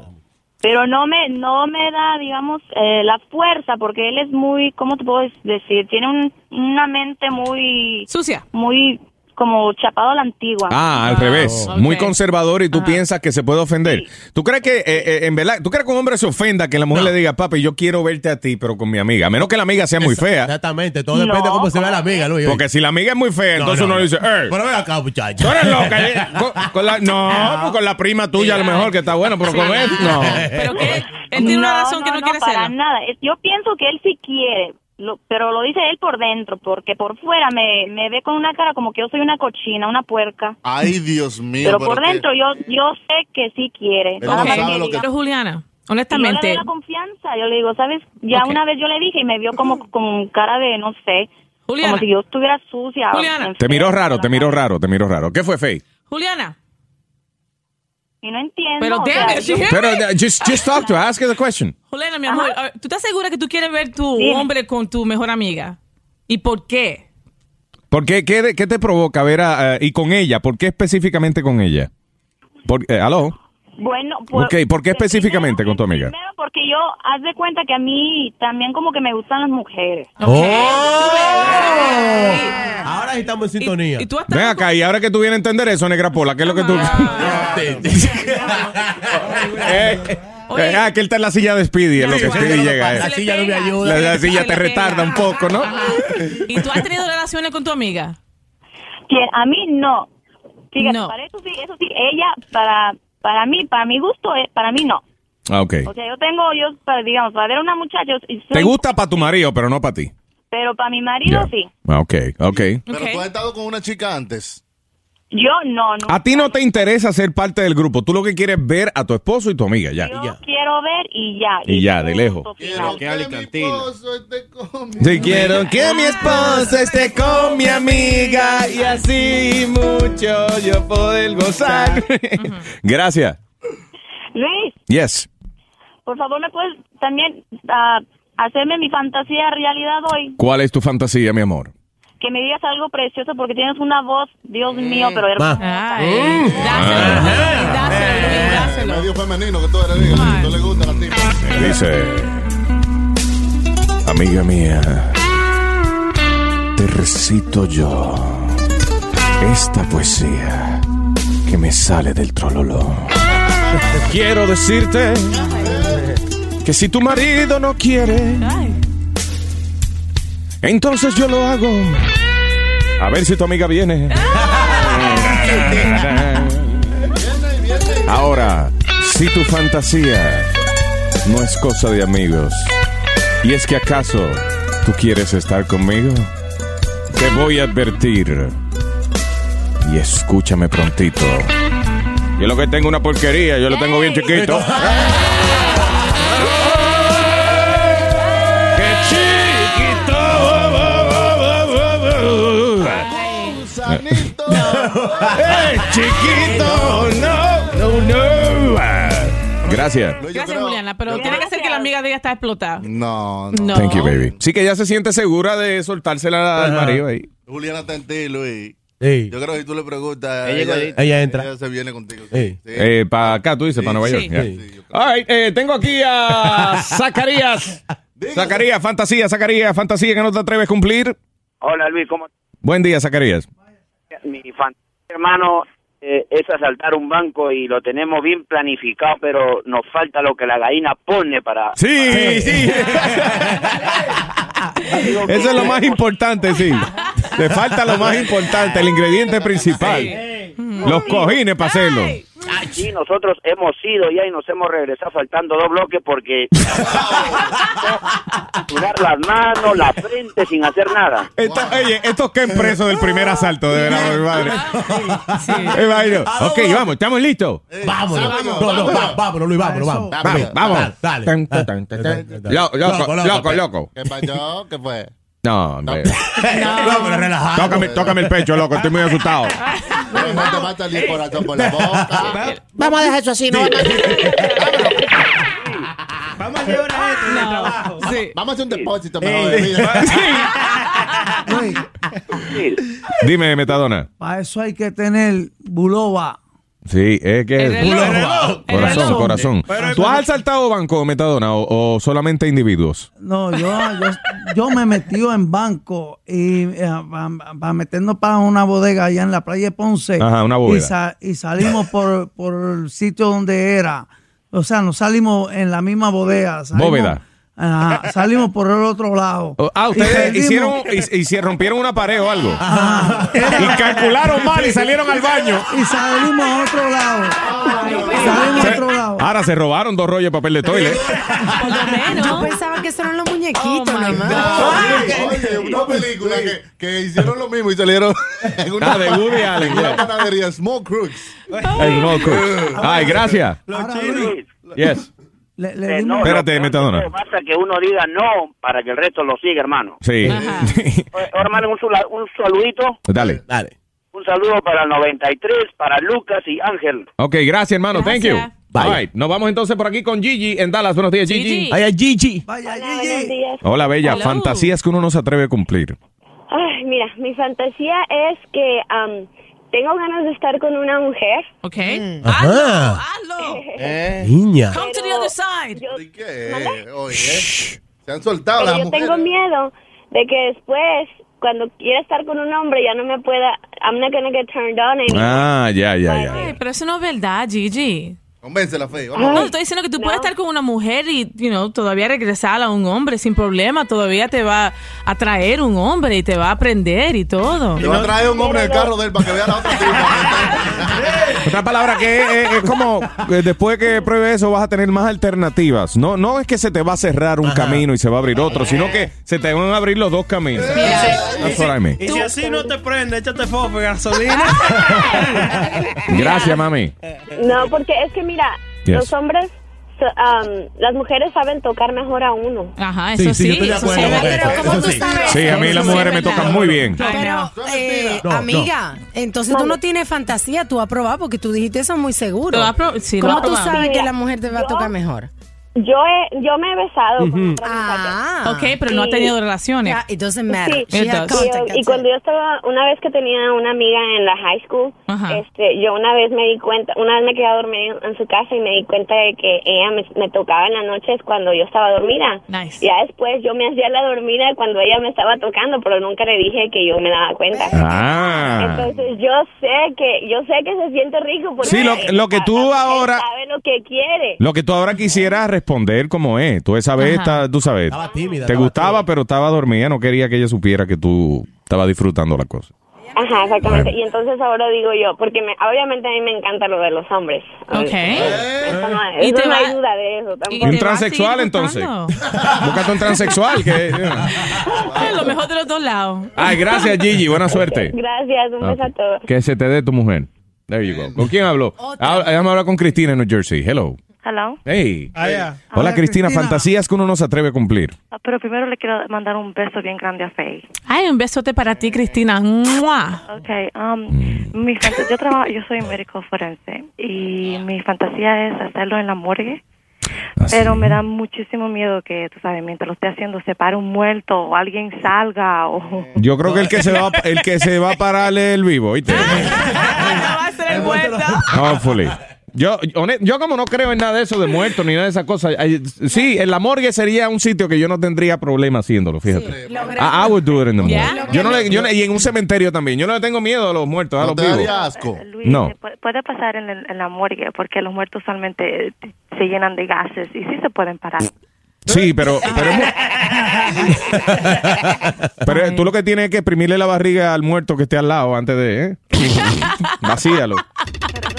[SPEAKER 12] Pero no me, no me da, digamos, eh, la fuerza, porque él es muy, ¿cómo te puedo decir? Tiene un- una mente muy...
[SPEAKER 4] Sucia.
[SPEAKER 12] Muy como chapado a la antigua.
[SPEAKER 3] Ah, al revés. Muy conservador y tú piensas que se puede ofender. ¿Tú crees que, eh, eh, en verdad, tú crees que un hombre se ofenda que la mujer le diga, papi, yo quiero verte a ti, pero con mi amiga? A menos que la amiga sea muy fea.
[SPEAKER 22] Exactamente, todo depende de cómo se vea la amiga, Luis.
[SPEAKER 3] Porque si la amiga es muy fea, entonces uno le dice, eh,
[SPEAKER 22] Pero Ah. ven acá, muchacho.
[SPEAKER 3] tú eres loca. eh, con- con la- no, pues con la prima tuya a lo mejor, que está bueno, pero con él, no.
[SPEAKER 4] Él tiene una razón que no quiere
[SPEAKER 12] para
[SPEAKER 4] hacerlo.
[SPEAKER 12] nada. Es- Yo pienso que él sí quiere, lo- pero lo dice él por dentro, porque por fuera me, me ve con una cara como que yo soy una cochina, una puerca.
[SPEAKER 6] Ay, Dios mío.
[SPEAKER 12] pero
[SPEAKER 6] pero
[SPEAKER 12] por
[SPEAKER 6] es que-
[SPEAKER 12] dentro yo yo sé que sí quiere. Nada más que diga.
[SPEAKER 4] Pero Juliana,
[SPEAKER 12] Yo le
[SPEAKER 4] honestamente,
[SPEAKER 12] doy la confianza, yo le digo, ¿sabes? Ya
[SPEAKER 4] Ok.
[SPEAKER 12] una vez yo le dije y me vio como con cara de, no sé,
[SPEAKER 4] Juliana.
[SPEAKER 12] como si yo estuviera sucia.
[SPEAKER 4] Juliana.
[SPEAKER 3] Te miró raro, te miró raro, te miró raro. ¿Qué fue, Faye?
[SPEAKER 4] Juliana.
[SPEAKER 12] Y no entiendo.
[SPEAKER 4] Pero
[SPEAKER 12] o
[SPEAKER 4] damn
[SPEAKER 12] sea,
[SPEAKER 4] it, she
[SPEAKER 12] yo-
[SPEAKER 4] hit
[SPEAKER 3] Pero,
[SPEAKER 4] me.
[SPEAKER 3] uh, just, just talk to her, ask her the question.
[SPEAKER 4] Juliana, mi amor, a ver, ¿tú estás segura que tú quieres ver tu
[SPEAKER 12] Dime.
[SPEAKER 4] hombre con tu mejor amiga? ¿Y por qué?
[SPEAKER 3] ¿Por qué, qué, de- qué te provoca ver a, eh, y con ella? ¿Por qué específicamente con ella? Por, eh, ¿Aló?
[SPEAKER 12] Bueno, pues,
[SPEAKER 3] Ok, ¿por qué específicamente con tu amiga?
[SPEAKER 12] porque yo, haz de cuenta que a mí también como que me gustan las mujeres.
[SPEAKER 3] Oh.
[SPEAKER 22] Ahora sí estamos en sintonía.
[SPEAKER 3] Ven acá, y ahora que tú vienes a entender eso, Negra Pola, ¿qué es lo que tú...? Ah. Eh, eh, ah, que él está en la silla de Speedy, en lo que Speedy llega. eh.
[SPEAKER 22] La silla no me ayuda.
[SPEAKER 3] La, la silla te retarda un poco, ¿no?
[SPEAKER 4] ¿Y tú has tenido relaciones con tu amiga?
[SPEAKER 12] Que a mí no. Fíjate,
[SPEAKER 4] No.
[SPEAKER 12] para eso sí, eso sí, ella, para, para mí, para mi gusto, eh, para mí no.
[SPEAKER 3] Ah, ok.
[SPEAKER 12] O sea, yo tengo, yo, para, digamos, para ver a una muchacha, yo soy-
[SPEAKER 3] Te gusta para tu marido, pero no para ti.
[SPEAKER 12] pero para mi marido
[SPEAKER 3] Ya.
[SPEAKER 12] sí.
[SPEAKER 3] Ah, ok, ok.
[SPEAKER 6] Pero tú has estado con una chica antes.
[SPEAKER 12] Yo no,
[SPEAKER 10] Ah,
[SPEAKER 12] no.
[SPEAKER 3] A ti no te interesa ser parte del grupo. Tú lo que quieres es ver a tu esposo y tu amiga, ya.
[SPEAKER 12] Yo quiero ver y ya.
[SPEAKER 3] Y ya, de lejos.
[SPEAKER 12] Quiero
[SPEAKER 22] que Alicantina.
[SPEAKER 3] Si quiero que mi esposo esté con mi amiga y así mucho yo poder gozar. Gracias.
[SPEAKER 12] Luis,
[SPEAKER 3] Yes.
[SPEAKER 12] por favor, ¿me puedes también ah, hacerme mi fantasía realidad hoy?
[SPEAKER 3] ¿Cuál es tu fantasía, mi amor?
[SPEAKER 12] Que me digas algo precioso porque tienes una voz, Dios mío, pero hermosa.
[SPEAKER 22] Ah,
[SPEAKER 3] Ah.
[SPEAKER 22] eh.
[SPEAKER 6] Eh, Medio femenino que tú eres, diga, que tú le gusta la tipa.
[SPEAKER 10] Ah,
[SPEAKER 3] Dice, amiga mía, te recito yo esta poesía que me sale del trololo. Quiero decirte que si tu marido no quiere, entonces yo lo hago. A ver si tu amiga viene. Ahora, si tu fantasía no es cosa de amigos, y es que acaso tú quieres estar conmigo, te voy a advertir. Y escúchame prontito. Yo lo que tengo es una porquería, yo lo tengo bien chiquito. ¡Qué chiquito! ¡Eh, chiquito! ¡No! ¡No, no! Gracias.
[SPEAKER 4] Gracias, Juliana, pero tiene que ser que la amiga de ella está explotada.
[SPEAKER 6] No,
[SPEAKER 4] no.
[SPEAKER 3] Thank you, baby. Sí que ella se siente segura de soltársela al
[SPEAKER 6] Ajá.
[SPEAKER 3] marido ahí.
[SPEAKER 6] Juliana está en ti, Luis.
[SPEAKER 3] Sí.
[SPEAKER 6] Yo creo que si tú le preguntas,
[SPEAKER 3] Ella igualita. Ella entra.
[SPEAKER 6] Ella se viene contigo.
[SPEAKER 3] Eh, para acá, tú dices, para Nueva
[SPEAKER 6] sí.
[SPEAKER 3] York. ya.
[SPEAKER 6] Sí,
[SPEAKER 3] All right, eh, tengo aquí a Zacarías. Zacarías, fantasía, Zacarías, fantasía que no te atreves a cumplir.
[SPEAKER 17] Hola Luis, ¿cómo
[SPEAKER 3] Buen día, Zacarías.
[SPEAKER 17] estás? Mi fan- hermano eh, es asaltar un banco y lo tenemos bien planificado, pero nos falta lo que la gallina pone para...
[SPEAKER 3] Sí, sí. Eso es lo más importante, sí. Te falta lo más importante, el ingrediente principal. Los cojines para hacerlo.
[SPEAKER 17] Sí, nosotros hemos ido ya y nos hemos regresado faltando dos bloques porque... Sudar las manos, la frente sin hacer nada.
[SPEAKER 3] Esta- oye, estos que presos del primer asalto, de verdad, mi madre. Me imagino. Ok, vamos, estamos listos.
[SPEAKER 22] Vámonos. No, no, va- vámonos, Luis, vámonos, vámonos.
[SPEAKER 3] Vamos, vamos.
[SPEAKER 22] Dale.
[SPEAKER 3] Tan, tan, tan, tan, tan. Loco, loco, loco, loco.
[SPEAKER 6] ¿Qué pasó? ¿Qué fue?
[SPEAKER 3] No, hombre.
[SPEAKER 6] No, pero relajado.
[SPEAKER 3] Tócame, tócame el pecho, loco, estoy muy asustado.
[SPEAKER 6] No te mata el corazón por la boca.
[SPEAKER 15] Vamos a dejar eso así, ¿no?
[SPEAKER 6] Vamos a llevar a esto de trabajo. Ah, Vamos a hacer un depósito mejor.
[SPEAKER 7] Sí.
[SPEAKER 6] mira.
[SPEAKER 3] Dime, Metadona.
[SPEAKER 15] Para eso hay que tener buloba.
[SPEAKER 3] Sí, es que.
[SPEAKER 15] El reloj, el reloj, el
[SPEAKER 3] Corazón,
[SPEAKER 15] reloj.
[SPEAKER 3] corazón.
[SPEAKER 15] Pero-
[SPEAKER 3] ¿Tú has asaltado banco, Metadona, o, o solamente individuos?
[SPEAKER 15] No, yo, yo, yo me metí en banco y para meternos para una bodega allá en la playa de Ponce.
[SPEAKER 3] Ajá, una
[SPEAKER 15] Y,
[SPEAKER 3] bodega.
[SPEAKER 15] sa- y salimos por, por el sitio donde era. O sea, no salimos en la misma bodega. Salimos,
[SPEAKER 3] Bóveda.
[SPEAKER 15] Ajá, salimos por el otro lado.
[SPEAKER 3] O- Ah,
[SPEAKER 15] Y
[SPEAKER 3] ustedes
[SPEAKER 15] perdimos-
[SPEAKER 3] hicieron y, y se rompieron una pared o algo.
[SPEAKER 15] Era-
[SPEAKER 3] Y calcularon mal y salieron al baño.
[SPEAKER 15] Y salimos a otro lado. Salimos a
[SPEAKER 3] Se-
[SPEAKER 15] otro lado.
[SPEAKER 3] ahora se robaron dos rollos de papel de toile.
[SPEAKER 10] Yo pensaba que eso eran los
[SPEAKER 4] Oh
[SPEAKER 10] muñequitos, nada más.
[SPEAKER 6] Oye, una película que, que hicieron lo mismo y salieron en una
[SPEAKER 3] Ah, de Woody Allen,
[SPEAKER 6] en una
[SPEAKER 3] ya.
[SPEAKER 6] panadería, Smoke Crooks.
[SPEAKER 3] El moco. Ay, gracias. Yes.
[SPEAKER 15] Le,
[SPEAKER 17] Eh, no,
[SPEAKER 3] Espérate,
[SPEAKER 17] lo-
[SPEAKER 3] Metadona.
[SPEAKER 17] lo que Basta que uno diga no para que el resto lo siga, hermano.
[SPEAKER 3] Sí.
[SPEAKER 17] Eh, hermano, un, sula- un saludito.
[SPEAKER 3] Dale. Dale.
[SPEAKER 17] Un saludo para el 93, para Lucas y Ángel.
[SPEAKER 3] Ok, gracias, hermano. Thank you.
[SPEAKER 17] Gracias.
[SPEAKER 3] Bye. Nos vamos entonces por aquí con Gigi en Dallas. Buenos días, Gigi.
[SPEAKER 17] Gigi.
[SPEAKER 3] Ay, ay, Gigi.
[SPEAKER 15] Vaya,
[SPEAKER 3] Hola, bella.
[SPEAKER 26] Hello.
[SPEAKER 3] Fantasías que uno no se atreve a cumplir.
[SPEAKER 26] Ay, mira, mi fantasía es que am, tengo ganas de estar con una mujer.
[SPEAKER 4] Ok.
[SPEAKER 6] Mm.
[SPEAKER 26] Ajá.
[SPEAKER 6] Eh.
[SPEAKER 22] Niña.
[SPEAKER 26] Come to the other side.
[SPEAKER 6] ¿Qué? Oye, se han soltado
[SPEAKER 26] Pero
[SPEAKER 6] las
[SPEAKER 26] yo
[SPEAKER 6] mujeres.
[SPEAKER 26] tengo miedo de que después, cuando quiera estar con un hombre, ya no me pueda. I'm not gonna get turned on. anymore.
[SPEAKER 3] Ah, ya, ya, ya.
[SPEAKER 4] Ay, pero eso no es verdad, Gigi.
[SPEAKER 6] Convéncela, Fe.
[SPEAKER 4] No, te estoy diciendo que tú puedes estar con una mujer y you know, todavía regresar a un hombre sin problema. Todavía te va a traer un hombre y te va a aprender y todo.
[SPEAKER 6] Te va a traer un hombre del carro de él para que vea la otra
[SPEAKER 3] Otra palabra que es, es- es como eh, después que pruebe eso vas a tener más alternativas. No, no es que se te va a cerrar un camino y se va a abrir otro, sino que se te van a abrir los dos caminos. That's what I mean.
[SPEAKER 16] Y si así no te prende, échate fofo de gasolina.
[SPEAKER 3] Gracias, mami.
[SPEAKER 26] No, porque es que mira,
[SPEAKER 3] Yes.
[SPEAKER 26] los hombres, so- am, las mujeres saben tocar mejor a uno.
[SPEAKER 4] Ajá,
[SPEAKER 3] Sí, eso sí, sí, yo estoy de eso acuerdo sí. con eso, Pero ¿cómo eso tú sí. sabes? Sí, a mí las mujeres me tocan muy bien.
[SPEAKER 10] Pero, eh,
[SPEAKER 3] No, no.
[SPEAKER 10] amiga, entonces tú no tienes fantasía, tú has probado porque tú dijiste eso muy seguro.
[SPEAKER 4] Lo has prob- sí, lo
[SPEAKER 10] ¿Cómo
[SPEAKER 4] has
[SPEAKER 10] tú
[SPEAKER 4] probado.
[SPEAKER 10] sabes
[SPEAKER 4] Sí,
[SPEAKER 10] que
[SPEAKER 4] mira,
[SPEAKER 10] la mujer te va a tocar mejor?
[SPEAKER 21] Yo, he- yo me he besado con otra
[SPEAKER 10] Ah,
[SPEAKER 4] ok, pero no ha tenido relaciones.
[SPEAKER 10] Yeah, it doesn't matter.
[SPEAKER 21] Sí.
[SPEAKER 4] She had
[SPEAKER 21] Y-
[SPEAKER 4] contact,
[SPEAKER 21] y,
[SPEAKER 4] that's
[SPEAKER 21] cuando yo estaba, una vez que tenía una amiga en la high school, este, yo una vez me di cuenta, una vez me quedé a dormir en su casa y me di cuenta de que ella me, me tocaba en las noches cuando yo estaba dormida.
[SPEAKER 4] Nice.
[SPEAKER 21] Ya después yo me hacía la dormida cuando ella me estaba tocando, pero nunca le dije que yo me daba cuenta.
[SPEAKER 4] Pues,
[SPEAKER 3] Ah.
[SPEAKER 21] Entonces yo sé que, yo sé que se siente rico porque
[SPEAKER 3] Sí, lo, lo que tú ahora,
[SPEAKER 21] sabe lo que quiere.
[SPEAKER 3] lo que tú ahora quisieras responder como es. Tú esa vez,
[SPEAKER 21] Ajá.
[SPEAKER 3] esta- tú sabes,
[SPEAKER 21] Estaba tímida,
[SPEAKER 3] te
[SPEAKER 21] estaba
[SPEAKER 3] gustaba, pero estaba dormida, no quería que ella supiera que tú estabas disfrutando la cosa.
[SPEAKER 21] Ajá, exactamente. Y entonces ahora digo yo, porque me- obviamente a mí me encanta lo de los hombres.
[SPEAKER 4] Ok.
[SPEAKER 3] Eh.
[SPEAKER 21] Eso no,
[SPEAKER 4] Y
[SPEAKER 21] eso
[SPEAKER 4] te
[SPEAKER 21] no
[SPEAKER 4] va-
[SPEAKER 21] hay duda de eso.
[SPEAKER 3] Y
[SPEAKER 21] Tampoco.
[SPEAKER 3] un transexual entonces. Búscate un transexual que...
[SPEAKER 4] Eh, lo mejor de los dos lados.
[SPEAKER 3] Ay, gracias Gigi, buena suerte.
[SPEAKER 21] Gracias, un beso a todos.
[SPEAKER 3] Que se te dé tu mujer. There you go. ¿Con quién habló? Ah, Déjame hablar con Cristina en New Jersey. Hello.
[SPEAKER 12] Hello.
[SPEAKER 3] Hey.
[SPEAKER 12] Ah, ya.
[SPEAKER 3] Hola
[SPEAKER 12] Hola,
[SPEAKER 3] Cristina.
[SPEAKER 12] Cristina.
[SPEAKER 3] fantasías que uno no se atreve a cumplir.
[SPEAKER 12] Ah, Pero primero le quiero mandar un beso bien grande a Faye.
[SPEAKER 4] Ay, un besote para ti, Cristina. ¡Mua!
[SPEAKER 12] Okay, um,
[SPEAKER 3] Mm.
[SPEAKER 12] mi fanta- yo trabajo, yo soy médico forense y mi fantasía es hacerlo en la morgue,
[SPEAKER 3] Ah,
[SPEAKER 12] pero me da muchísimo miedo que, tú sabes, mientras lo esté haciendo se pare un muerto o alguien salga o
[SPEAKER 3] Yo creo que el que se va, el que se va a parar es el vivo, ¿oíste? Hopefully. Yo, hone- yo como no creo en nada de eso de muertos ni nada de esas cosas, ay, sí, en la morgue sería un sitio que yo no tendría problema haciéndolo, fíjate. I, I would do it in the morgue.
[SPEAKER 12] Yeah.
[SPEAKER 3] Yo no le- yo no- y en un cementerio también. Yo no le tengo miedo a los muertos, a los vivos. No.
[SPEAKER 12] Pu- puede pasar en, el- en la morgue porque los muertos usualmente eh, se llenan de gases y sí se pueden parar.
[SPEAKER 3] Sí, pero pero, es mu- pero tú lo que tienes es que exprimirle la barriga al muerto que esté al lado antes de, ¿eh? Vacíalo.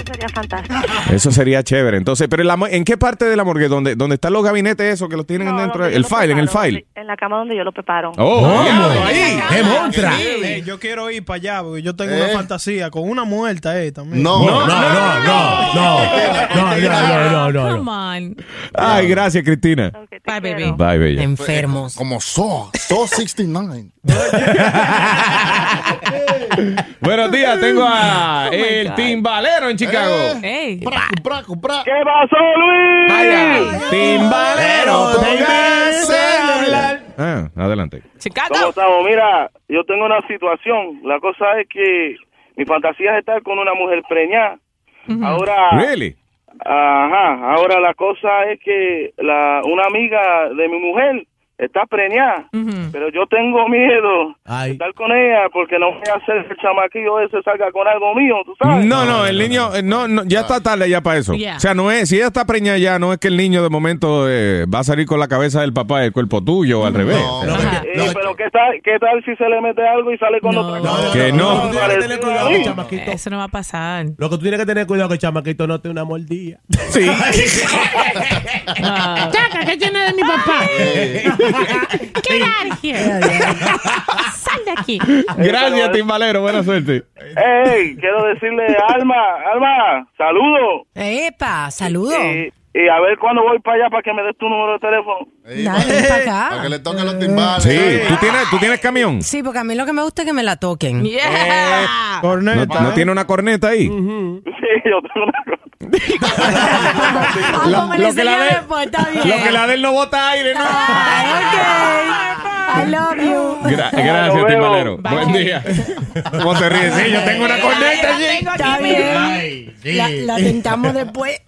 [SPEAKER 12] Sería fantástico.
[SPEAKER 3] Eso sería chévere. Entonces, pero en, la mo- ¿en qué parte de la morgue? ¿Dónde, dónde están los gabinetes esos que los tienen dentro? El file, en el file.
[SPEAKER 12] En la cama donde yo lo preparo.
[SPEAKER 3] Oh,
[SPEAKER 21] Ah,
[SPEAKER 3] diablo, ahí.
[SPEAKER 12] ¡Qué
[SPEAKER 3] montra!
[SPEAKER 27] Eh, yo quiero ir para allá porque yo tengo
[SPEAKER 12] Eh.
[SPEAKER 27] una fantasía con una muerta eh, también.
[SPEAKER 16] No, no, no, no, no, no, no, no, no, no.
[SPEAKER 4] Come on.
[SPEAKER 3] Ay, gracias, Cristina.
[SPEAKER 4] Bye, baby.
[SPEAKER 3] Bye, bella.
[SPEAKER 6] Enfermos. Como So, So 69.
[SPEAKER 3] Buenos días, tengo a
[SPEAKER 6] Oh, my
[SPEAKER 3] el
[SPEAKER 6] God.
[SPEAKER 3] timbalero en Chicago.
[SPEAKER 16] Eh.
[SPEAKER 28] ¿Qué pasó, Luis?
[SPEAKER 3] Timbalero, Ah, adelante.
[SPEAKER 12] ¿Cómo
[SPEAKER 8] estamos? Mira, yo tengo una situación. La cosa es que mi fantasía es estar con una mujer preñada. Ahora,
[SPEAKER 3] Really?
[SPEAKER 8] ajá, ahora la cosa es que la, una amiga de mi mujer está preñada, pero yo tengo miedo de estar con ella porque no voy a hacer que el chamaquillo ese salga con algo mío, ¿tú sabes?
[SPEAKER 3] No, no, el niño, eh, no, no, ya está tarde ya para eso.
[SPEAKER 8] Yeah.
[SPEAKER 3] O sea, no es, si ella está preñada ya, no es que el niño de momento eh, va a salir con la cabeza del papá del cuerpo tuyo o al revés. O sea,
[SPEAKER 10] Ah,
[SPEAKER 8] Eh, pero ¿qué tal, ¿qué tal si se le mete algo y sale con otra cosa?
[SPEAKER 3] que no.
[SPEAKER 4] Eso no va a pasar.
[SPEAKER 16] Lo que tú tienes que tener cuidado que el chamaquito no te una mordida.
[SPEAKER 3] Sí.
[SPEAKER 4] Ah.
[SPEAKER 13] Chaca, ¿qué tiene de mi papá? Get out of here. Sal de aquí.
[SPEAKER 3] Gracias, timbalero, buena suerte.
[SPEAKER 10] eh.
[SPEAKER 8] Hey, quiero decirle, Alma, Alma, saludo.
[SPEAKER 10] Epa, saludo.
[SPEAKER 8] Y, y a ver cuándo voy para allá para que me des tu número de teléfono.
[SPEAKER 10] Dale, ven para acá.
[SPEAKER 8] Para que le
[SPEAKER 10] toquen los
[SPEAKER 8] timbales.
[SPEAKER 3] Sí, tú tienes, tú tienes camión.
[SPEAKER 10] Sí, porque a mí lo que me gusta es que me la toquen.
[SPEAKER 3] ¿No,
[SPEAKER 10] Corneta.
[SPEAKER 3] no tiene una corneta ahí?
[SPEAKER 8] Sí, yo tengo una
[SPEAKER 3] La- lo, que la de-
[SPEAKER 4] pues,
[SPEAKER 10] está bien.
[SPEAKER 3] lo que la de él no bota aire, ¿no?
[SPEAKER 10] I love you.
[SPEAKER 3] Gra- gracias, timbalero. Buen día. ¿Cómo se ríe? Sí, yo tengo una corneta. sí.
[SPEAKER 10] Está bien. La, la tentamos después.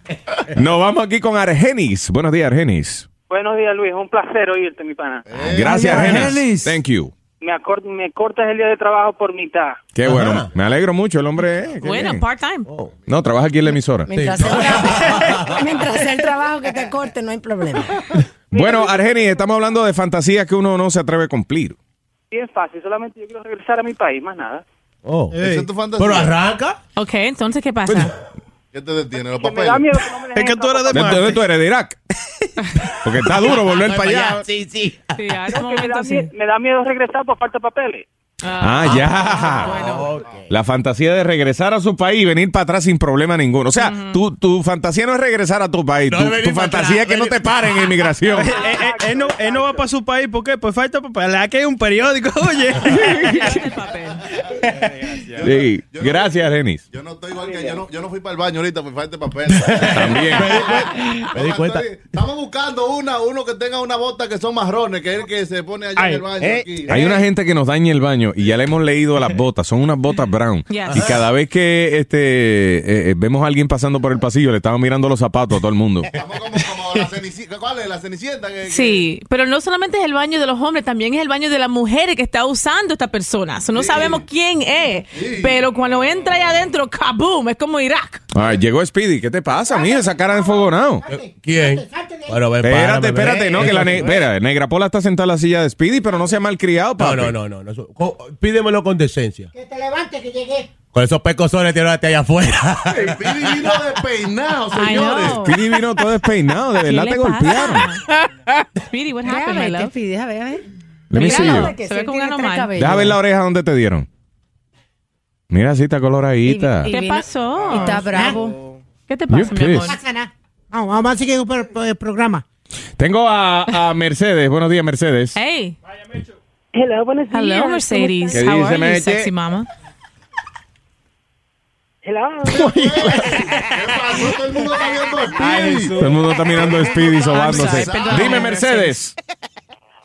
[SPEAKER 3] Nos vamos aquí con Argenis. Buenos días, Argenis.
[SPEAKER 17] Buenos días, Luis. Un placer oírte, mi pana.
[SPEAKER 9] Eh.
[SPEAKER 3] Gracias, Argenis. Thank you.
[SPEAKER 17] Me, acor- me cortas el día de trabajo por mitad.
[SPEAKER 3] Qué bueno. Me alegro mucho, el hombre. eh, qué bien.
[SPEAKER 17] part-time.
[SPEAKER 3] No, trabaja aquí en la emisora.
[SPEAKER 10] Mientras, sea el, mientras sea el trabajo que te corte, no hay problema.
[SPEAKER 3] Bueno, Argenis, estamos hablando de fantasías que uno no se atreve a cumplir.
[SPEAKER 17] Bien fácil. Solamente yo quiero regresar a mi país, más nada.
[SPEAKER 3] Oh.
[SPEAKER 17] Pero
[SPEAKER 3] arranca.
[SPEAKER 4] Ok, entonces, ¿qué pasa?
[SPEAKER 6] ¿Qué te detiene? Los
[SPEAKER 17] me
[SPEAKER 6] papeles.
[SPEAKER 17] da miedo que no me dejen entrar.
[SPEAKER 3] ¿De dónde tú eres? ¿De Irak? Porque
[SPEAKER 6] Ah,
[SPEAKER 3] está duro volver para allá.
[SPEAKER 17] Sí, sí. me, da mie- me da miedo regresar por falta de papeles.
[SPEAKER 3] Ah, ya. La fantasía de regresar a su país y venir para atrás sin problema ninguno. O sea, tu, tu fantasía no es regresar a tu país. tu tu fantasía es que no te paren en inmigración.
[SPEAKER 16] Eh, eh, eh, él, no, él no va para su país, ¿por qué? Pues falta papel. Aquí hay un periódico, oye.
[SPEAKER 3] Sí. Gracias, Denis.
[SPEAKER 6] Yo no estoy igual que yo no, yo no fui para el baño ahorita, fui falta de este papel.
[SPEAKER 3] También.
[SPEAKER 6] Me di cuenta. Estamos buscando una, uno que tenga una bota que son marrones, que es el que se pone allá en el baño.
[SPEAKER 3] eh.
[SPEAKER 6] aquí.
[SPEAKER 3] Hay una gente que nos daña el baño y ya le hemos leído las botas, son unas botas brown.
[SPEAKER 6] Yes.
[SPEAKER 3] Y cada vez que este eh, eh, vemos a alguien pasando por el pasillo, le estamos mirando los zapatos a todo el mundo.
[SPEAKER 6] Como la cenicienta. ¿Cuál es? La cenicienta. que- que-
[SPEAKER 4] Sí, pero no solamente es el baño de los hombres, también es el baño de las mujeres que está usando esta persona. So, no sabemos quién es, pero cuando entra ahí adentro, kaboom, es como Irak.
[SPEAKER 3] Ay, Ah, llegó Speedy, ¿qué te pasa, mija? Esa cara de fogonado.
[SPEAKER 8] ¿Quién? Bueno, ven,
[SPEAKER 3] Espérate,
[SPEAKER 8] párame, ven.
[SPEAKER 3] espérate, no, que la ne- espera, Negra Pola está sentada en la silla de Speedy, pero no sea malcriado, papi.
[SPEAKER 8] No, no, no, no. eso- co- Pídemelo con decencia.
[SPEAKER 13] Que te levantes, que llegué.
[SPEAKER 8] Con esos pecosones tiraste allá afuera.
[SPEAKER 6] Speedy vino de peinado,
[SPEAKER 13] Ay, no.
[SPEAKER 6] señores.
[SPEAKER 3] Speedy vino todo despeinado, de
[SPEAKER 13] ¿Qué
[SPEAKER 3] verdad
[SPEAKER 13] le
[SPEAKER 3] te
[SPEAKER 13] pasa?
[SPEAKER 3] golpearon.
[SPEAKER 4] Speedy, what
[SPEAKER 10] Deja
[SPEAKER 4] happened, my
[SPEAKER 10] ver,
[SPEAKER 4] love?
[SPEAKER 10] ¿qué pide? Deja ver, a ver.
[SPEAKER 3] Let me see you.
[SPEAKER 10] que
[SPEAKER 4] Se ve
[SPEAKER 10] él
[SPEAKER 4] como
[SPEAKER 10] tiene
[SPEAKER 4] un
[SPEAKER 10] tres
[SPEAKER 4] anormal.
[SPEAKER 10] cabellos.
[SPEAKER 3] Deja ver la oreja donde te dieron. Mira, sí, está coloradita.
[SPEAKER 4] ¿Qué pasó?
[SPEAKER 10] y está bravo.
[SPEAKER 4] ¿Qué te
[SPEAKER 3] pasa, mi amor?
[SPEAKER 13] No pasa nada. Vamos, vamos a seguir por- por el programa.
[SPEAKER 3] Tengo a, a Mercedes. Buenos días, Mercedes.
[SPEAKER 4] Hey.
[SPEAKER 14] Hello, buenos días.
[SPEAKER 4] Hello,
[SPEAKER 14] ¿Cómo
[SPEAKER 4] Mercedes.
[SPEAKER 3] ¿Qué
[SPEAKER 4] How
[SPEAKER 3] dice,
[SPEAKER 4] are you,
[SPEAKER 3] Meche?
[SPEAKER 4] sexy mama?
[SPEAKER 14] Hello.
[SPEAKER 6] Todo el mundo está viendo a Speedy.
[SPEAKER 3] Todo el mundo está mirando a Speedy sobándose.
[SPEAKER 6] I'm sorry, perdóname,
[SPEAKER 3] Dime, Mercedes.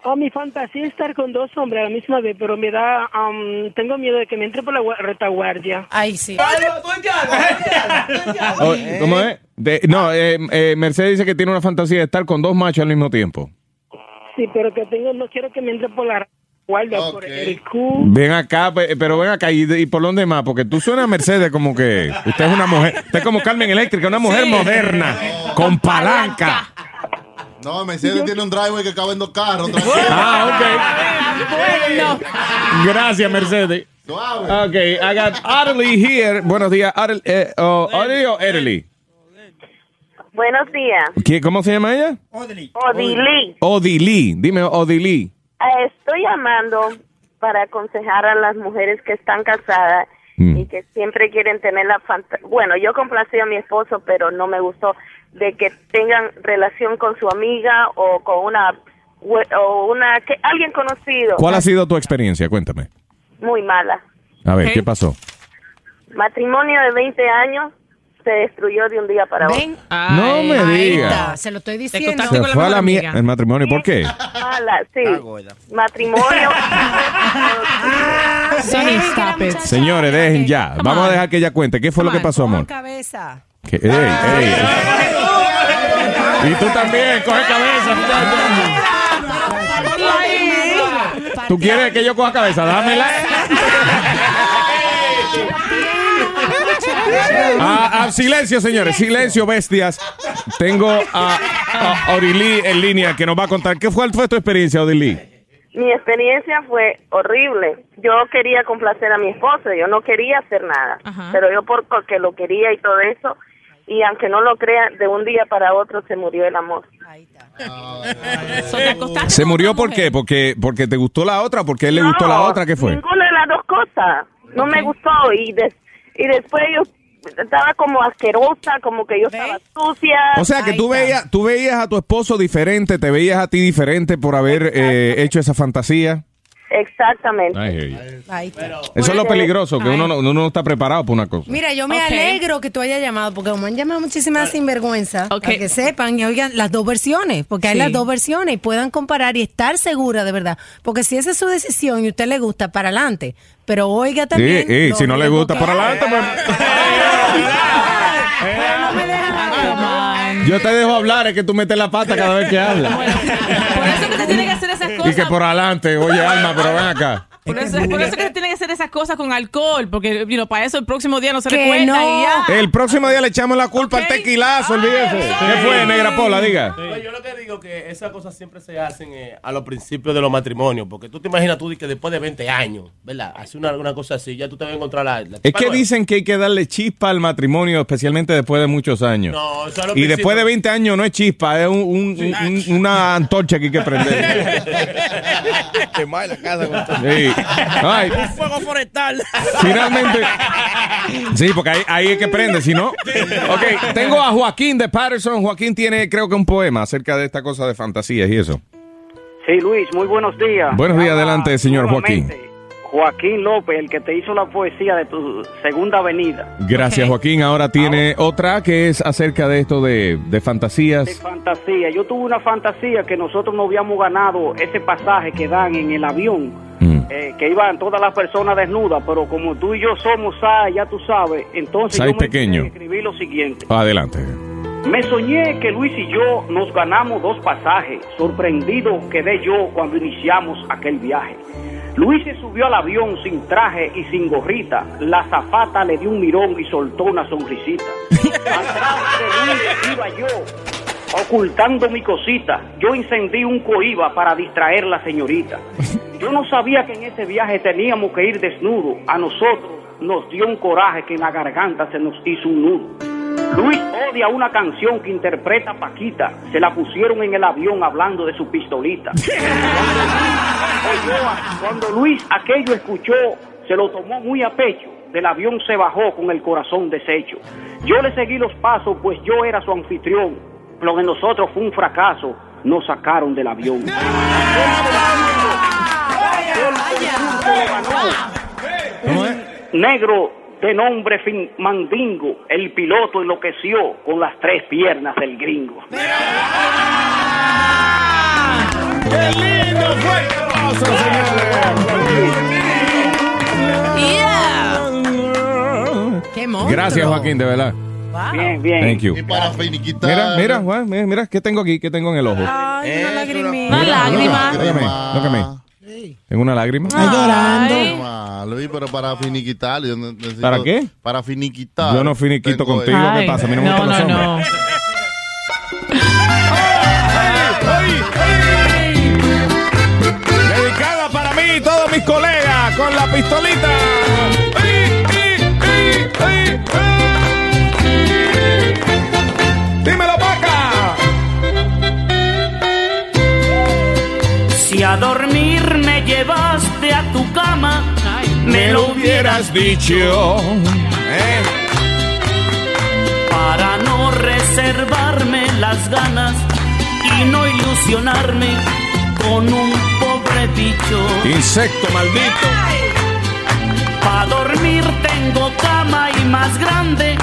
[SPEAKER 14] Oh, mi fantasía es estar con dos hombres a la misma vez, pero me da, um, tengo miedo de que me entre por la gua- retaguardia.
[SPEAKER 10] Ay, sí.
[SPEAKER 9] Ah,
[SPEAKER 3] Oh,
[SPEAKER 9] eh,
[SPEAKER 3] ¿Cómo es? De- no, eh, eh, Mercedes dice que tiene una fantasía de estar con dos machos al mismo tiempo.
[SPEAKER 14] Sí, pero que tengo, no quiero que me entre por la guardia, por el cu.
[SPEAKER 3] Ven acá, pe- pero ven acá. ¿Y, y por dónde más? Porque tú suenas a Mercedes como que usted es una mujer. Usted es como Carmen Eléctrica, una mujer moderna, con palanca.
[SPEAKER 6] No, Mercedes tiene un driveway que cabe en dos carros.
[SPEAKER 3] Ah, ok. Gracias, Mercedes. Ok, I got Adelie here. Buenos días, Adelie. eh, oh, Adelie o Adelie?
[SPEAKER 21] Buenos días.
[SPEAKER 3] ¿Qué- ¿Cómo se llama ella?
[SPEAKER 21] Odilí,
[SPEAKER 3] Odili. Dime, Odili.
[SPEAKER 21] eh, estoy llamando para aconsejar a las mujeres que están casadas
[SPEAKER 3] Mm.
[SPEAKER 21] y que siempre quieren tener la fantasía. Bueno, yo complací a mi esposo, pero no me gustó de que tengan relación con su amiga o con una we- o una que alguien conocido.
[SPEAKER 3] ¿Cuál ha sido tu experiencia? Cuéntame.
[SPEAKER 21] Muy mala.
[SPEAKER 3] A ver,
[SPEAKER 21] Ok.
[SPEAKER 3] ¿qué pasó?
[SPEAKER 21] Matrimonio de 20 años se destruyó de un día para otro.
[SPEAKER 3] No me
[SPEAKER 21] ahí
[SPEAKER 3] digas.
[SPEAKER 21] está,
[SPEAKER 10] Ah, Se lo estoy
[SPEAKER 21] diciendo.
[SPEAKER 10] diciendo.
[SPEAKER 3] Se fue a la mierda el matrimonio. ¿Por qué?
[SPEAKER 21] Mala, sí. Matrimonio.
[SPEAKER 10] Sonny, stop it.
[SPEAKER 3] Señores, dejen ya. Vamos a dejar que ella cuente. ¿Qué fue lo que pasó, amor?
[SPEAKER 10] Cabeza.
[SPEAKER 3] Que- ey, ey. Y tú también, coge cabeza. ¿Tú quieres que yo coja cabeza? Dámela. Ah, ah, silencio, señores. Silencio, bestias. Tengo a, a Odilí en línea que nos va a contar. ¿Qué fue, fue tu experiencia, Odilí?
[SPEAKER 21] Mi experiencia fue horrible. Yo quería complacer a mi esposo, yo no quería hacer nada, pero yo por- porque lo quería y todo eso, y aunque no lo crea, de un día para otro se murió el amor.
[SPEAKER 3] ¿Se murió por qué? Porque, porque te gustó la otra, porque él le gustó la
[SPEAKER 21] No,
[SPEAKER 3] otra, ¿qué fue?
[SPEAKER 21] Ninguna de las dos cosas. No me gustó y, des- y después yo estaba como asquerosa, como que yo estaba sucia.
[SPEAKER 3] O sea que tú veías, tú veías a tu esposo diferente, te veías a ti diferente por haber eh, hecho esa fantasía.
[SPEAKER 21] Exactamente.
[SPEAKER 3] Ay, ay, ay. Eso es lo peligroso, que uno no, uno no está preparado para una cosa.
[SPEAKER 10] Mira, yo me alegro que tú hayas llamado, porque como han llamado muchísimas sinvergüenzas, para que sepan y oigan las dos versiones, porque hay
[SPEAKER 21] Sí.
[SPEAKER 10] las dos versiones y puedan comparar y estar segura de verdad. Porque si esa es su decisión y a usted le gusta, para adelante. Pero oiga
[SPEAKER 3] Sí,
[SPEAKER 10] también.
[SPEAKER 3] eh,
[SPEAKER 10] los
[SPEAKER 3] si no le
[SPEAKER 10] riesgos
[SPEAKER 3] gusta,
[SPEAKER 10] que
[SPEAKER 3] para
[SPEAKER 10] hay.
[SPEAKER 3] adelante. pues. Yo te dejo hablar, es que tú metes la pata cada vez que hablas.
[SPEAKER 4] Por eso que se tiene que hacer esas
[SPEAKER 3] Y que
[SPEAKER 4] cosas.
[SPEAKER 3] por adelante, oye, alma, pero ven acá.
[SPEAKER 4] Por eso, por eso que se tienen que hacer esas cosas con alcohol, porque you know, para eso el próximo día no se
[SPEAKER 10] Que
[SPEAKER 4] recuerda
[SPEAKER 10] no.
[SPEAKER 4] y ya.
[SPEAKER 3] El próximo día le echamos la culpa al tequilazo, olvídese. ¿Qué fue, Negra Pola? Diga.
[SPEAKER 9] Pero Pues yo lo que digo que esas cosas siempre se hacen eh, a los principios de los matrimonios, porque tú te imaginas tú di que después de 20 años, ¿verdad? Hace una, una cosa así, ya tú te vas a encontrar la... la
[SPEAKER 3] Es
[SPEAKER 9] tipa
[SPEAKER 3] que
[SPEAKER 9] nueva.
[SPEAKER 3] dicen que hay que darle chispa al matrimonio, especialmente después de muchos años.
[SPEAKER 9] No, eso es lo
[SPEAKER 3] y
[SPEAKER 9] que
[SPEAKER 3] después
[SPEAKER 9] sí.
[SPEAKER 3] de 20 años no es chispa, es un- un- un- un- una antorcha que hay que prender.
[SPEAKER 23] Quemar la casa con todo.
[SPEAKER 3] Sí. Ay.
[SPEAKER 7] Un fuego forestal.
[SPEAKER 3] Finalmente. Sí, porque ahí, ahí es que prende, si no. Ok, tengo a Joaquín de Patterson. Joaquín tiene, creo que un poema acerca de esta cosa de fantasías y eso.
[SPEAKER 18] Sí, Luis, muy buenos días.
[SPEAKER 3] Buenos días, adelante, señor Joaquín.
[SPEAKER 18] Joaquín López, el que te hizo la poesía de tu segunda avenida.
[SPEAKER 3] Gracias, Joaquín. Ahora tiene otra que es acerca de esto de, de
[SPEAKER 18] De
[SPEAKER 3] fantasías.
[SPEAKER 18] fantasía. Yo tuve una fantasía que nosotros no habíamos ganado ese pasaje que dan en el avión,
[SPEAKER 3] Mm.
[SPEAKER 18] eh, que iban todas las personas desnudas, pero como tú y yo somos SAI, ya tú sabes, entonces
[SPEAKER 3] Sai
[SPEAKER 18] yo me
[SPEAKER 3] pequeño.
[SPEAKER 18] escribí lo siguiente.
[SPEAKER 3] Adelante.
[SPEAKER 18] Me soñé que Luis y yo nos ganamos dos pasajes. Sorprendido quedé yo cuando iniciamos aquel viaje. Luis se subió al avión sin traje y sin gorrita. La zafata le dio un mirón y soltó una sonrisita. Atrás de Luis iba yo, ocultando mi cosita. Yo encendí un coiba para distraer la señorita. Yo no sabía que en ese viaje teníamos que ir desnudo. A nosotros nos dio un coraje que en la garganta se nos hizo un nudo. Luis odia una canción que interpreta Paquita. Se la pusieron en el avión hablando de su pistolita. Cuando Luis, oyó- cuando Luis aquello escuchó, se lo tomó muy a pecho. Del avión se bajó con el corazón deshecho. Yo le seguí los pasos, pues yo era su anfitrión. Lo de nosotros fue un fracaso. Nos sacaron del avión. Negro de nombre fin Mandingo, el piloto enloqueció con las tres piernas del gringo.
[SPEAKER 23] ¡Qué lindo! ¡Fuerte aplauso,
[SPEAKER 10] Qué monstruo.
[SPEAKER 3] Gracias, Joaquín, de verdad.
[SPEAKER 18] Bien, bien.
[SPEAKER 3] Thank you.
[SPEAKER 6] Y para finiquitar.
[SPEAKER 3] Mira, mira, Juan, mira, mira, ¿qué tengo aquí? ¿Qué tengo en el ojo?
[SPEAKER 13] Ah,
[SPEAKER 10] Ay, una lagrimita.
[SPEAKER 6] Una
[SPEAKER 3] lágrima. ¿Tengo una lágrima? llorando.
[SPEAKER 6] Ah, Luis, pero para finiquitar. yo ne- necesito-
[SPEAKER 3] ¿Para qué?
[SPEAKER 6] Para finiquitar.
[SPEAKER 3] Yo no finiquito
[SPEAKER 6] Tengo
[SPEAKER 3] contigo,
[SPEAKER 6] esto.
[SPEAKER 3] ¿qué pasa? A mí no me gustan los hombres. Dedicada para mí y todos mis colegas con la pistolita. ¡Dímelo, Paca!
[SPEAKER 20] Si a dormir me llevaste a tu cama, me lo hubieras dicho.
[SPEAKER 3] ¿eh?
[SPEAKER 20] Para no reservarme las ganas y no ilusionarme con un pobre bicho.
[SPEAKER 3] Insecto maldito.
[SPEAKER 20] Para dormir tengo cama y más grande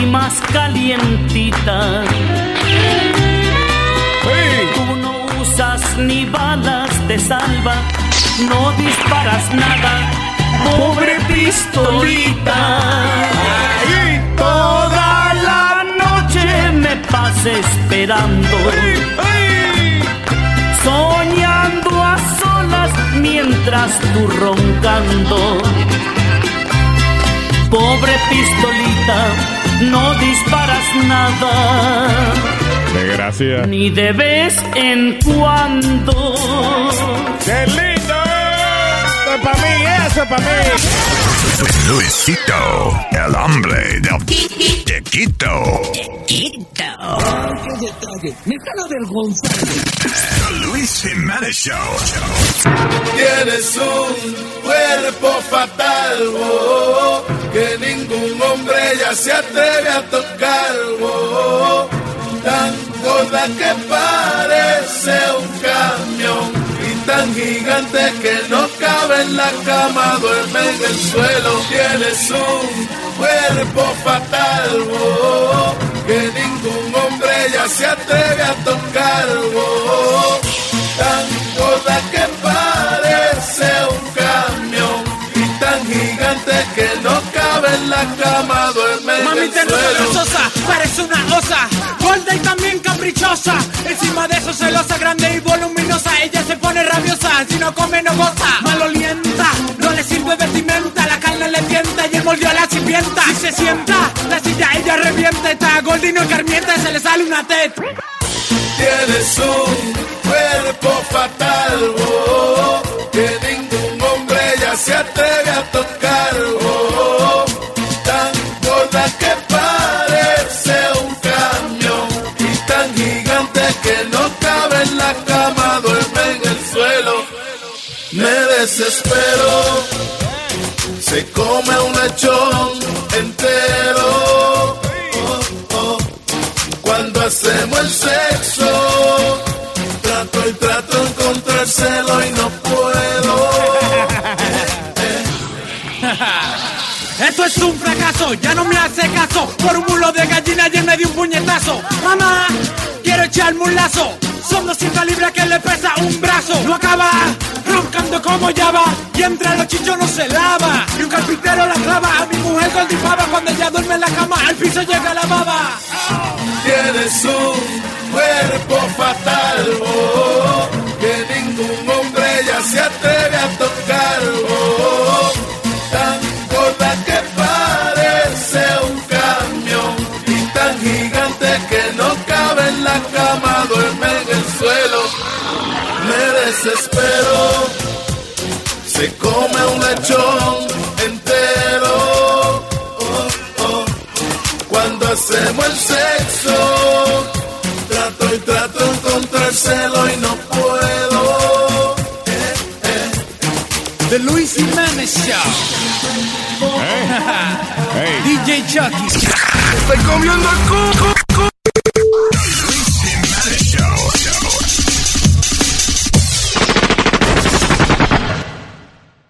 [SPEAKER 20] y más calientita. Tú no usas ni balas de salva, no disparas nada, pobre pistolita. Toda la noche me pasa esperando. Soñando a solas mientras tú roncando. Pobre pistolita, no disparas nada
[SPEAKER 3] De gracia.
[SPEAKER 20] ni de vez en cuando. ¡Qué lindo! Esto para mí, eso para mí.
[SPEAKER 25] Luisito, el hombre de Tequito. Luis Jiménez Show.
[SPEAKER 23] Tienes un cuerpo fatal, oh, oh, que ningún hombre ya se atreve a tocar, oh, oh. tan gorda que parece un camión y tan gigante que no cabe en la cama, duerme en el suelo. Tienes un cuerpo fatal, oh, oh, que ningún hombre ya se atreve a tocar, oh, oh tan gorda que parece un camión y tan gigante que no cabe en la cama, duerme
[SPEAKER 13] Mami,
[SPEAKER 23] en
[SPEAKER 13] te
[SPEAKER 23] el
[SPEAKER 13] noto
[SPEAKER 23] suelo.
[SPEAKER 13] grasosa, parece una osa, gorda y también caprichosa. Encima de eso, celosa, grande y voluminosa. Ella se pone rabiosa, si no come, no goza. Malolienta, no le sirve vestimenta, la carne le tienta y él mordió a la sirvienta. Si se sienta, la silla ella revienta, está gordino y no escarmienta, se le sale una teta.
[SPEAKER 23] Tienes un cuerpo fatal, oh, oh, que ningún hombre ya se atreve a tocar, oh, oh, tan gorda que parece un camión y tan gigante que no cabe en la cama, duerme en el suelo. Me desespero, se come un lechón entero. oh, oh. Cuando hacemos el sexo, trato y trato de encontrárselo y no puedo.
[SPEAKER 13] Esto es un fracaso, ya no me hace caso. Por un mulo de gallina ayer me dio un puñetazo. Mamá, quiero echarme un lazo. Son 200 libras que le pesa un brazo. No acaba, roncando como llama. Y entre los chichos no se lava. Y un carpintero la clava. A mi mujer golpeaba cuando ella duerme en la cama. Al piso llega la baba.
[SPEAKER 23] Tienes un cuerpo fatal, oh, oh, que ningún hombre ya se atreve a tocar, oh, oh, tan gorda que parece un camión y tan gigante que no cabe en la cama, duerme en el suelo, me desespero, se come un lechón entero. oh, oh. Cuando hacemos el sexo, trato y trato de encontrárselo y no puedo. Eh,
[SPEAKER 13] The Luis Jiménez Show. DJ Chucky.
[SPEAKER 23] Estoy comiendo el coco.